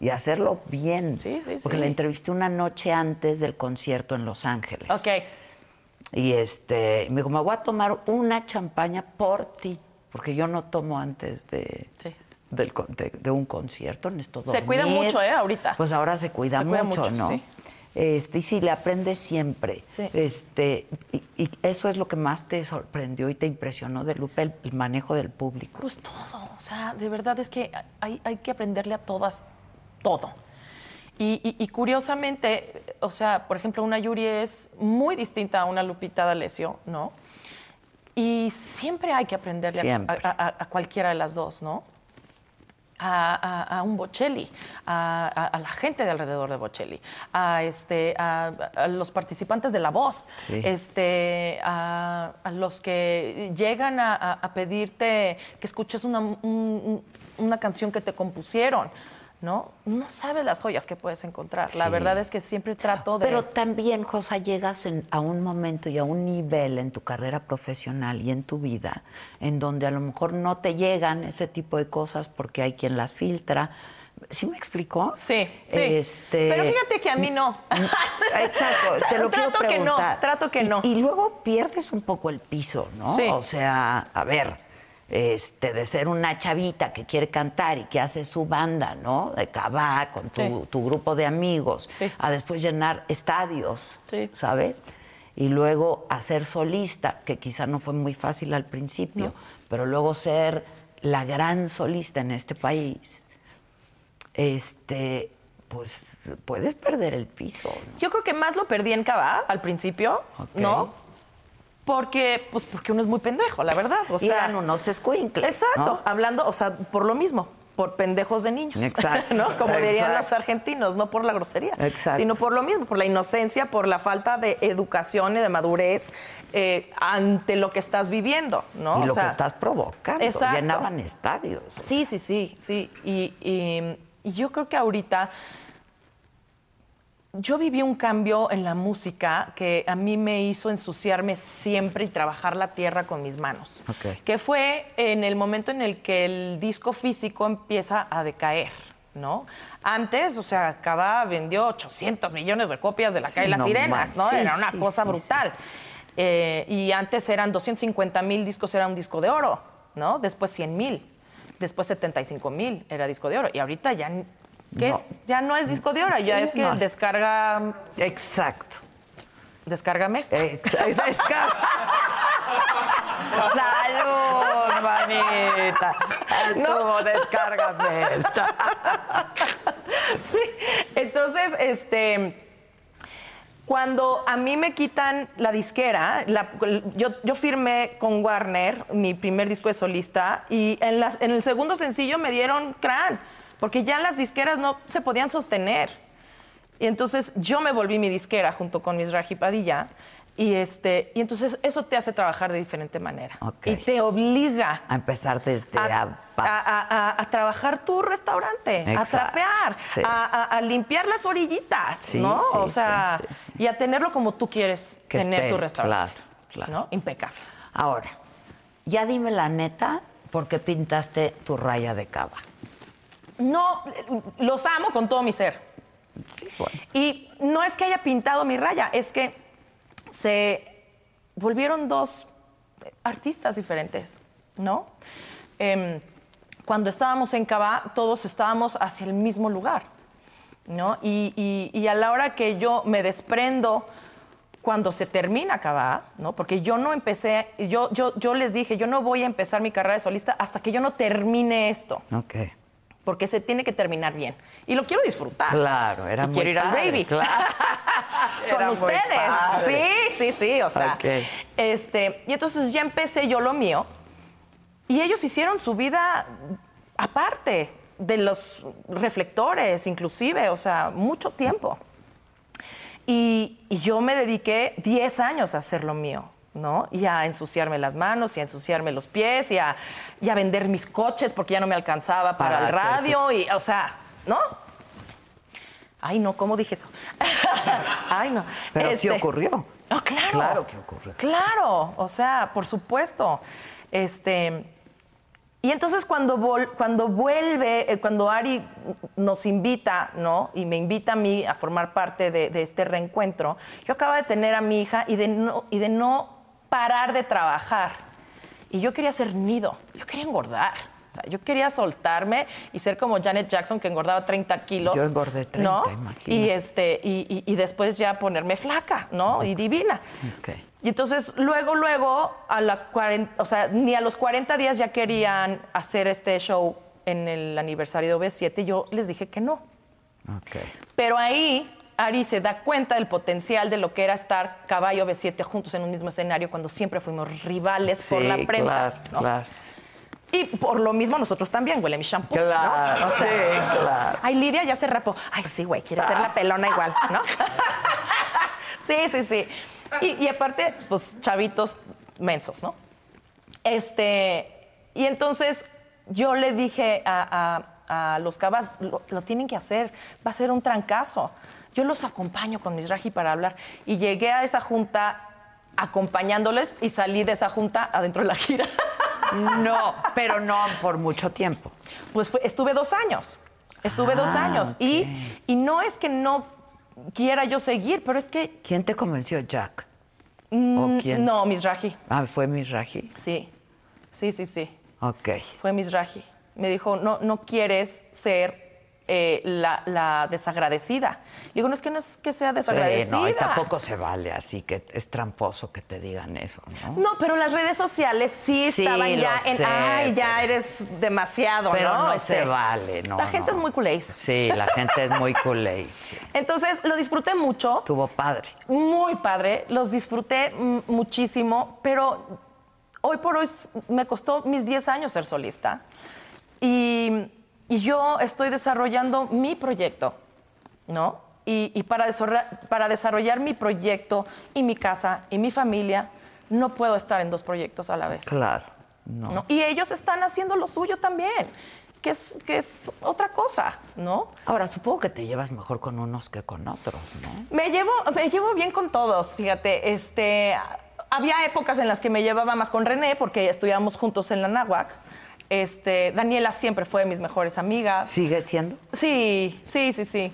Speaker 1: Y hacerlo bien.
Speaker 2: Sí, sí,
Speaker 1: Porque
Speaker 2: sí.
Speaker 1: la entrevisté una noche antes del concierto en Los Ángeles.
Speaker 2: Ok.
Speaker 1: Y este, y me dijo, me voy a tomar una champaña por ti, porque yo no tomo antes de,
Speaker 2: Sí.
Speaker 1: del con- de, de un concierto, en estos
Speaker 2: Se cuida mucho, ¿eh? Ahorita.
Speaker 1: Pues ahora se cuida,
Speaker 2: Se cuida
Speaker 1: mucho,
Speaker 2: mucho,
Speaker 1: ¿no?
Speaker 2: sí.
Speaker 1: Este, y sí, le aprende siempre.
Speaker 2: Sí.
Speaker 1: Este, y, y eso es lo que más te sorprendió y te impresionó de Lupe, el, el manejo del público.
Speaker 2: Pues todo, o sea, de verdad es que hay, hay que aprenderle a todas todo. Y, y- y curiosamente, o sea, por ejemplo, una Yuri es muy distinta a una Lupita D'Alessio, ¿no? Y siempre hay que aprenderle a-
Speaker 1: Siempre.
Speaker 2: A, a- a cualquiera de las dos, ¿no? A, a- a un Bocelli, a, a- a la gente de alrededor de Bocelli, a, este, a, a los participantes de La Voz,
Speaker 1: Sí.
Speaker 2: este, a, a los que llegan a, a- a pedirte que escuches una, un- un- una canción que te compusieron, ¿no? No sabes las joyas que puedes encontrar. La
Speaker 1: Sí.
Speaker 2: verdad es que siempre trato de...
Speaker 1: Pero también, Josa, llegas en- a un momento y a un nivel en tu carrera profesional y en tu vida en donde a lo mejor no te llegan ese tipo de cosas porque hay quien las filtra, ¿Sí me explicó?
Speaker 2: Sí, sí.
Speaker 1: Este,
Speaker 2: Pero fíjate que a mí no.
Speaker 1: Exacto, te lo quiero
Speaker 2: Trato que no,
Speaker 1: preguntar.
Speaker 2: trato que
Speaker 1: Y-
Speaker 2: no.
Speaker 1: Y, luego pierdes un poco el piso, ¿no?
Speaker 2: Sí.
Speaker 1: O sea, a ver, este, de ser una chavita que quiere cantar y que hace su banda, ¿no? De cabá, con tu,
Speaker 2: Sí.
Speaker 1: tu grupo de amigos,
Speaker 2: Sí.
Speaker 1: a después llenar estadios,
Speaker 2: Sí.
Speaker 1: ¿sabes? Y luego a ser solista, que quizá no fue muy fácil al principio, pero luego ser la gran solista en este país, este, pues puedes perder el piso, ¿no?
Speaker 2: Yo creo que más lo perdí en Cabá al principio,
Speaker 1: Ok.
Speaker 2: ¿no? Porque, pues porque uno es muy pendejo, la verdad. O sea,
Speaker 1: eran unos escuincles.
Speaker 2: Exacto, Ah,
Speaker 1: ¿no?
Speaker 2: hablando, o sea, por lo mismo, por pendejos de niños.
Speaker 1: Exacto,
Speaker 2: ¿No? Como dirían
Speaker 1: exacto.
Speaker 2: los argentinos, no por la grosería,
Speaker 1: Exacto.
Speaker 2: sino por lo mismo, por la inocencia, por la falta de educación y de madurez eh, ante lo que estás viviendo, ¿no?
Speaker 1: Y
Speaker 2: O
Speaker 1: lo que
Speaker 2: sea,
Speaker 1: estás provocando.
Speaker 2: Exacto.
Speaker 1: Llenaban estadios.
Speaker 2: Sí, sí, sí, sí. Y, y- y yo creo que ahorita yo viví un cambio en la música que a mí me hizo ensuciarme siempre y trabajar la tierra con mis manos.
Speaker 1: Ok.
Speaker 2: Que fue en el momento en el que el disco físico empieza a decaer. ¿No? Antes, o sea, Cabá vendió 800 millones de copias de La
Speaker 1: Sí,
Speaker 2: Calle y las
Speaker 1: no
Speaker 2: Sirenas,
Speaker 1: más.
Speaker 2: ¿no?
Speaker 1: Sí,
Speaker 2: Era una
Speaker 1: sí,
Speaker 2: cosa
Speaker 1: sí, sí.
Speaker 2: brutal. Eh, y antes eran 250 mil discos, era un disco de oro, ¿no? Después 100 mil, después 75 mil era disco de oro. Y ahorita ya, n- ¿qué
Speaker 1: No.
Speaker 2: es? ya no es disco de oro, ya
Speaker 1: Sí,
Speaker 2: es que
Speaker 1: no.
Speaker 2: descarga,
Speaker 1: Exacto.
Speaker 2: descárgame esto.
Speaker 1: Exacto. Salud, manita. No, descárgame esta.
Speaker 2: Sí, entonces, este, cuando a mí me quitan la disquera, la- yo, yo firmé con Warner mi primer disco de solista y en, las- en el segundo sencillo me dieron crán, porque ya las disqueras no se podían sostener. Y entonces yo me volví mi disquera junto con mis Raji Padilla. Y, este, y entonces eso te hace trabajar de diferente manera.
Speaker 1: Ok.
Speaker 2: Y te obliga
Speaker 1: A empezar desde
Speaker 2: a,
Speaker 1: abajo.
Speaker 2: a- a- a trabajar tu restaurante, a
Speaker 1: Exacto,
Speaker 2: trapear,
Speaker 1: sí.
Speaker 2: a, a- a limpiar las orillitas,
Speaker 1: Sí,
Speaker 2: ¿no?
Speaker 1: sí,
Speaker 2: o sea,
Speaker 1: sí, sí,
Speaker 2: y a tenerlo como tú quieres
Speaker 1: Que
Speaker 2: tener
Speaker 1: esté,
Speaker 2: tu restaurante.
Speaker 1: claro, claro.
Speaker 2: ¿no? Impecable.
Speaker 1: Ahora, ya dime la neta, ¿por qué pintaste tu raya de cava?
Speaker 2: No, eh, los amo con todo mi ser.
Speaker 1: Bueno,
Speaker 2: Y no es que haya pintado mi raya, es que se volvieron dos artistas diferentes, ¿no? Em, cuando estábamos en Cabá, todos estábamos hacia el mismo lugar, ¿no? Y, y- y a la hora que yo me desprendo, cuando se termina Cabá, ¿no? Porque yo no empecé, yo, yo, yo les dije, yo no voy a empezar mi carrera de solista hasta que yo no termine esto
Speaker 1: ok.
Speaker 2: porque se tiene que terminar bien. Y lo quiero disfrutar.
Speaker 1: Claro, era
Speaker 2: Ah. Y
Speaker 1: muy
Speaker 2: quiero ir al
Speaker 1: padre,
Speaker 2: baby.
Speaker 1: claro. Era
Speaker 2: Con
Speaker 1: muy
Speaker 2: ustedes.
Speaker 1: padre.
Speaker 2: Sí, sí, sí, o sea.
Speaker 1: Ok.
Speaker 2: Este, y entonces ya empecé yo lo mío. Y ellos hicieron su vida aparte de los reflectores, inclusive, o sea, mucho tiempo. Y, y yo me dediqué 10 años a hacer lo mío, ¿no? Y a ensuciarme las manos, y a ensuciarme los pies, y a, y a vender mis coches porque ya no me alcanzaba para,
Speaker 1: Para
Speaker 2: el
Speaker 1: hacer
Speaker 2: radio, y, o sea, ¿no? Ay, no, ¿cómo dije eso? Ay, no.
Speaker 1: Pero sí
Speaker 2: Este,
Speaker 1: ocurrió.
Speaker 2: Ah, claro.
Speaker 1: Claro que ocurrió.
Speaker 2: Claro, o sea, por supuesto. Este. Y entonces cuando, vol- cuando vuelve, eh, cuando Ari nos invita, ¿no? Y me invita a mí a formar parte de, de este reencuentro, yo acaba de tener a mi hija y de no, y de no parar de trabajar. Y yo quería ser nido, yo quería engordar. O sea, yo quería soltarme y ser como Janet Jackson, que engordaba 30 kilos.
Speaker 1: Yo engordé 30,
Speaker 2: ¿no?
Speaker 1: imagínate.
Speaker 2: Y, este, y, y- y después ya ponerme flaca, ¿no? Y divina.
Speaker 1: Ok.
Speaker 2: Y entonces luego, luego, a la 40, o sea, ni a los 40 días ya querían hacer este show en el aniversario de B7, yo les dije que no.
Speaker 1: Ok.
Speaker 2: Pero ahí Ari se da cuenta del potencial de lo que era estar Caballo B7 juntos en un mismo escenario cuando siempre fuimos rivales por la
Speaker 1: Sí,
Speaker 2: prensa.
Speaker 1: Claro,
Speaker 2: ¿no?
Speaker 1: claro.
Speaker 2: Y por lo mismo nosotros también, huele mi shampoo. ¿no?
Speaker 1: Claro,
Speaker 2: O sea,
Speaker 1: sí, claro.
Speaker 2: Ay, Lidia ya se rapó. Ay, sí, güey, quiere ser la pelona igual, ¿no? sí, sí, sí. Y, y aparte, pues chavitos mensos, ¿no? Este, y entonces yo le dije a, a- a los cabas, lo, lo tienen que hacer, va a ser un trancazo. Yo los acompaño con mis raji para hablar. Y llegué a esa junta acompañándoles y salí de esa junta adentro de la gira.
Speaker 1: No, pero no por mucho tiempo.
Speaker 2: Pues fue- estuve dos años. Estuve dos
Speaker 1: Ah,
Speaker 2: años. Y, y no es que no quiera yo seguir, pero es que.
Speaker 1: ¿Quién te convenció, Jack?
Speaker 2: mm,
Speaker 1: quién?
Speaker 2: No, Misraji.
Speaker 1: Ah, fue mi Raji.
Speaker 2: Sí. Sí, sí, sí.
Speaker 1: Ok.
Speaker 2: Fue Misraji. Me dijo, no, no quieres ser eh, la, la desagradecida. Le digo, no es que no es que sea
Speaker 1: Sí,
Speaker 2: desagradecida.
Speaker 1: no, y tampoco se vale, así que es tramposo que te digan eso, ¿no?
Speaker 2: No, pero las redes sociales sí,
Speaker 1: Sí,
Speaker 2: estaban
Speaker 1: lo
Speaker 2: ya en.
Speaker 1: sé,
Speaker 2: Ay, ya
Speaker 1: pero-
Speaker 2: eres demasiado,
Speaker 1: Pero no,
Speaker 2: Este,
Speaker 1: se vale, ¿no?
Speaker 2: La gente
Speaker 1: no.
Speaker 2: es muy culéis.
Speaker 1: Sí, la gente es muy culéis.
Speaker 2: Entonces lo disfruté mucho,
Speaker 1: Tuvo padre.
Speaker 2: muy padre, los disfruté mm, muchísimo, pero hoy por hoy s- me costó mis 10 años ser solista y, y yo estoy desarrollando mi proyecto, ¿no? Y, y para, desarrolla- para desarrollar mi proyecto y mi casa y mi familia, no puedo estar en dos proyectos a la vez.
Speaker 1: Claro. No.
Speaker 2: ¿no? Y ellos están haciendo lo suyo también, que es, que es otra cosa, ¿no?
Speaker 1: Ahora, supongo que te llevas mejor con unos que con otros, ¿no?
Speaker 2: Me llevo, me llevo bien con todos, fíjate, este, había épocas en las que me llevaba más con René porque estudiábamos juntos en la Náhuac. Este, Daniela siempre fue de mis mejores amigas.
Speaker 1: ¿Sigue siendo?
Speaker 2: Sí, sí, sí, sí.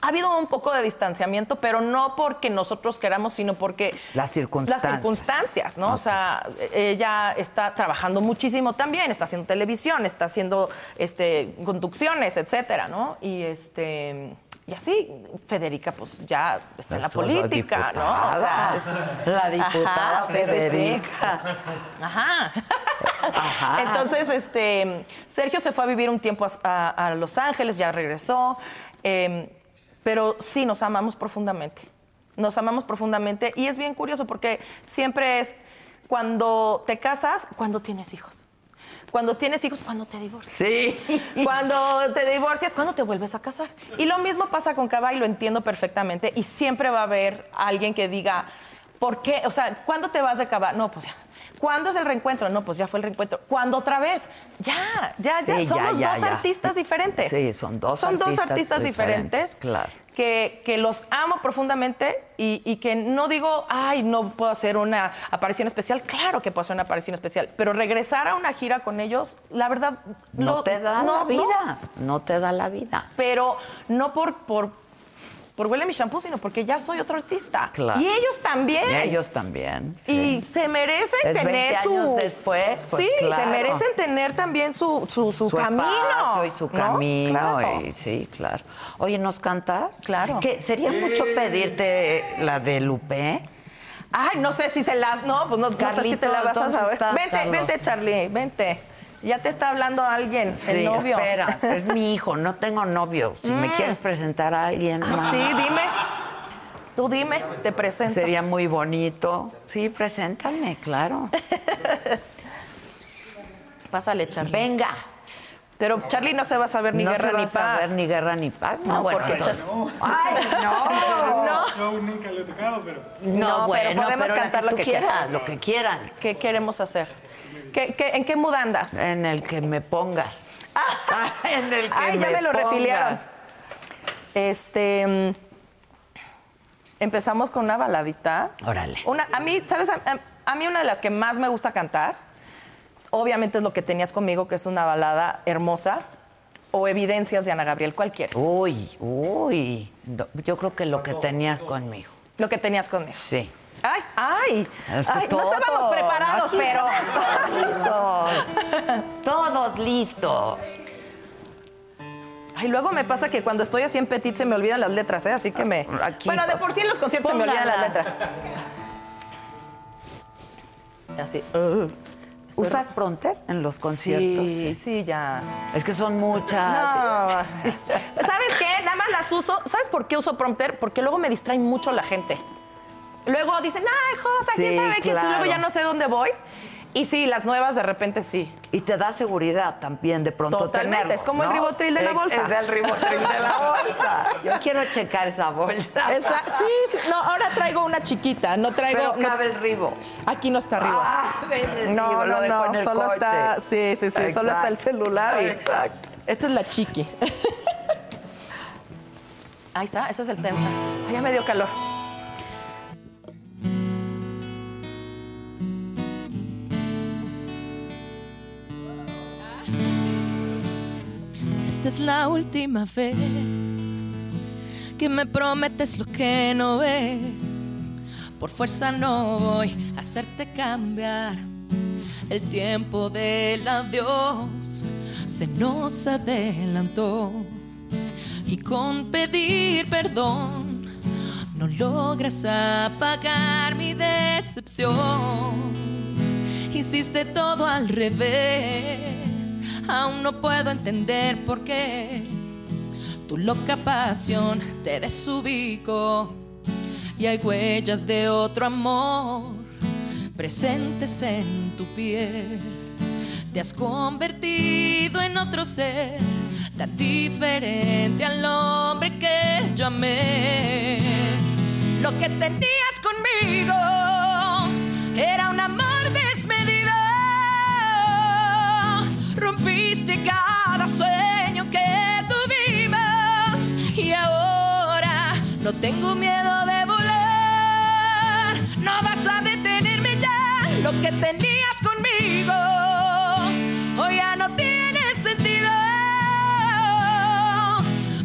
Speaker 2: Ha habido un poco de distanciamiento, pero no porque nosotros queramos, sino porque...
Speaker 1: Las circunstancias.
Speaker 2: Las circunstancias, ¿no? O
Speaker 1: Ok.
Speaker 2: sea, ella está trabajando muchísimo también, está haciendo televisión, está haciendo este, conducciones, etcétera, ¿no? Y este... Y así, Federica, pues ya está en la
Speaker 1: Nuestra
Speaker 2: política, ¿no? O sea,
Speaker 1: diputada. La diputada
Speaker 2: Ajá, sí, sí, sí.
Speaker 1: Federica.
Speaker 2: Ajá. Entonces, este, Sergio se fue a vivir un tiempo a, a- a Los Ángeles, ya regresó, eh, pero sí, nos amamos profundamente. Nos amamos profundamente y es bien curioso porque siempre es cuando te casas, cuando tienes hijos. Cuando tienes hijos, cuando te divorcias.
Speaker 1: Sí.
Speaker 2: Cuando te divorcias, cuando te vuelves a casar. Y lo mismo pasa con Cava y lo entiendo perfectamente. Y siempre va a haber alguien que diga, ¿por qué? O sea, ¿cuándo te vas de Cava? No, pues ya. ¿Cuándo es el reencuentro? No, pues ya fue el reencuentro. ¿Cuándo otra vez? Ya, ya, ya.
Speaker 1: Sí, ya,
Speaker 2: Somos
Speaker 1: ya,
Speaker 2: dos
Speaker 1: ya.
Speaker 2: artistas diferentes.
Speaker 1: Sí, son dos
Speaker 2: Son dos
Speaker 1: artistas
Speaker 2: artistas diferentes.
Speaker 1: diferentes, claro.
Speaker 2: Que, que los amo profundamente y, y que no digo, ay, no puedo hacer una aparición especial. Claro que puedo hacer una aparición especial, pero regresar a una gira con ellos, la verdad,
Speaker 1: No,
Speaker 2: lo-
Speaker 1: te da
Speaker 2: no,
Speaker 1: la
Speaker 2: no.
Speaker 1: vida. No. te da la vida.
Speaker 2: pero no por, por, por huele mi shampoo, sino porque ya soy otro artista.
Speaker 1: Claro.
Speaker 2: Y ellos también.
Speaker 1: Y ellos también.
Speaker 2: Eh, Y
Speaker 1: sí.
Speaker 2: se merecen
Speaker 1: Es 20
Speaker 2: tener
Speaker 1: años
Speaker 2: su.
Speaker 1: después, pues,
Speaker 2: sí, se
Speaker 1: claro.
Speaker 2: merecen tener también su, su, su, camino.
Speaker 1: espacio y su
Speaker 2: ¿no?
Speaker 1: camino.
Speaker 2: Claro.
Speaker 1: y- sí, claro. Oye, ¿nos cantas?
Speaker 2: Claro.
Speaker 1: Que sería mucho pedirte la de Lupe.
Speaker 2: Ay, no sé si se las. No, pues no, no sé si te la
Speaker 1: Carlitos,
Speaker 2: vas a
Speaker 1: ¿dónde
Speaker 2: saber.
Speaker 1: está
Speaker 2: vente,
Speaker 1: Carlos?
Speaker 2: vente, Charlie, vente. Ya te está hablando alguien, el novio. Mm.
Speaker 1: espera, es mi hijo, no tengo novio. Si me quieres presentar a alguien más,
Speaker 2: Ah, Sí, dime. Tú dime, te presento.
Speaker 1: sería muy bonito. Sí, preséntame, claro.
Speaker 2: Pásale, Charlie.
Speaker 1: Venga.
Speaker 2: Pero Charlie no se va a saber ni
Speaker 1: no
Speaker 2: guerra
Speaker 1: se va
Speaker 2: ni
Speaker 1: a saber
Speaker 2: paz.
Speaker 1: ni guerra ni paz. No,
Speaker 2: No,
Speaker 1: bueno,
Speaker 2: porque
Speaker 1: entonces- Ay, no.
Speaker 2: No,
Speaker 3: show nunca lo he tocado, pero
Speaker 2: No, pero podemos
Speaker 1: la
Speaker 2: cantar lo
Speaker 1: tú
Speaker 2: que
Speaker 1: quieras,
Speaker 2: quieras.
Speaker 1: lo que quieran.
Speaker 2: ¿Qué queremos hacer? ¿Qué, qué- en qué mudandas?
Speaker 1: En el que me pongas. en el que
Speaker 2: Ay, ya me lo
Speaker 1: pongas.
Speaker 2: refiliaron. Este. mm, Empezamos con una baladita.
Speaker 1: Órale.
Speaker 2: Una, a mí, ¿sabes? A, a- a mí una de las que más me gusta cantar, obviamente es lo que tenías conmigo, que es una balada hermosa, o Evidencias de Ana Gabriel, ¿cuál quieres?
Speaker 1: Uy, uy. No, Yo creo que lo que tenías conmigo.
Speaker 2: Lo que tenías conmigo.
Speaker 1: Sí.
Speaker 2: Ay, ay,
Speaker 1: Eso
Speaker 2: ay, no
Speaker 1: todo.
Speaker 2: estábamos preparados,
Speaker 1: Aquí
Speaker 2: pero...
Speaker 1: Todos, todos listos.
Speaker 2: Ay, luego me pasa que cuando estoy así en petit se me olvidan las letras, ¿eh? Así que me.
Speaker 1: Aquí.
Speaker 2: bueno, de por sí en los conciertos se me olvidan las
Speaker 1: Póngala.
Speaker 2: letras. Así. uh, estoy-
Speaker 1: ¿Usas Pronter en los conciertos?
Speaker 2: Sí, Ah, sí, ya.
Speaker 1: Es que son muchas.
Speaker 2: No. ¿Sabes qué? Nada más las uso. ¿Sabes por qué uso prompter? Porque luego me distrae mucho la gente. Luego dicen, ay, Josa, quién
Speaker 1: Sí,
Speaker 2: sabe qué. Entonces, Luego
Speaker 1: claro.
Speaker 2: ya no sé dónde voy. Y sí, las nuevas de repente sí.
Speaker 1: Y te da seguridad también de pronto
Speaker 2: Totalmente,
Speaker 1: tenerlo,
Speaker 2: es como el
Speaker 1: ¿no?
Speaker 2: ribotril de la
Speaker 1: Es-
Speaker 2: bolsa.
Speaker 1: Es el ribotril de la bolsa. Yo quiero checar esa bolsa.
Speaker 2: Esa- sí, sí. No, ahora traigo una chiquita. No traigo.
Speaker 1: Pero
Speaker 2: no-
Speaker 1: cabe el ribo.
Speaker 2: aquí no está arriba.
Speaker 1: Ah, bendecido,
Speaker 2: No,
Speaker 1: lo
Speaker 2: no,
Speaker 1: dejo
Speaker 2: no,
Speaker 1: en el
Speaker 2: solo
Speaker 1: coche.
Speaker 2: está, sí, sí, sí, solo está el
Speaker 1: Exacto.
Speaker 2: celular y
Speaker 1: Exacto.
Speaker 2: esta es la chiqui. Ahí está, ese es el tema. Ay, ya me dio calor.
Speaker 4: Esta es la
Speaker 3: la última vez que me prometes lo que no ves. Por fuerza no voy a hacerte cambiar. El tiempo del adiós se nos adelantó y con pedir perdón no logras apagar mi decepción. Hiciste todo al revés, aún no puedo entender por qué. Tu loca pasión te desubicó y hay huellas de otro amor presentes en tu piel. Te has convertido en otro ser tan diferente al hombre que yo amé. Lo que tenías conmigo era un amor desmedido. Rompiste cada sueño que tuvimos y ahora no tengo miedo de volar. No vas a detenerme ya. Lo que tenías conmigo hoy ya no tiene sentido.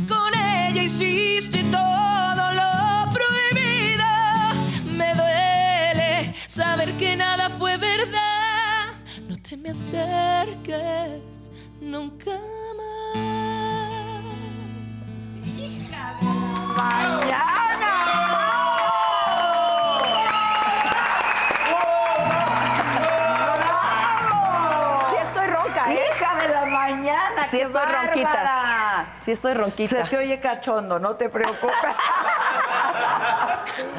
Speaker 3: Con ella hiciste todo lo prohibido. Me duele saber que nada fue verdad. No te me acerques nunca más. Hija
Speaker 2: Sí estoy ronca, ¿eh?
Speaker 1: ¡Hija de la mañana!
Speaker 2: Sí
Speaker 1: qué
Speaker 2: estoy ronquita.
Speaker 1: bárbara!
Speaker 2: Sí estoy
Speaker 1: Se
Speaker 2: ronquita.
Speaker 1: te oye cachondo, no te preocupes.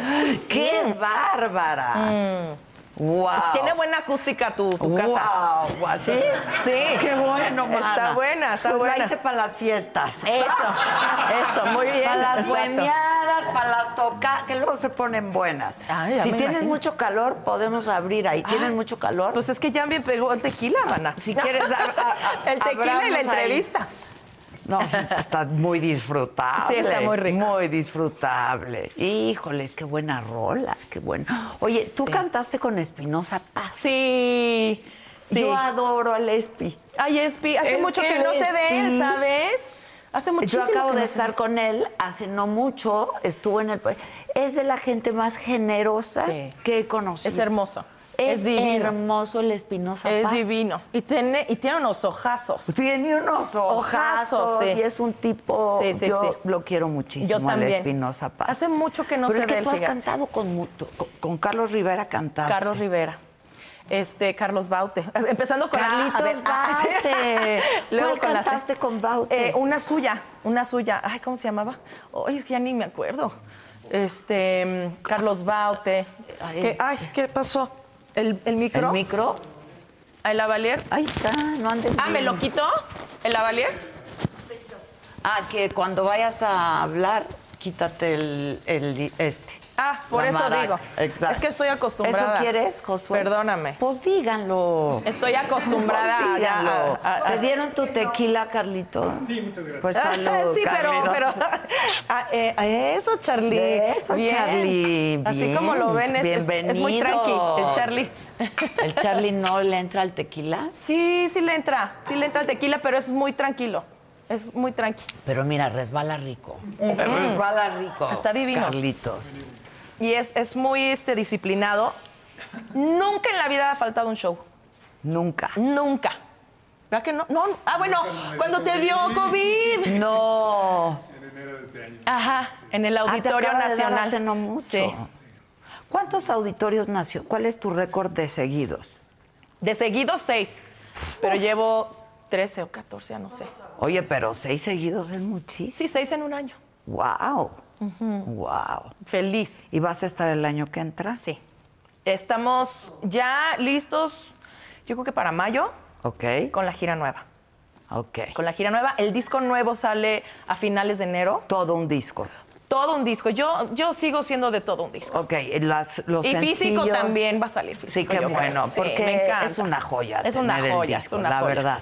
Speaker 2: Mm.
Speaker 1: ¡Qué bárbara! ¡Wow!
Speaker 2: Tiene buena acústica tu, tu casa.
Speaker 1: ¡Wow! wow. ¿Sí?
Speaker 2: Sí.
Speaker 1: ¡Qué bueno, mana!
Speaker 2: Está buena, está
Speaker 1: Pues La
Speaker 2: buena.
Speaker 1: hice para las fiestas.
Speaker 2: Eso, eso, muy bien.
Speaker 1: Para las
Speaker 2: exacto.
Speaker 1: bueneadas, para las tocadas, que luego se ponen buenas.
Speaker 2: Ay, ya
Speaker 1: si
Speaker 2: me
Speaker 1: tienes
Speaker 2: imagino. Ah,
Speaker 1: mucho calor, podemos abrir ahí. ¿Tienes mucho calor?
Speaker 2: Pues es que ya me pegó el tequila, mana.
Speaker 1: Si quieres, a- a- a-
Speaker 2: el tequila y
Speaker 1: abramos
Speaker 2: la
Speaker 1: ahí.
Speaker 2: entrevista.
Speaker 1: No, sí, está muy disfrutable.
Speaker 2: Sí, está muy rico.
Speaker 1: Muy disfrutable. Híjoles, qué buena rola, qué buena. Oye, tú
Speaker 2: Sí.
Speaker 1: cantaste con Espinosa Paz.
Speaker 2: Sí, sí.
Speaker 1: Yo adoro al Espi.
Speaker 2: Ay, Espi, hace
Speaker 1: Es
Speaker 2: mucho
Speaker 1: que
Speaker 2: que, no sé de
Speaker 1: Espi-
Speaker 2: él, ¿sabes? Hace muchísimo
Speaker 1: Yo acabo
Speaker 2: que
Speaker 1: de
Speaker 2: no sé
Speaker 1: estar con él hace no mucho, estuvo en el... Es de la gente más generosa
Speaker 2: Sí.
Speaker 1: que he conocido.
Speaker 2: Es hermoso.
Speaker 1: Es,
Speaker 2: Es divino.
Speaker 1: hermoso el Espinosa
Speaker 2: Es
Speaker 1: Paz.
Speaker 2: divino. Y tiene, y tiene unos ojazos.
Speaker 1: Tiene unos ojazos,
Speaker 2: Ojazos, sí.
Speaker 1: y es un tipo,
Speaker 2: Sí, sí,
Speaker 1: yo
Speaker 2: sí.
Speaker 1: lo quiero muchísimo,
Speaker 2: Yo
Speaker 1: al
Speaker 2: también.
Speaker 1: Espinosa Paz.
Speaker 2: Hace mucho que no
Speaker 1: Pero
Speaker 2: sé
Speaker 1: es que
Speaker 2: de él,
Speaker 1: tú has
Speaker 2: fíjate.
Speaker 1: cantado con, mu- con, con Carlos Rivera, cantaste.
Speaker 2: Carlos Rivera. Este, Carlos Baute. Eh, Empezando con
Speaker 1: Carlitos
Speaker 2: A ver, ah, sí.
Speaker 1: Baute. ¿Cuál
Speaker 2: la C.
Speaker 1: cantaste con Baute?
Speaker 2: Eh, una suya, una suya. Ay, ¿cómo se llamaba? Ay, es que ya ni me acuerdo. Este, mm, Carlos Baute.
Speaker 1: Ay.
Speaker 2: Que- ay, ¿qué pasó? ¿El, el micro? Ah,
Speaker 1: ¿El micro?
Speaker 2: ¿El lavalier?
Speaker 1: Ahí está, no andes
Speaker 2: Ah, ¿me
Speaker 1: bien.
Speaker 2: lo quitó? ¿El lavalier?
Speaker 1: Ah, que cuando vayas a hablar, quítate el, el- este.
Speaker 2: Ah, por
Speaker 1: La
Speaker 2: eso
Speaker 1: maraca.
Speaker 2: digo.
Speaker 1: Exacto.
Speaker 2: Es que estoy acostumbrada.
Speaker 1: ¿Eso quieres, Josué?
Speaker 2: Perdóname.
Speaker 1: Pues díganlo. Pues
Speaker 2: Estoy acostumbrada ya
Speaker 1: Díganlo.
Speaker 2: a- a- a-
Speaker 1: ¿Te dieron tu tequila, Carlito? Sí, muchas gracias. Pues
Speaker 2: Ah,
Speaker 1: salud,
Speaker 2: sí, pero,
Speaker 1: Carlito.
Speaker 2: pero ah, eh, a eso, Charlie.
Speaker 1: De eso, Charlie,
Speaker 2: Así
Speaker 1: bien,
Speaker 2: como lo ven, es, es- es muy tranqui, el
Speaker 1: bienvenido.
Speaker 2: Charlie.
Speaker 1: ¿El Charlie no le entra al tequila?
Speaker 2: Sí, sí le entra, sí le entra el tequila, pero es muy tranquilo. Es muy tranqui.
Speaker 1: Pero mira, resbala rico. Resbala rico.
Speaker 2: Está divino.
Speaker 1: Carlitos.
Speaker 2: Y es, es muy este, disciplinado. Nunca en la vida ha faltado un show.
Speaker 1: Nunca.
Speaker 2: Nunca. ¿Verdad que no? No. Ah, bueno, cuando te dio COVID.
Speaker 1: No. Ah,
Speaker 2: Ajá, en el Auditorio
Speaker 1: acaba de dar
Speaker 2: Nacional.
Speaker 1: hace no mucho.
Speaker 2: Sí.
Speaker 1: ¿Cuántos auditorios nació? ¿Cuál es tu récord de seguidos?
Speaker 2: De seguido seis, pero llevo 13 o 14, no sé.
Speaker 1: Oye, pero seis seguidos es muchísimo.
Speaker 2: Sí, seis en un año.
Speaker 1: Wow. Wow.
Speaker 2: Feliz.
Speaker 1: ¿Y vas a estar el año que entra?
Speaker 2: Sí. Estamos ya listos, yo creo que para mayo,
Speaker 1: Ok.
Speaker 2: con la gira nueva.
Speaker 1: Ok.
Speaker 2: Con la gira nueva, el disco nuevo sale a finales de enero.
Speaker 1: Todo un disco.
Speaker 2: Todo un disco. Yo, yo sigo siendo de todo un disco.
Speaker 1: Ok. las- los
Speaker 2: y físico
Speaker 1: sencillos-
Speaker 2: también va a salir físico.
Speaker 1: Sí, qué
Speaker 2: yo creo.
Speaker 1: bueno,
Speaker 2: Sí,
Speaker 1: porque
Speaker 2: me encanta.
Speaker 1: es una joya
Speaker 2: Es una
Speaker 1: tener el
Speaker 2: joya,
Speaker 1: disco,
Speaker 2: es una
Speaker 1: la
Speaker 2: joya.
Speaker 1: verdad.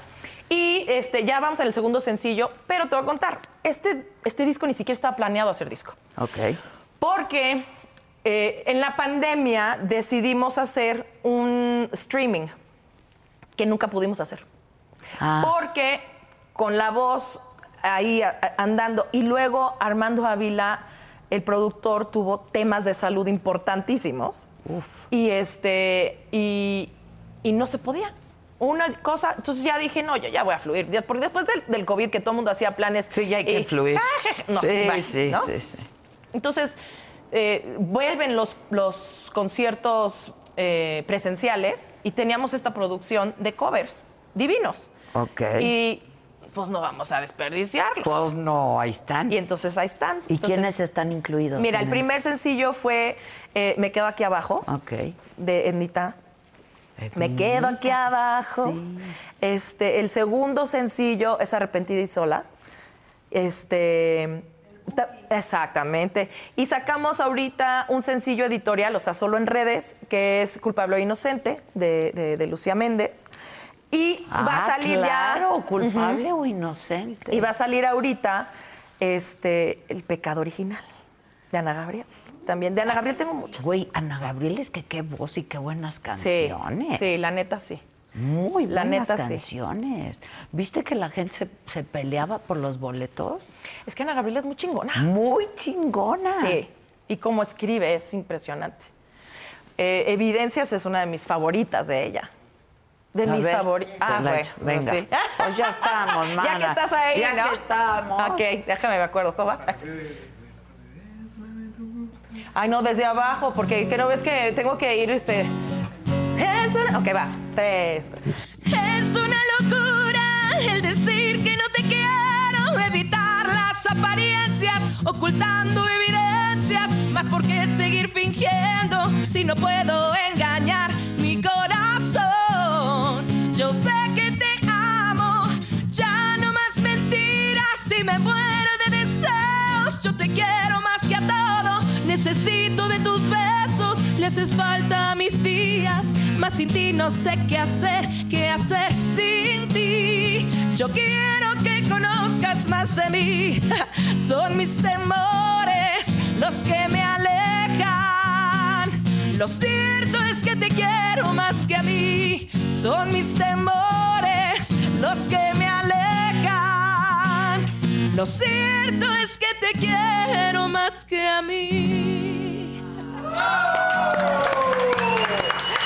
Speaker 2: Y este, ya vamos al segundo sencillo, pero te voy a contar. Este, este disco ni siquiera estaba planeado hacer disco.
Speaker 1: Ok.
Speaker 2: Porque eh, en la pandemia decidimos hacer un streaming que nunca pudimos hacer.
Speaker 1: Ah.
Speaker 2: Porque con la voz ahí a- a- andando. Y luego Armando Ávila, el productor, tuvo temas de salud importantísimos. Y este, y, y no se podía. Una cosa, entonces ya dije, no, yo ya voy a fluir. Ya- Porque después del, del COVID que todo el mundo hacía planes.
Speaker 1: Sí, ya hay que
Speaker 2: y-
Speaker 1: fluir.
Speaker 2: No,
Speaker 1: sí,
Speaker 2: bye,
Speaker 1: sí,
Speaker 2: ¿no?
Speaker 1: sí, sí.
Speaker 2: Entonces, eh, vuelven los, los conciertos eh, presenciales y teníamos esta producción de covers divinos.
Speaker 1: Ok.
Speaker 2: Y pues no vamos a desperdiciarlos.
Speaker 1: Pues no, ahí están.
Speaker 2: Y entonces ahí están.
Speaker 1: ¿Y
Speaker 2: Entonces,
Speaker 1: quiénes están incluidos?
Speaker 2: Mira,
Speaker 1: en
Speaker 2: el
Speaker 1: el-
Speaker 2: primer sencillo fue eh, Me quedo aquí abajo,
Speaker 1: Ok.
Speaker 2: de Ednita.
Speaker 1: Mm,
Speaker 2: Me quedo aquí abajo. Este, el segundo sencillo es Arrepentida y sola. Este, ta- exactamente. Y sacamos ahorita un sencillo editorial, o sea, solo en redes, que es Culpable o Inocente, de, de- de Lucía Méndez. Y va a
Speaker 1: Ah,
Speaker 2: salir
Speaker 1: claro,
Speaker 2: ya.
Speaker 1: culpable o inocente.
Speaker 2: Y va a salir ahorita este, El pecado original, de Ana Gabriel. También, de Ana Gabriel tengo muchas.
Speaker 1: Güey, Ana Gabriel es que qué voz y qué buenas canciones.
Speaker 2: sí, la neta sí.
Speaker 1: Muy
Speaker 2: la
Speaker 1: buenas
Speaker 2: neta, sí.
Speaker 1: canciones. ¿Viste que la gente se, se peleaba por los boletos?
Speaker 2: Es que Ana Gabriel es muy chingona.
Speaker 1: Muy chingona.
Speaker 2: Sí, y cómo escribe es impresionante. Eh, Evidencias es una de mis favoritas de ella. De
Speaker 1: A
Speaker 2: mis
Speaker 1: ver,
Speaker 2: favoritas. Ah,
Speaker 1: te la
Speaker 2: bueno,
Speaker 1: echo. Venga.
Speaker 2: sí.
Speaker 1: Pues ya estamos,
Speaker 2: Ya que
Speaker 1: mana.
Speaker 2: estás ahí,
Speaker 1: Ya
Speaker 2: ¿no?
Speaker 1: que estamos.
Speaker 2: Ok, déjame, me acuerdo. ¿Cómo va? Ay, no, desde abajo, porque que no ves que tengo que ir, este... Es una... Ok, va. Tres.
Speaker 3: Es una locura el decir que no te quiero, evitar las apariencias, ocultando evidencias. Más por qué seguir fingiendo si no puedo engañar mi corazón. Yo sé que te amo, ya no más mentiras. Si me muero de deseos, yo te quiero más que a todo. Necesito de tus besos, le haces falta a mis días. Más sin ti no sé qué hacer, qué hacer sin ti. Yo quiero que conozcas más de mí. Son mis temores los que me alejan. Lo cierto es que te quiero más que a mí. Son mis temores los que me
Speaker 2: Ah,
Speaker 3: alejan. Lo cierto es que te quiero más que a mí.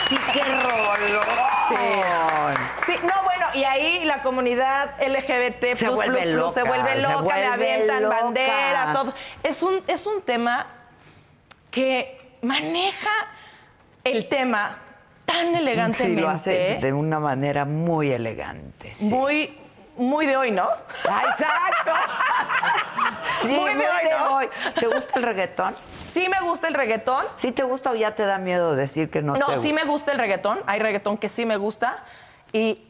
Speaker 1: Sí, qué rolón.
Speaker 2: Sí, no, bueno, y ahí la comunidad LGBT
Speaker 1: Se
Speaker 2: plus,
Speaker 1: vuelve
Speaker 2: plus, plus, se
Speaker 1: loca,
Speaker 2: vuelve
Speaker 1: se
Speaker 2: loca,
Speaker 1: vuelve
Speaker 2: me avientan
Speaker 1: loca.
Speaker 2: banderas, todo. Es un, es un tema que maneja el tema tan elegantemente.
Speaker 1: Sí, lo hace de una manera muy elegante. sí.
Speaker 2: Muy, muy de hoy, ¿no?
Speaker 1: Ah, ¡Exacto! Sí,
Speaker 2: Muy de hoy, ¿no?
Speaker 1: ¿Te gusta el reggaetón?
Speaker 2: Sí me gusta el reggaetón.
Speaker 1: ¿Sí te gusta o ya te da miedo decir que no, te
Speaker 2: No,
Speaker 1: gusta?
Speaker 2: sí me gusta el reggaetón. Hay reggaetón que sí me gusta. Y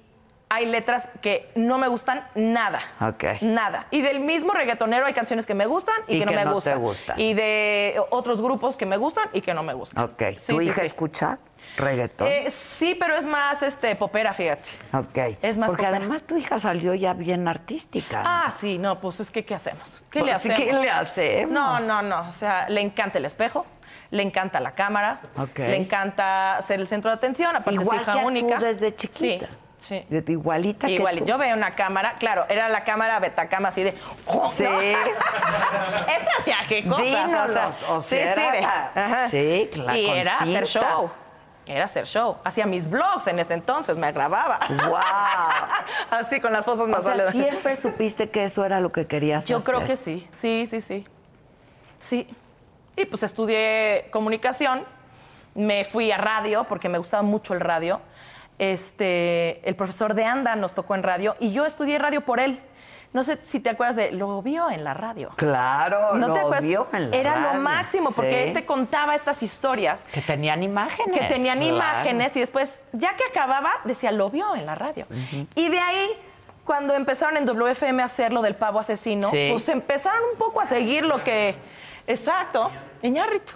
Speaker 2: hay letras que no me gustan nada.
Speaker 1: Ok.
Speaker 2: Nada. Y del mismo reggaetonero hay canciones que me gustan y,
Speaker 1: Y
Speaker 2: que no
Speaker 1: que
Speaker 2: me
Speaker 1: no te
Speaker 2: gustan.
Speaker 1: gustan.
Speaker 2: Y de otros grupos que me gustan y que no me gustan.
Speaker 1: Ok.
Speaker 2: Sí,
Speaker 1: ¿Tu
Speaker 2: sí,
Speaker 1: hija
Speaker 2: sí.
Speaker 1: escucha reggaetón?
Speaker 2: Eh, sí, pero es más este popera, fíjate.
Speaker 1: ok.
Speaker 2: es más
Speaker 1: Porque
Speaker 2: popera.
Speaker 1: además tu hija salió ya bien artística.
Speaker 2: Ah, sí, no, pues es que ¿qué hacemos? ¿Qué le
Speaker 1: Pues, ¿qué
Speaker 2: hacemos?
Speaker 1: le hacemos?
Speaker 2: No, no, no. O sea, le encanta el espejo, le encanta la cámara,
Speaker 1: Ok.
Speaker 2: le encanta ser el centro de atención, aparte
Speaker 1: Igual
Speaker 2: es hija
Speaker 1: que a tú
Speaker 2: única.
Speaker 1: desde chiquita.
Speaker 2: Sí. sí.
Speaker 1: De- Igualita
Speaker 2: Igual,
Speaker 1: que tú.
Speaker 2: yo veo una cámara, claro, era la cámara betacama así de. ¡Oh, ¿no?
Speaker 1: Sí.
Speaker 2: Esta hacía qué cosas.
Speaker 1: Dínolos, o
Speaker 2: sí,
Speaker 1: sea,
Speaker 2: sí, de-
Speaker 1: era- sí, claro,
Speaker 2: Y
Speaker 1: con
Speaker 2: era hacer
Speaker 1: cintas.
Speaker 2: show. Era hacer show. Hacía mis blogs en ese entonces, me grababa.
Speaker 1: Guau.
Speaker 2: Así con las cosas
Speaker 1: O
Speaker 2: más
Speaker 1: sea, siempre supiste que eso era lo que querías
Speaker 2: Yo
Speaker 1: hacer.
Speaker 2: creo que sí, sí, sí, sí. Sí. Y pues estudié comunicación, me fui a radio porque me gustaba mucho el radio. Este, el profesor de Anda nos tocó en radio y yo estudié radio por él. No sé si te acuerdas de lo vio en la radio.
Speaker 1: Claro,
Speaker 2: ¿No
Speaker 1: lo
Speaker 2: te acuerdas?
Speaker 1: vio en la
Speaker 2: Era
Speaker 1: radio,
Speaker 2: lo máximo porque
Speaker 1: sí.
Speaker 2: este contaba estas historias
Speaker 1: Que tenían imágenes.
Speaker 2: que tenían
Speaker 1: claro.
Speaker 2: imágenes y después, ya que acababa, decía, lo vio en la radio. Y de ahí, cuando empezaron en WFM a hacer lo del pavo asesino,
Speaker 1: Sí.
Speaker 2: pues empezaron un poco a seguir lo que... Exacto, Iñarrito.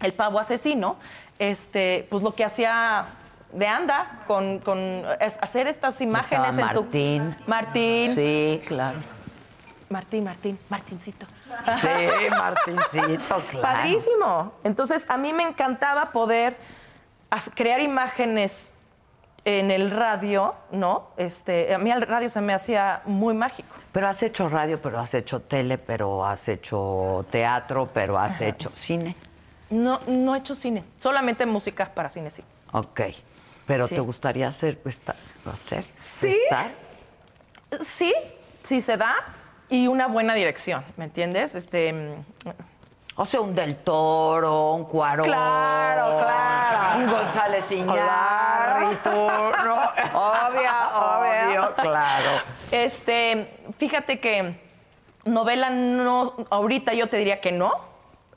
Speaker 2: El pavo asesino, este, pues lo que hacía de anda con, con es- hacer estas imágenes
Speaker 1: Estaba
Speaker 2: en tu...
Speaker 1: Martín.
Speaker 2: Martín.
Speaker 1: Sí, claro.
Speaker 2: Martín, Martín, Martincito.
Speaker 1: Sí, Martincito, claro.
Speaker 2: Padrísimo. Entonces, a mí me encantaba poder as- crear imágenes en el radio, ¿no? Este, a mí el radio se me hacía muy mágico.
Speaker 1: Pero has hecho radio, pero has hecho tele, pero has hecho teatro, pero has hecho cine.
Speaker 2: No, no he hecho cine, solamente música para cine, sí.
Speaker 1: Ok. Pero
Speaker 2: Sí.
Speaker 1: te gustaría hacer, esta- hacer,
Speaker 2: Sí.
Speaker 1: estar?
Speaker 2: Sí, sí se da y una buena dirección, ¿me entiendes? Este, mm,
Speaker 1: O sea, un Del Toro, un Cuarón.
Speaker 2: Claro, claro.
Speaker 1: Un González
Speaker 2: Claro.
Speaker 1: Iñárritu. ¿no?
Speaker 2: Obvio,
Speaker 1: Obvio, claro.
Speaker 2: este, fíjate que novela no, ahorita yo te diría que no.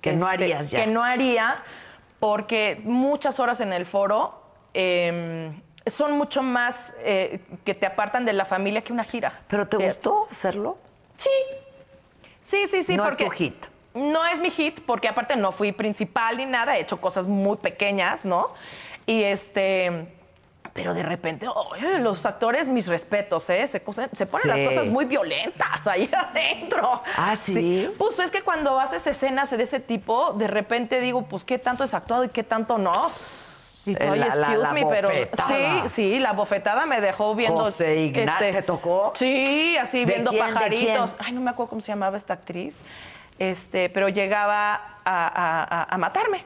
Speaker 2: Este,
Speaker 1: Que no harías ya.
Speaker 2: Que no haría porque muchas horas en el foro eh, son mucho más eh, que te apartan de la familia que una gira.
Speaker 1: ¿Pero te
Speaker 2: Fíjate.
Speaker 1: gustó hacerlo?
Speaker 2: Sí. Sí, sí, sí.
Speaker 1: No es
Speaker 2: porque
Speaker 1: tu hit.
Speaker 2: No es mi hit, porque aparte no fui principal ni nada, he hecho cosas muy pequeñas, ¿no? Y este. Pero de repente, oye, los actores, mis respetos, ¿eh? Se, cosen- se ponen
Speaker 1: Sí.
Speaker 2: las cosas muy violentas ahí adentro.
Speaker 1: Ah, ¿sí?
Speaker 2: Pues es que cuando haces escenas de ese tipo, de repente digo, pues qué tanto es actuado y qué tanto no. Y tú,
Speaker 1: Eh,
Speaker 2: "Ay,
Speaker 1: la- la-
Speaker 2: excuse
Speaker 1: la
Speaker 2: me, pero.
Speaker 1: bofetada.
Speaker 2: Sí, sí, la bofetada me dejó viendo. este,
Speaker 1: José Ignacio, ¿te tocó?
Speaker 2: Sí, así
Speaker 1: ¿De
Speaker 2: viendo
Speaker 1: quién? ¿De
Speaker 2: pajaritos.
Speaker 1: quién?
Speaker 2: Ay, no me acuerdo cómo se llamaba esta actriz. Este, pero llegaba a, a- a- a matarme.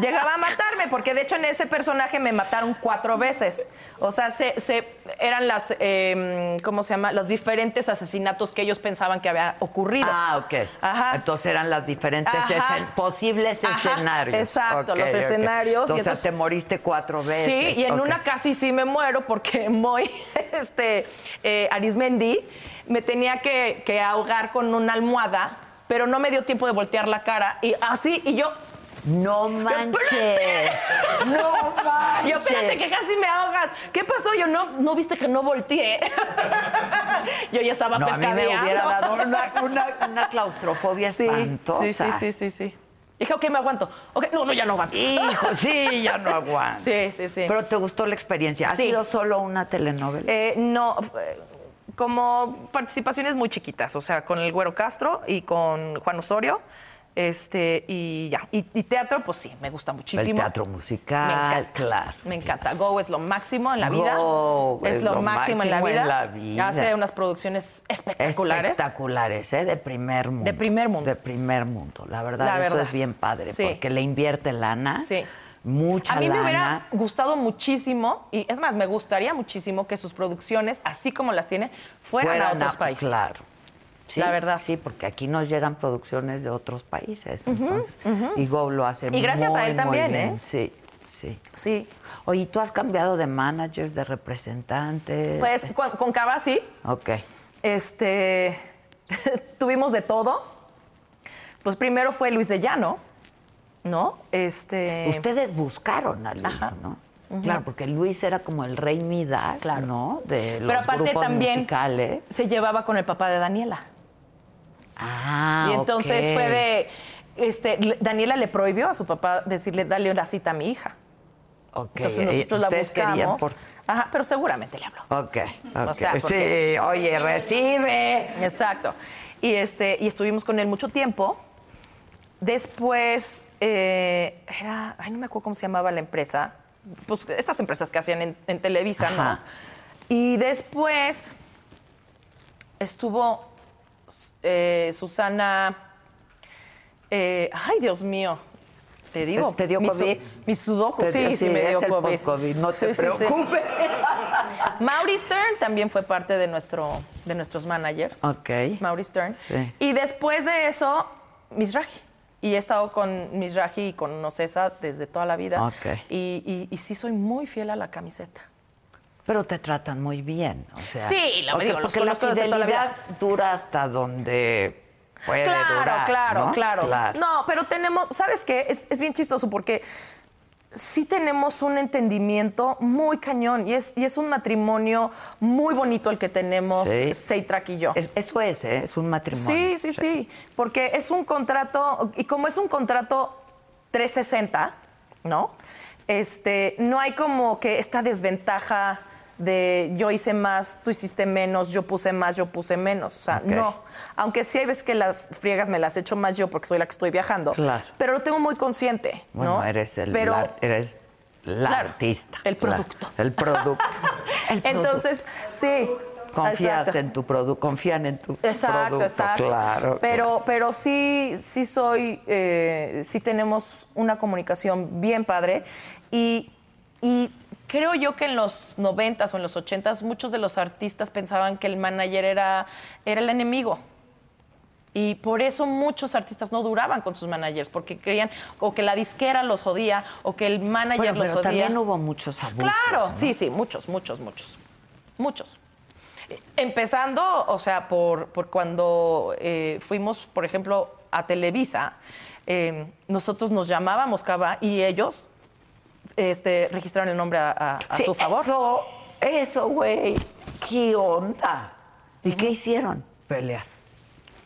Speaker 2: llegaba a matarme, porque de hecho en ese personaje me mataron cuatro veces. O sea, se, se- eran las, eh, ¿cómo se llama? Los diferentes asesinatos que ellos pensaban que había ocurrido.
Speaker 1: Ah, ok.
Speaker 2: Ajá.
Speaker 1: Entonces eran las diferentes
Speaker 2: Ajá.
Speaker 1: escen- posibles
Speaker 2: Ajá,
Speaker 1: escenarios.
Speaker 2: exacto,
Speaker 1: Ok,
Speaker 2: los
Speaker 1: ok.
Speaker 2: escenarios, y
Speaker 1: Entonces,
Speaker 2: entonces-
Speaker 1: te moriste cuatro veces.
Speaker 2: Sí, y en
Speaker 1: ok.
Speaker 2: una casi sí me muero porque Moy, este, eh, Arismendi, me tenía que, que ahogar con una almohada, pero no me dio tiempo de voltear la cara. Y así, y yo,
Speaker 1: No manches. No manches.
Speaker 2: yo, espérate que casi me ahogas. ¿Qué pasó? Yo, no, no viste que no volteé. yo ya estaba
Speaker 1: No, a mí me
Speaker 2: pescadeando.
Speaker 1: hubiera dado una, una- una claustrofobia
Speaker 2: sí,
Speaker 1: espantosa.
Speaker 2: sí, sí, sí, sí, sí. Dije, ok, me aguanto. Ok, no, no, ya no aguanto.
Speaker 1: Hijo, sí, ya no aguanto.
Speaker 2: Sí, sí, sí.
Speaker 1: Pero te gustó la experiencia. ¿Ha
Speaker 2: Sí.
Speaker 1: sido solo una telenovela?
Speaker 2: Eh, no, f- eh, como participaciones muy chiquitas, o sea, con el Güero Castro y con Juan Osorio. Este, y ya. Y, y teatro, pues sí, me gusta muchísimo.
Speaker 1: El teatro musical,
Speaker 2: me encanta.
Speaker 1: claro.
Speaker 2: Me encanta. Go es lo máximo en la vida.
Speaker 1: Go
Speaker 2: es lo, máximo, en, la vida.
Speaker 1: vida.
Speaker 2: Hace unas producciones espectaculares.
Speaker 1: Espectaculares, ¿eh? De primer mundo.
Speaker 2: De primer mundo.
Speaker 1: De primer mundo. La verdad,
Speaker 2: La
Speaker 1: eso
Speaker 2: verdad.
Speaker 1: es bien padre,
Speaker 2: Sí.
Speaker 1: porque le invierte lana.
Speaker 2: Sí.
Speaker 1: Mucha
Speaker 2: A mí me hubiera
Speaker 1: lana.
Speaker 2: gustado muchísimo, y es más, me gustaría muchísimo que sus producciones, así como las tiene, fueran,
Speaker 1: fuera
Speaker 2: a otros países.
Speaker 1: Claro. Sí,
Speaker 2: La verdad.
Speaker 1: Sí, porque aquí nos llegan producciones de otros países. entonces, Y Go lo hace
Speaker 2: Y gracias a
Speaker 1: muy,
Speaker 2: él
Speaker 1: muy
Speaker 2: también,
Speaker 1: bien.
Speaker 2: ¿eh?
Speaker 1: Sí, sí.
Speaker 2: Sí.
Speaker 1: Oye, ¿tú has cambiado de manager, de representante?
Speaker 2: Pues eh, con, con Cava sí,
Speaker 1: Ok.
Speaker 2: este, tuvimos de todo. Pues primero fue Luis de Llano, ¿no? Este,
Speaker 1: Ustedes buscaron a Luis,
Speaker 2: Ajá.
Speaker 1: ¿no? Claro, porque Luis era como el rey Midas, claro. ¿no? De los
Speaker 2: pero aparte
Speaker 1: grupos
Speaker 2: también
Speaker 1: musicales.
Speaker 2: se llevaba con el papá de Daniela.
Speaker 1: Ah,
Speaker 2: y entonces
Speaker 1: ok.
Speaker 2: fue de, este, le- Daniela le prohibió a su papá decirle, dale una cita a mi hija.
Speaker 1: Ok,
Speaker 2: Entonces
Speaker 1: eh,
Speaker 2: nosotros la
Speaker 1: ustedes querían
Speaker 2: buscamos.
Speaker 1: por-
Speaker 2: Ajá, pero seguramente le habló.
Speaker 1: Ok, ok.
Speaker 2: O sea,
Speaker 1: sí,
Speaker 2: porque-
Speaker 1: oye, recibe.
Speaker 2: Exacto. Y, este, y estuvimos con él mucho tiempo. Después, eh, era, ay, no me acuerdo cómo se llamaba la empresa. Pues estas empresas que hacían en, en Televisa,
Speaker 1: Ajá.
Speaker 2: ¿no? Y después estuvo eh, Susana. eh, ay, Dios mío. Te digo.
Speaker 1: Pues, ¿Te dio
Speaker 2: mi su-
Speaker 1: COVID?
Speaker 2: Mi sudoku,
Speaker 1: Te-
Speaker 2: sí, sí, me dio
Speaker 1: es el
Speaker 2: COVID.
Speaker 1: post-COVID, no te
Speaker 2: Sí, sí, sí.
Speaker 1: preocupes.
Speaker 2: Mauri Stern también fue parte de, nuestro, de nuestros managers.
Speaker 1: Ok.
Speaker 2: Mauri Stern.
Speaker 1: Sí.
Speaker 2: Y después de eso, Mizrahi. Y he estado con Mizrahi y con Ocesa desde toda la vida.
Speaker 1: Ok.
Speaker 2: Y, y- y sí soy muy fiel a la camiseta.
Speaker 1: Pero te tratan muy bien, o sea.
Speaker 2: Sí, lo
Speaker 1: Ok,
Speaker 2: digo, los
Speaker 1: porque la
Speaker 2: conozco desde toda la
Speaker 1: fidelidad dura hasta donde puede
Speaker 2: claro,
Speaker 1: durar,
Speaker 2: claro,
Speaker 1: ¿no?
Speaker 2: claro, No, pero tenemos, ¿sabes qué? Es, es bien chistoso porque sí tenemos un entendimiento muy cañón y es, y es un matrimonio muy bonito el que tenemos,
Speaker 1: Sí.
Speaker 2: Seitrak y yo.
Speaker 1: Es- eso es, ¿eh? es un matrimonio.
Speaker 2: Sí, sí, sí, porque es un contrato, y como es un contrato 360, ¿no? Este, no hay como que esta desventaja de yo hice más, tú hiciste menos, yo puse más, yo puse menos. O sea,
Speaker 1: Ok.
Speaker 2: no. Aunque sí hay veces que las friegas me las echo más yo porque soy la que estoy viajando.
Speaker 1: Claro.
Speaker 2: Pero lo tengo muy consciente,
Speaker 1: Bueno,
Speaker 2: ¿no?
Speaker 1: eres el
Speaker 2: Pero-
Speaker 1: la- eres la
Speaker 2: Claro,
Speaker 1: artista.
Speaker 2: el
Speaker 1: claro,
Speaker 2: producto.
Speaker 1: el producto. El producto.
Speaker 2: Entonces, sí.
Speaker 1: Confías
Speaker 2: Exacto.
Speaker 1: en tu producto, confían en tu
Speaker 2: Exacto,
Speaker 1: producto.
Speaker 2: exacto.
Speaker 1: Claro.
Speaker 2: pero, pero sí, sí soy, eh, sí tenemos una comunicación bien padre y, y creo yo que en los noventas o en los ochentas muchos de los artistas pensaban que el manager era, era el enemigo. Y por eso muchos artistas no duraban con sus managers, porque creían o que la disquera los jodía o que el manager
Speaker 1: Bueno,
Speaker 2: los
Speaker 1: pero
Speaker 2: jodía.
Speaker 1: también hubo muchos abusos.
Speaker 2: Claro,
Speaker 1: ¿no?
Speaker 2: sí, sí, muchos, muchos, muchos. Muchos. Eh, Empezando, o sea, por, por cuando eh, fuimos, por ejemplo, a Televisa, eh, nosotros nos llamábamos Cava y ellos este, registraron el nombre a, a- a
Speaker 1: Sí,
Speaker 2: su favor.
Speaker 1: Eso, eso, güey. ¿Qué onda? ¿Y qué hicieron? Pelear.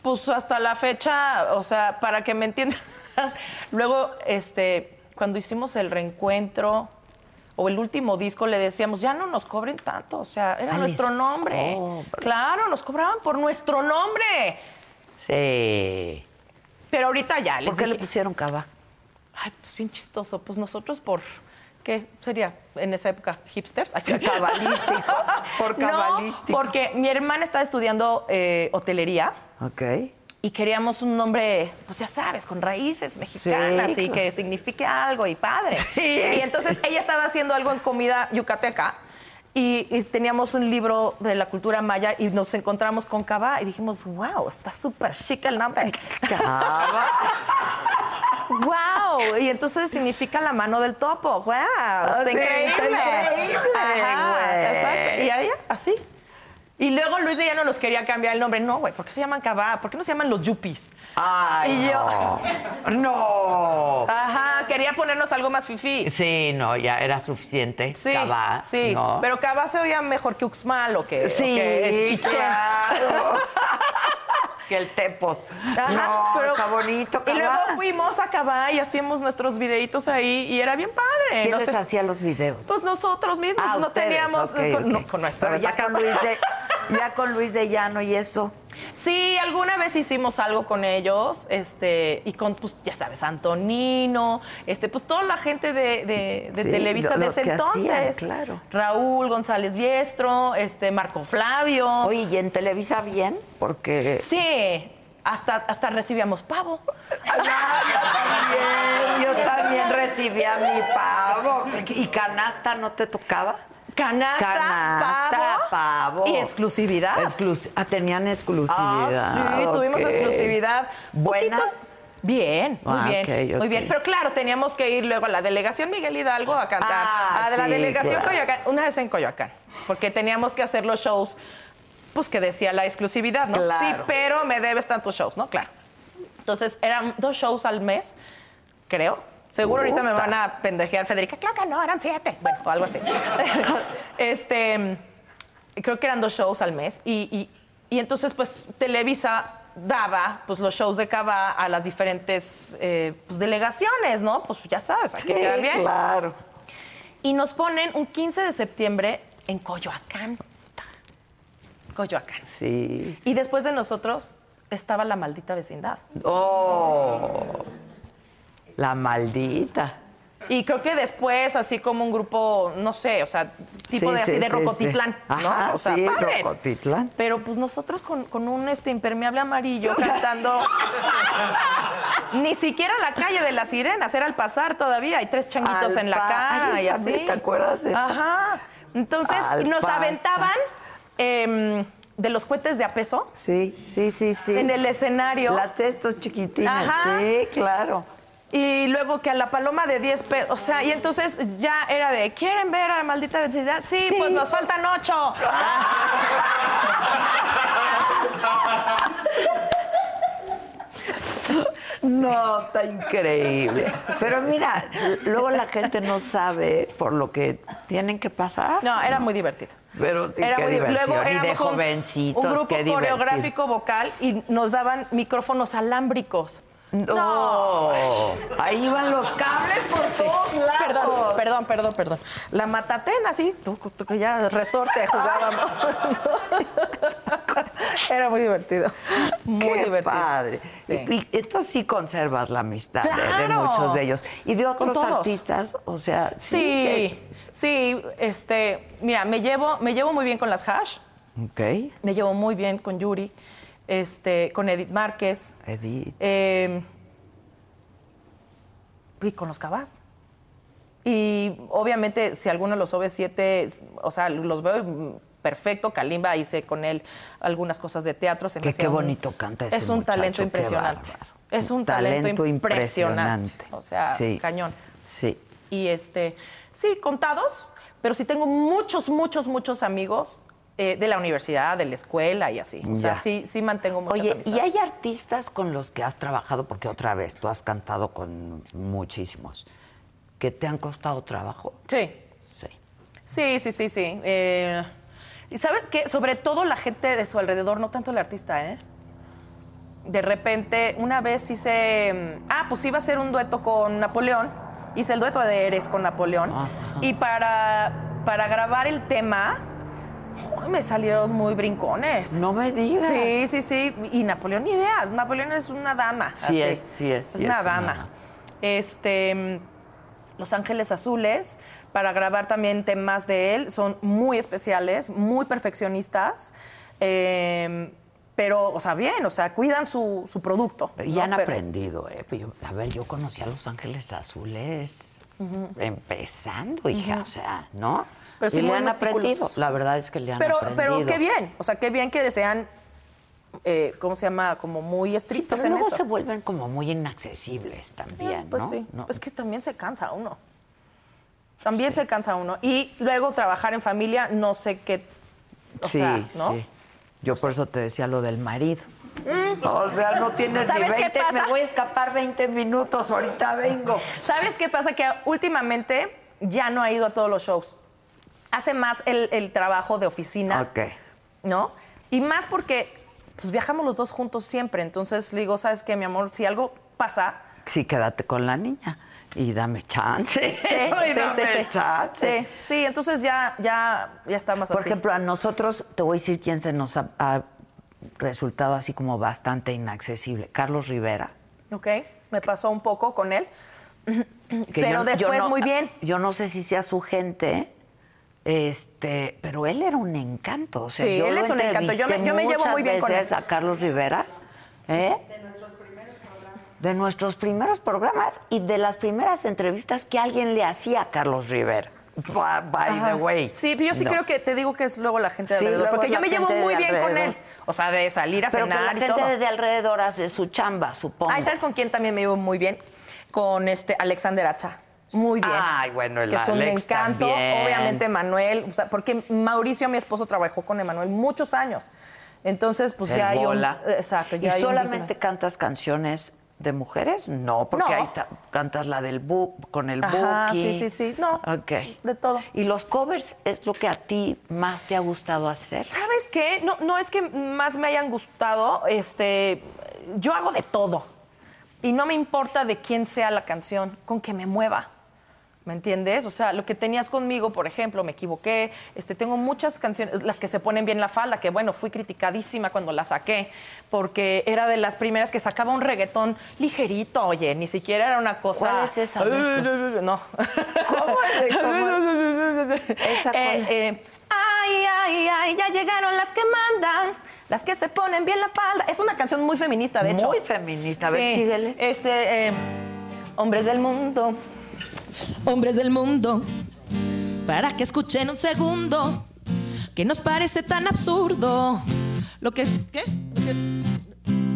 Speaker 2: Pues hasta la fecha, o sea, para que me entiendan. Luego, este, cuando hicimos el reencuentro o el último disco, le decíamos, ya no nos cobren tanto, o sea, era
Speaker 1: Ah,
Speaker 2: nuestro
Speaker 1: les
Speaker 2: nombre.
Speaker 1: cobran.
Speaker 2: Claro, nos cobraban por nuestro nombre.
Speaker 1: Sí.
Speaker 2: Pero ahorita ya les
Speaker 1: ¿Por qué le
Speaker 2: dije,
Speaker 1: pusieron cava?
Speaker 2: ay, pues bien chistoso, pues nosotros por, ¿qué sería en esa época? ¿Hipsters? Ay, sí.
Speaker 1: Cabalístico. Por
Speaker 2: No,
Speaker 1: cabalístico.
Speaker 2: porque mi hermana está estudiando eh, hotelería.
Speaker 1: Ok.
Speaker 2: y queríamos un nombre, pues ya sabes, con raíces mexicanas
Speaker 1: Sí,
Speaker 2: y
Speaker 1: claro.
Speaker 2: que signifique algo y padre.
Speaker 1: Sí.
Speaker 2: Y entonces ella estaba haciendo algo en comida yucateca y, y teníamos un libro de la cultura maya y nos encontramos con Cava y dijimos, wow, está súper chic el nombre.
Speaker 1: Cava.
Speaker 2: wow, y entonces significa la mano del topo. Wow, está
Speaker 1: Ah, sí,
Speaker 2: increíble.
Speaker 1: está increíble,
Speaker 2: Ajá,
Speaker 1: güey.
Speaker 2: exacto. Y ahí, así. Y luego Luis de Llano nos quería cambiar el nombre. No, güey, ¿por qué se llaman Cava? ¿Por qué no se llaman los yuppies?
Speaker 1: Ay,
Speaker 2: Y yo-
Speaker 1: no. No.
Speaker 2: Ajá, quería ponernos algo más fifí.
Speaker 1: Sí, no, ya era suficiente.
Speaker 2: Sí,
Speaker 1: Cava,
Speaker 2: sí,
Speaker 1: ¿no?
Speaker 2: pero Cabá se oía mejor que Uxmal o que, o
Speaker 1: Sí,
Speaker 2: que Chichén.
Speaker 1: claro. que el tepos.
Speaker 2: Ajá,
Speaker 1: no,
Speaker 2: pero-
Speaker 1: está bonito,
Speaker 2: Y luego
Speaker 1: Cava.
Speaker 2: fuimos a Cabá y hacíamos nuestros videitos ahí y era bien padre.
Speaker 1: ¿Quién
Speaker 2: no
Speaker 1: les
Speaker 2: sé.
Speaker 1: hacía los videos?
Speaker 2: Pues nosotros mismos
Speaker 1: Ah,
Speaker 2: no
Speaker 1: ustedes,
Speaker 2: teníamos
Speaker 1: ok,
Speaker 2: con,
Speaker 1: ok.
Speaker 2: no, con nuestra
Speaker 1: Pero ya
Speaker 2: bataca.
Speaker 1: con Luis de ya con Luis de Llano y eso.
Speaker 2: Sí, alguna vez hicimos algo con ellos, este, y con, pues, ya sabes, Antonino, este, pues toda la gente de, de- de
Speaker 1: Sí,
Speaker 2: Televisa
Speaker 1: lo-
Speaker 2: de
Speaker 1: los
Speaker 2: ese
Speaker 1: que
Speaker 2: entonces.
Speaker 1: hacían, claro.
Speaker 2: Raúl González Biestro, este, Marco Flavio.
Speaker 1: Oye, ¿y en Televisa bien? Porque
Speaker 2: Oh. Sí, hasta, hasta recibíamos pavo.
Speaker 1: Bien, yo también recibía mi pavo. ¿Y canasta no te tocaba?
Speaker 2: Canasta,
Speaker 1: Canasta,
Speaker 2: pavo,
Speaker 1: pavo.
Speaker 2: y exclusividad.
Speaker 1: Exclus- ah, tenían exclusividad.
Speaker 2: Ah, sí, tuvimos
Speaker 1: ok.
Speaker 2: exclusividad.
Speaker 1: ¿Buena?
Speaker 2: Poquitos- Bien, muy
Speaker 1: Ah,
Speaker 2: bien,
Speaker 1: ok,
Speaker 2: muy
Speaker 1: ok.
Speaker 2: bien. Pero claro, teníamos que ir luego a la delegación Miguel Hidalgo a cantar,
Speaker 1: Ah,
Speaker 2: a la
Speaker 1: sí,
Speaker 2: delegación
Speaker 1: claro.
Speaker 2: Coyoacán, una vez en Coyoacán, porque teníamos que hacer los shows, pues que decía la exclusividad, ¿no? Sí,
Speaker 1: Claro.
Speaker 2: pero me debes tantos shows, ¿no? Claro. Entonces, eran dos shows al mes, creo. Seguro ahorita me
Speaker 1: Puta.
Speaker 2: van a pendejear, Federica. Claro que no, eran siete. Bueno, o algo así. este, creo que eran dos shows al mes. Y, y- y entonces, pues, Televisa daba pues, los shows de Cava a las diferentes eh, pues, delegaciones, ¿no? Pues ya sabes, hay que quedar
Speaker 1: Sí,
Speaker 2: bien.
Speaker 1: claro.
Speaker 2: Y nos ponen un 15 de septiembre en Coyoacán. Coyoacán.
Speaker 1: Sí.
Speaker 2: Y después de nosotros estaba la maldita vecindad.
Speaker 1: Oh, la maldita.
Speaker 2: Y creo que después, así como un grupo, no sé, o sea, tipo
Speaker 1: Sí,
Speaker 2: de así
Speaker 1: sí,
Speaker 2: de
Speaker 1: sí,
Speaker 2: Rocotitlán,
Speaker 1: sí.
Speaker 2: ¿no?
Speaker 1: Ajá,
Speaker 2: o sea,
Speaker 1: sí,
Speaker 2: padres.
Speaker 1: Rocotitlán.
Speaker 2: Pero pues nosotros con, con un este impermeable amarillo cantando. Ni siquiera la calle de las sirenas, era al pasar todavía, hay tres changuitos
Speaker 1: Al
Speaker 2: en la
Speaker 1: pa-
Speaker 2: cara
Speaker 1: Ay,
Speaker 2: y
Speaker 1: esa
Speaker 2: así.
Speaker 1: me- ¿te acuerdas de esa?
Speaker 2: Ajá. Entonces
Speaker 1: Al
Speaker 2: nos
Speaker 1: pasar.
Speaker 2: aventaban em, de los cohetes de a peso
Speaker 1: Sí, sí, sí, sí.
Speaker 2: en el escenario.
Speaker 1: Las de estos chiquitines,
Speaker 2: Ajá.
Speaker 1: sí, claro.
Speaker 2: Y luego que a la paloma de 10 pesos. O sea, y entonces ya era de, ¿quieren ver a la maldita vecindad? Sí,
Speaker 1: Sí.
Speaker 2: pues nos faltan ocho.
Speaker 1: No, está increíble. Pero mira, luego la gente no sabe por lo que tienen que pasar.
Speaker 2: No, era muy divertido.
Speaker 1: Pero sí, qué
Speaker 2: muy di-
Speaker 1: diversión.
Speaker 2: Luego
Speaker 1: Y de
Speaker 2: éramos un-
Speaker 1: jovencitos,
Speaker 2: un, grupo
Speaker 1: qué divertido.
Speaker 2: coreográfico vocal y nos daban micrófonos alámbricos.
Speaker 1: No. Ahí van los cables por todos lados.
Speaker 2: Perdón, perdón, perdón, perdón. La matatena, sí, tú, tú que ya resorte jugábamos. Era muy divertido. Muy
Speaker 1: Qué
Speaker 2: divertido.
Speaker 1: padre.
Speaker 2: Sí.
Speaker 1: Y, y entonces sí conservas la amistad de- de,
Speaker 2: ¡Claro!
Speaker 1: muchos de ellos. Y de
Speaker 2: Con
Speaker 1: otros
Speaker 2: todos.
Speaker 1: artistas, o sea,
Speaker 2: Sí, sí, este, mira, me llevo, me llevo muy bien con las hash.
Speaker 1: Ok.
Speaker 2: Me llevo muy bien con Yuri, este, con Edith Márquez.
Speaker 1: Edith.
Speaker 2: eh, y con los cabas. Y obviamente, si alguno de los OV7, o sea, los veo mm, perfecto. Kalimba hice con él algunas cosas de teatro. Se me
Speaker 1: Que
Speaker 2: hacía
Speaker 1: qué
Speaker 2: un-
Speaker 1: bonito canta ese
Speaker 2: Es un
Speaker 1: muchacho,
Speaker 2: talento
Speaker 1: qué
Speaker 2: impresionante.
Speaker 1: bárbaro.
Speaker 2: Es un talento, impresionante. O sea,
Speaker 1: Sí,
Speaker 2: cañón.
Speaker 1: Sí.
Speaker 2: Y este, sí, contados, pero sí tengo muchos, muchos, muchos amigos eh, de la universidad, de la escuela y así. O sea,
Speaker 1: Ya.
Speaker 2: sí, sí mantengo muchas
Speaker 1: Oye, ¿y
Speaker 2: amistades.
Speaker 1: hay artistas con los que has trabajado? Porque otra vez, tú has cantado con muchísimos. ¿Que te han costado trabajo?
Speaker 2: Sí.
Speaker 1: Sí.
Speaker 2: Sí, sí, sí, sí. Eh, y sabes qué? sobre todo la gente de su alrededor, no tanto el artista, ¿eh? De repente, una vez hice. mm, Ah, pues iba a hacer un dueto con Napoleón. Hice el dueto de Eres con Napoleón.
Speaker 1: Ah, Ajá.
Speaker 2: Y para, para grabar el tema, uy, me salieron muy brincones.
Speaker 1: No me digas.
Speaker 2: Sí, sí, sí. Y Napoleón, ni idea. Napoleón es una dama.
Speaker 1: Sí
Speaker 2: así.
Speaker 1: es, sí es,
Speaker 2: Es
Speaker 1: sí
Speaker 2: una
Speaker 1: es una
Speaker 2: dama.
Speaker 1: dama.
Speaker 2: Este. mm, Los Ángeles Azules, para grabar también temas de él. Son muy especiales, muy perfeccionistas. eh, pero, o sea, bien, o sea, cuidan su, su producto.
Speaker 1: Y
Speaker 2: ¿no?
Speaker 1: han
Speaker 2: Pero-
Speaker 1: aprendido, ¿eh? Yo- a ver, yo conocí a Los Ángeles Azules empezando, hija, o sea, ¿no?
Speaker 2: Pero sí
Speaker 1: y le
Speaker 2: muy
Speaker 1: han aprendido.
Speaker 2: meticulosos.
Speaker 1: La verdad es que le han
Speaker 2: Pero,
Speaker 1: aprendido.
Speaker 2: pero qué bien, o sea, qué bien que sean, eh, ¿cómo se llama? Como muy
Speaker 1: Sí,
Speaker 2: estrictos
Speaker 1: pero luego
Speaker 2: en eso.
Speaker 1: se vuelven como muy inaccesibles también,
Speaker 2: pues
Speaker 1: ¿no?
Speaker 2: sí,
Speaker 1: ¿No?
Speaker 2: es que también se cansa uno. También se cansa uno. Y luego trabajar en familia, no sé qué. O
Speaker 1: sí,
Speaker 2: sea, ¿no?
Speaker 1: sí. Yo por eso te decía lo del marido. O sea, no tienes ni
Speaker 2: Mm. ¿Sabes qué
Speaker 1: 20,
Speaker 2: pasa?
Speaker 1: me voy a escapar 20 minutos, ahorita vengo.
Speaker 2: ¿Sabes qué pasa? Que últimamente ya no ha ido a todos los shows. Hace más el, el trabajo de oficina.
Speaker 1: Ok.
Speaker 2: ¿no? Y más porque pues viajamos los dos juntos siempre. Entonces le digo, ¿sabes qué, mi amor? Si algo pasa,
Speaker 1: Sí, quédate con la niña y dame chance.
Speaker 2: Sí,
Speaker 1: ¿no? Y
Speaker 2: sí, sí,
Speaker 1: dame
Speaker 2: sí.
Speaker 1: chance.
Speaker 2: Sí, sí, entonces ya, ya, ya está más
Speaker 1: Por
Speaker 2: así.
Speaker 1: ejemplo, a nosotros, te voy a decir quién se nos ha, ha resultado así como bastante inaccesible. Carlos Rivera.
Speaker 2: Ok, me pasó un poco con él.
Speaker 1: que yo- yo
Speaker 2: Pero después
Speaker 1: no-
Speaker 2: muy bien.
Speaker 1: Yo no sé si sea su gente, este, pero él era un encanto. o sea,
Speaker 2: Sí,
Speaker 1: yo
Speaker 2: él
Speaker 1: lo
Speaker 2: es un encanto, yo me- yo me
Speaker 1: entrevisté
Speaker 2: llevo muy
Speaker 1: muchas
Speaker 2: bien con
Speaker 1: veces
Speaker 2: él.
Speaker 1: a Carlos Rivera, ¿eh? De nuestros primeros programas y de las primeras entrevistas que alguien le hacía a Carlos Rivera. By, by the way.
Speaker 2: Sí, pero yo sí
Speaker 1: No.
Speaker 2: creo que te digo que es luego la gente de
Speaker 1: Sí,
Speaker 2: alrededor,
Speaker 1: luego
Speaker 2: porque
Speaker 1: es
Speaker 2: yo
Speaker 1: la
Speaker 2: me llevo
Speaker 1: gente de
Speaker 2: muy bien con
Speaker 1: alrededor.
Speaker 2: él. O sea, de salir a
Speaker 1: Pero que la
Speaker 2: cenar y
Speaker 1: gente
Speaker 2: todo. Ah,
Speaker 1: de alrededor hace su chamba, supongo.
Speaker 2: Ay, ¿sabes con quién también me llevo muy bien? Con este Alexander Hacha. Muy bien.
Speaker 1: Ay, bueno, el
Speaker 2: Que es un
Speaker 1: Alex
Speaker 2: encanto.
Speaker 1: también.
Speaker 2: Obviamente, Manuel, o sea, porque Mauricio, mi esposo, trabajó con Emanuel muchos años. Entonces, pues
Speaker 1: El
Speaker 2: ya hay un.
Speaker 1: bola.
Speaker 2: Exacto, ya
Speaker 1: ¿Y
Speaker 2: hay un
Speaker 1: solamente
Speaker 2: vínculo.
Speaker 1: cantas canciones de mujeres? No, porque
Speaker 2: No.
Speaker 1: ahí ta- cantas la del bu con el
Speaker 2: Ajá,
Speaker 1: Buki.
Speaker 2: sí, sí, sí. No,
Speaker 1: Ok.
Speaker 2: de todo.
Speaker 1: ¿Y los covers es lo que a ti más te ha gustado hacer?
Speaker 2: ¿Sabes qué? No, no es que más me hayan gustado. Este, yo hago de todo. Y no me importa de quién sea la canción, con que me mueva. ¿Me entiendes? O sea, lo que tenías conmigo, por ejemplo, me equivoqué. Este, tengo muchas canciones, las que se ponen bien la falda, que bueno, fui criticadísima cuando la saqué, porque era de las primeras que sacaba un reggaetón ligerito, oye, ni siquiera era una cosa.
Speaker 1: ¿Cuál es esa?
Speaker 2: No.
Speaker 1: ¿Cómo es? ¿Cómo ¿Esa cuál?
Speaker 2: Eh, eh, ay, ay, ay, ya llegaron las que mandan, las que se ponen bien la falda. Es una canción muy feminista, de hecho.
Speaker 1: Muy feminista. A ver,
Speaker 2: Sí.
Speaker 1: síguele.
Speaker 2: Este, eh, hombres del mundo.
Speaker 5: hombres del mundo, para que escuchen un segundo que nos parece tan absurdo lo que es qué lo que,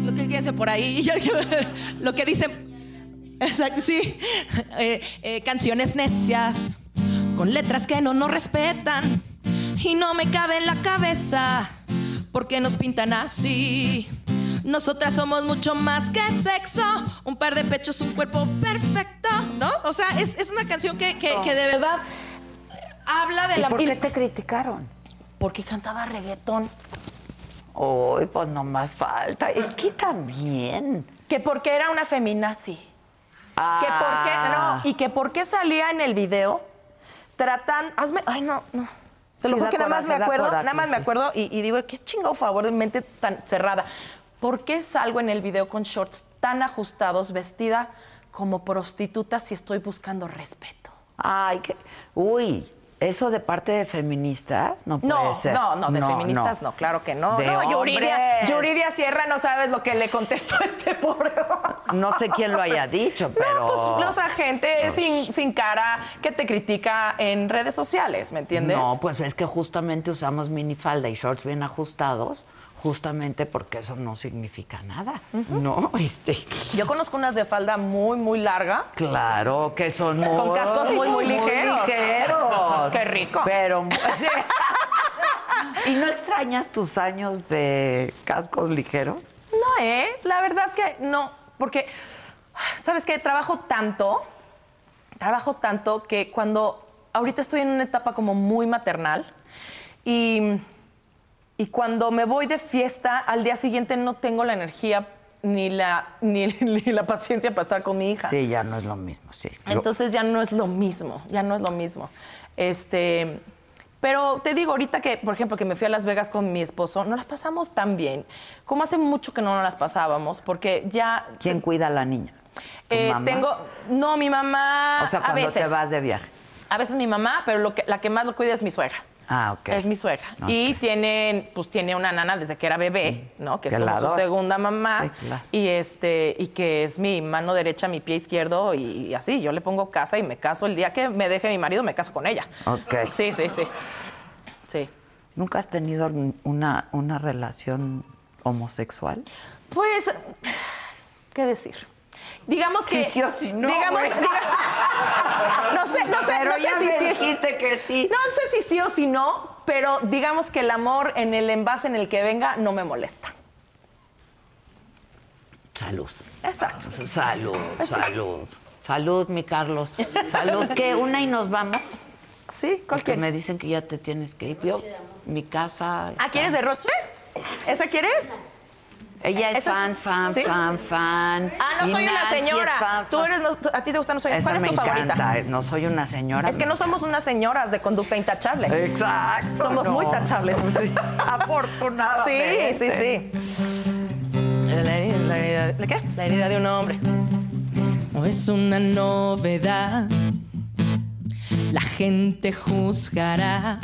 Speaker 5: lo que dice por ahí lo que dice exacto sí Eh, eh, canciones necias con letras que no nos respetan y no me cabe en la cabeza porque nos pintan así nosotras somos mucho más que sexo, un par de pechos, un cuerpo perfecto, ¿no? O sea, es, es una canción que, que- que de verdad eh, habla de
Speaker 1: ¿Y
Speaker 5: la...
Speaker 1: por
Speaker 5: y-
Speaker 1: qué te criticaron?
Speaker 2: Porque cantaba reggaetón.
Speaker 1: Uy, pues no más falta. Es que también.
Speaker 2: Que porque era una feminazi. Que
Speaker 1: Ah.
Speaker 2: porque, no, y que porque salía en el video tratan, hazme, ay no, no. Te lo
Speaker 1: Sí,
Speaker 2: juro
Speaker 1: da
Speaker 2: que nada más
Speaker 1: coraje,
Speaker 2: me
Speaker 1: da
Speaker 2: acuerdo,
Speaker 1: coraje,
Speaker 2: nada más me
Speaker 1: sí.
Speaker 2: acuerdo y, y digo, qué chingado favor de mente tan cerrada. ¿Por qué salgo en el video con shorts tan ajustados, vestida como prostituta si estoy buscando respeto?
Speaker 1: Ay, que, uy, Eso de parte de feministas no puede
Speaker 2: No,
Speaker 1: ser.
Speaker 2: no, no, de feministas no. claro que no.
Speaker 1: De
Speaker 2: no, Yuridia,
Speaker 1: hombres.
Speaker 2: Yuridia Sierra no sabes lo que le contestó a este pobre. hombre.
Speaker 1: No sé quién lo haya dicho, pero.
Speaker 2: No, pues, o sea, gente sin, sin cara que te critica en redes sociales, ¿me entiendes?
Speaker 1: No, pues es que justamente usamos minifalda y shorts bien ajustados, justamente porque eso no significa nada, ¿no? Este,
Speaker 2: Yo conozco unas de falda muy, muy larga.
Speaker 1: claro que son muy...
Speaker 2: Con cascos muy, muy ligeros.
Speaker 1: ligeros.
Speaker 2: Qué rico.
Speaker 1: Pero... sí. ¿Y no extrañas tus años de cascos ligeros?
Speaker 2: No, ¿eh? La verdad que no, porque, ¿sabes qué? Trabajo tanto, trabajo tanto que cuando, ahorita estoy en una etapa como muy maternal y, y cuando me voy de fiesta, al día siguiente no tengo la energía ni la, ni, ni la paciencia para estar con mi hija.
Speaker 1: Sí, ya no es lo mismo, sí. Yo-
Speaker 2: Entonces ya no es lo mismo, ya no es lo mismo. Este, pero te digo ahorita que, por ejemplo, que me fui a Las Vegas con mi esposo, no las pasamos tan bien. Como hace mucho que no nos las pasábamos, porque ya
Speaker 1: ¿Quién cuida a la niña? ¿Tu
Speaker 2: eh,
Speaker 1: mamá?
Speaker 2: tengo, no, mi mamá.
Speaker 1: O sea,
Speaker 2: Ah, a
Speaker 1: cuando
Speaker 2: veces,
Speaker 1: te vas de viaje.
Speaker 2: a veces mi mamá, pero lo que- la que más lo cuida es mi suegra.
Speaker 1: Ah, ok.
Speaker 2: Es mi suegra.
Speaker 1: Ok.
Speaker 2: Y tienen, pues tiene una nana desde que era bebé, ¿no? Que es
Speaker 1: Que
Speaker 2: como
Speaker 1: la
Speaker 2: su
Speaker 1: adora.
Speaker 2: segunda mamá.
Speaker 1: Sí, claro.
Speaker 2: Y este, y que es mi mano derecha, mi pie izquierdo, y, y así. Yo le pongo casa y me caso. El día que me deje mi marido, me caso con ella.
Speaker 1: Ok.
Speaker 2: Sí, sí, sí. Sí.
Speaker 1: ¿Nunca has tenido una, una relación homosexual?
Speaker 2: Pues, ¿qué decir? Digamos que.
Speaker 1: Sí, sí o sí, no,
Speaker 2: Digamos,
Speaker 1: güey.
Speaker 2: diga- no sé, no sé,
Speaker 1: Pero
Speaker 2: no sé
Speaker 1: ya
Speaker 2: si
Speaker 1: me
Speaker 2: sí.
Speaker 1: dijiste que sí.
Speaker 2: No sé si sí o si no, pero digamos que el amor en el envase en el que venga no me molesta.
Speaker 1: Salud.
Speaker 2: Exacto.
Speaker 1: Salud,
Speaker 2: Ah,
Speaker 1: salud. Salud, mi Carlos. Salud. ¿Qué? ¿Una y nos vamos?
Speaker 2: Sí,
Speaker 1: Porque
Speaker 2: cualquier.
Speaker 1: me dicen que ya te tienes que ir. Yo, mi casa.
Speaker 2: ¿Ah, quieres derroche? ¿Esa quieres?
Speaker 1: Ella es
Speaker 2: esa es-
Speaker 1: fan, fan,
Speaker 2: ¿Sí?
Speaker 1: fan, fan.
Speaker 2: Ah, no
Speaker 1: Y
Speaker 2: soy una
Speaker 1: Nancy es
Speaker 2: señora.
Speaker 1: fan,
Speaker 2: Tú
Speaker 1: fan.
Speaker 2: eres, no- tú- a ti te gusta no soy.
Speaker 1: Esa
Speaker 2: ¿Cuál es
Speaker 1: me
Speaker 2: tu
Speaker 1: encanta.
Speaker 2: favorita?
Speaker 1: No soy una señora.
Speaker 2: Es que no somos unas señoras de conducta
Speaker 1: Eh,
Speaker 2: intachable.
Speaker 1: Exacto.
Speaker 2: Somos
Speaker 1: no.
Speaker 2: muy tachables.
Speaker 1: Afortunadamente.
Speaker 2: Sí, sí, sí. La herida, la herida- ¿la qué? La herida de un hombre.
Speaker 3: No es una novedad. La gente juzgará,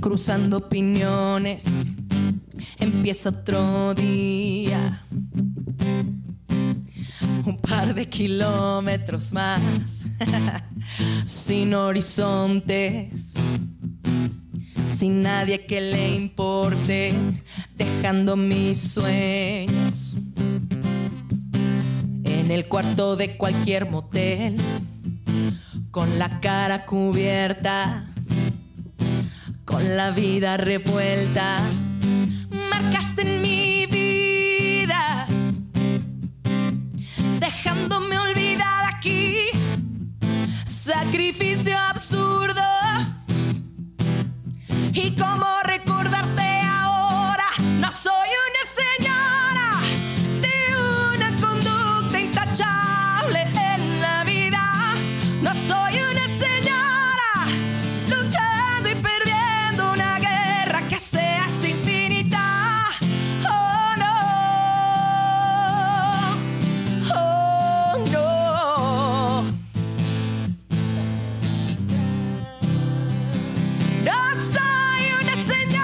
Speaker 3: cruzando opiniones. Empieza otro día. Un par de kilómetros más, sin horizontes, sin nadie que le importe, dejando mis sueños en el cuarto de cualquier motel, con la cara cubierta, con la vida revuelta. Marcaste en mi vida, dejándome olvidada aquí. Sacrificio absurdo. Y como recordarte ahora, no soy una señora de una conducta intachable en la vida. No soy una señora luchando y perdiendo una guerra que seas infinita. Oh no, oh no. No soy una señora de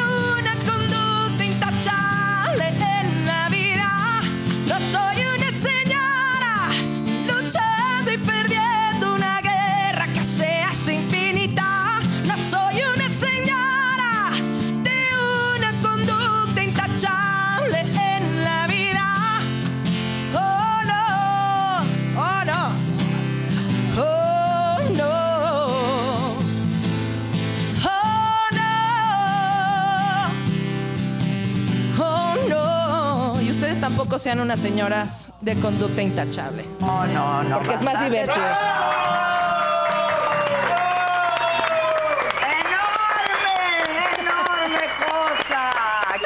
Speaker 3: una conducta intachable en la vida. No soy una señora luchando y perdiendo una guerra que se hace infinita. No soy una señora de una conducta intachable en la vida. Oh no, oh no. Oh no. Oh no. Oh no. Y ustedes tampoco sean unas señoras de conducta intachable.
Speaker 1: No, no, no.
Speaker 3: Porque es más
Speaker 1: bastante.
Speaker 3: divertido.
Speaker 1: ¡Enorme! ¡Enorme cosa!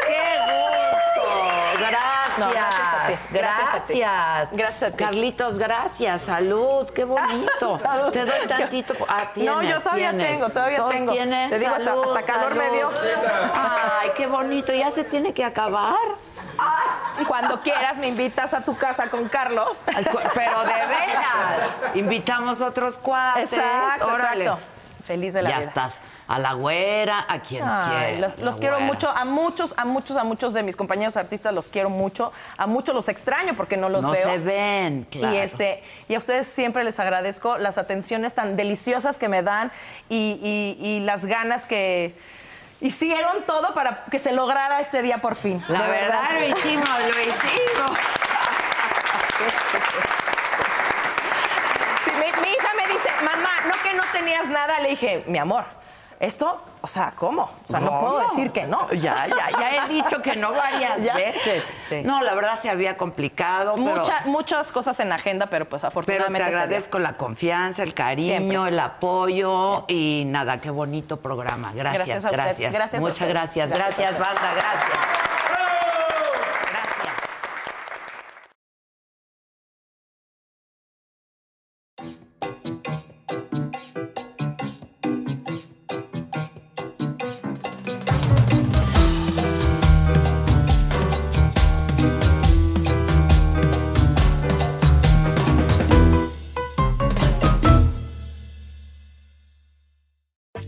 Speaker 1: ¡Qué gusto! Gracias.
Speaker 2: No, gracias a ti, gracias a ti.
Speaker 1: Gracias.
Speaker 2: Gracias a ti.
Speaker 1: Carlitos, gracias. Salud, qué bonito.
Speaker 2: Salud.
Speaker 1: Te doy tantito. Ah, tienes,
Speaker 2: No, yo todavía
Speaker 1: tienes.
Speaker 2: tengo, todavía
Speaker 1: Todos
Speaker 2: tengo.
Speaker 1: tienes.
Speaker 2: Te digo, hasta-
Speaker 1: Salud,
Speaker 2: hasta calor me
Speaker 1: salud.
Speaker 2: dio.
Speaker 1: Ay, qué bonito. Ya se tiene que acabar.
Speaker 2: Cuando quieras, me invitas a tu casa con Carlos.
Speaker 1: Al cu- Pero de veras, invitamos otros cuates.
Speaker 2: Exacto,
Speaker 1: órale.
Speaker 2: exacto. Feliz de la
Speaker 1: Ya
Speaker 2: vida.
Speaker 1: estás a la güera, a quien
Speaker 2: Ay,
Speaker 1: quieras.
Speaker 2: los,
Speaker 1: la
Speaker 2: los quiero
Speaker 1: güera.
Speaker 2: mucho, a muchos, a muchos, a muchos de mis compañeros artistas los quiero mucho, a muchos los extraño porque no los
Speaker 1: no
Speaker 2: veo.
Speaker 1: se ven, claro.
Speaker 2: Y este, y a ustedes siempre les agradezco las atenciones tan deliciosas que me dan y, y- y las ganas que hicieron todo para que se lograra este día por fin.
Speaker 1: La
Speaker 2: De
Speaker 1: verdad, lo hicimos, lo hicimos.
Speaker 2: Sí, mi, mi hija me dice, mamá, no que no tenías nada. Le dije, mi amor, esto, o sea, ¿cómo? O sea, no, puedo decir que no.
Speaker 1: Ya, ya, ya he dicho que no varias
Speaker 2: Ya.
Speaker 1: veces.
Speaker 2: Sí.
Speaker 1: No, la verdad se había complicado, pero,
Speaker 2: Mucha- muchas cosas en la agenda, pero pues
Speaker 1: pero te
Speaker 2: afortunadamente. se dio.
Speaker 1: agradezco la confianza, el cariño,
Speaker 2: Siempre.
Speaker 1: el apoyo y nada, qué bonito programa. Gracias,
Speaker 2: Gracias a ustedes,
Speaker 1: gracias.
Speaker 2: gracias a
Speaker 1: Muchas
Speaker 2: ustedes.
Speaker 1: gracias,
Speaker 2: Gracias a
Speaker 1: gracias,
Speaker 2: ustedes.
Speaker 1: banda, gracias. Gracias.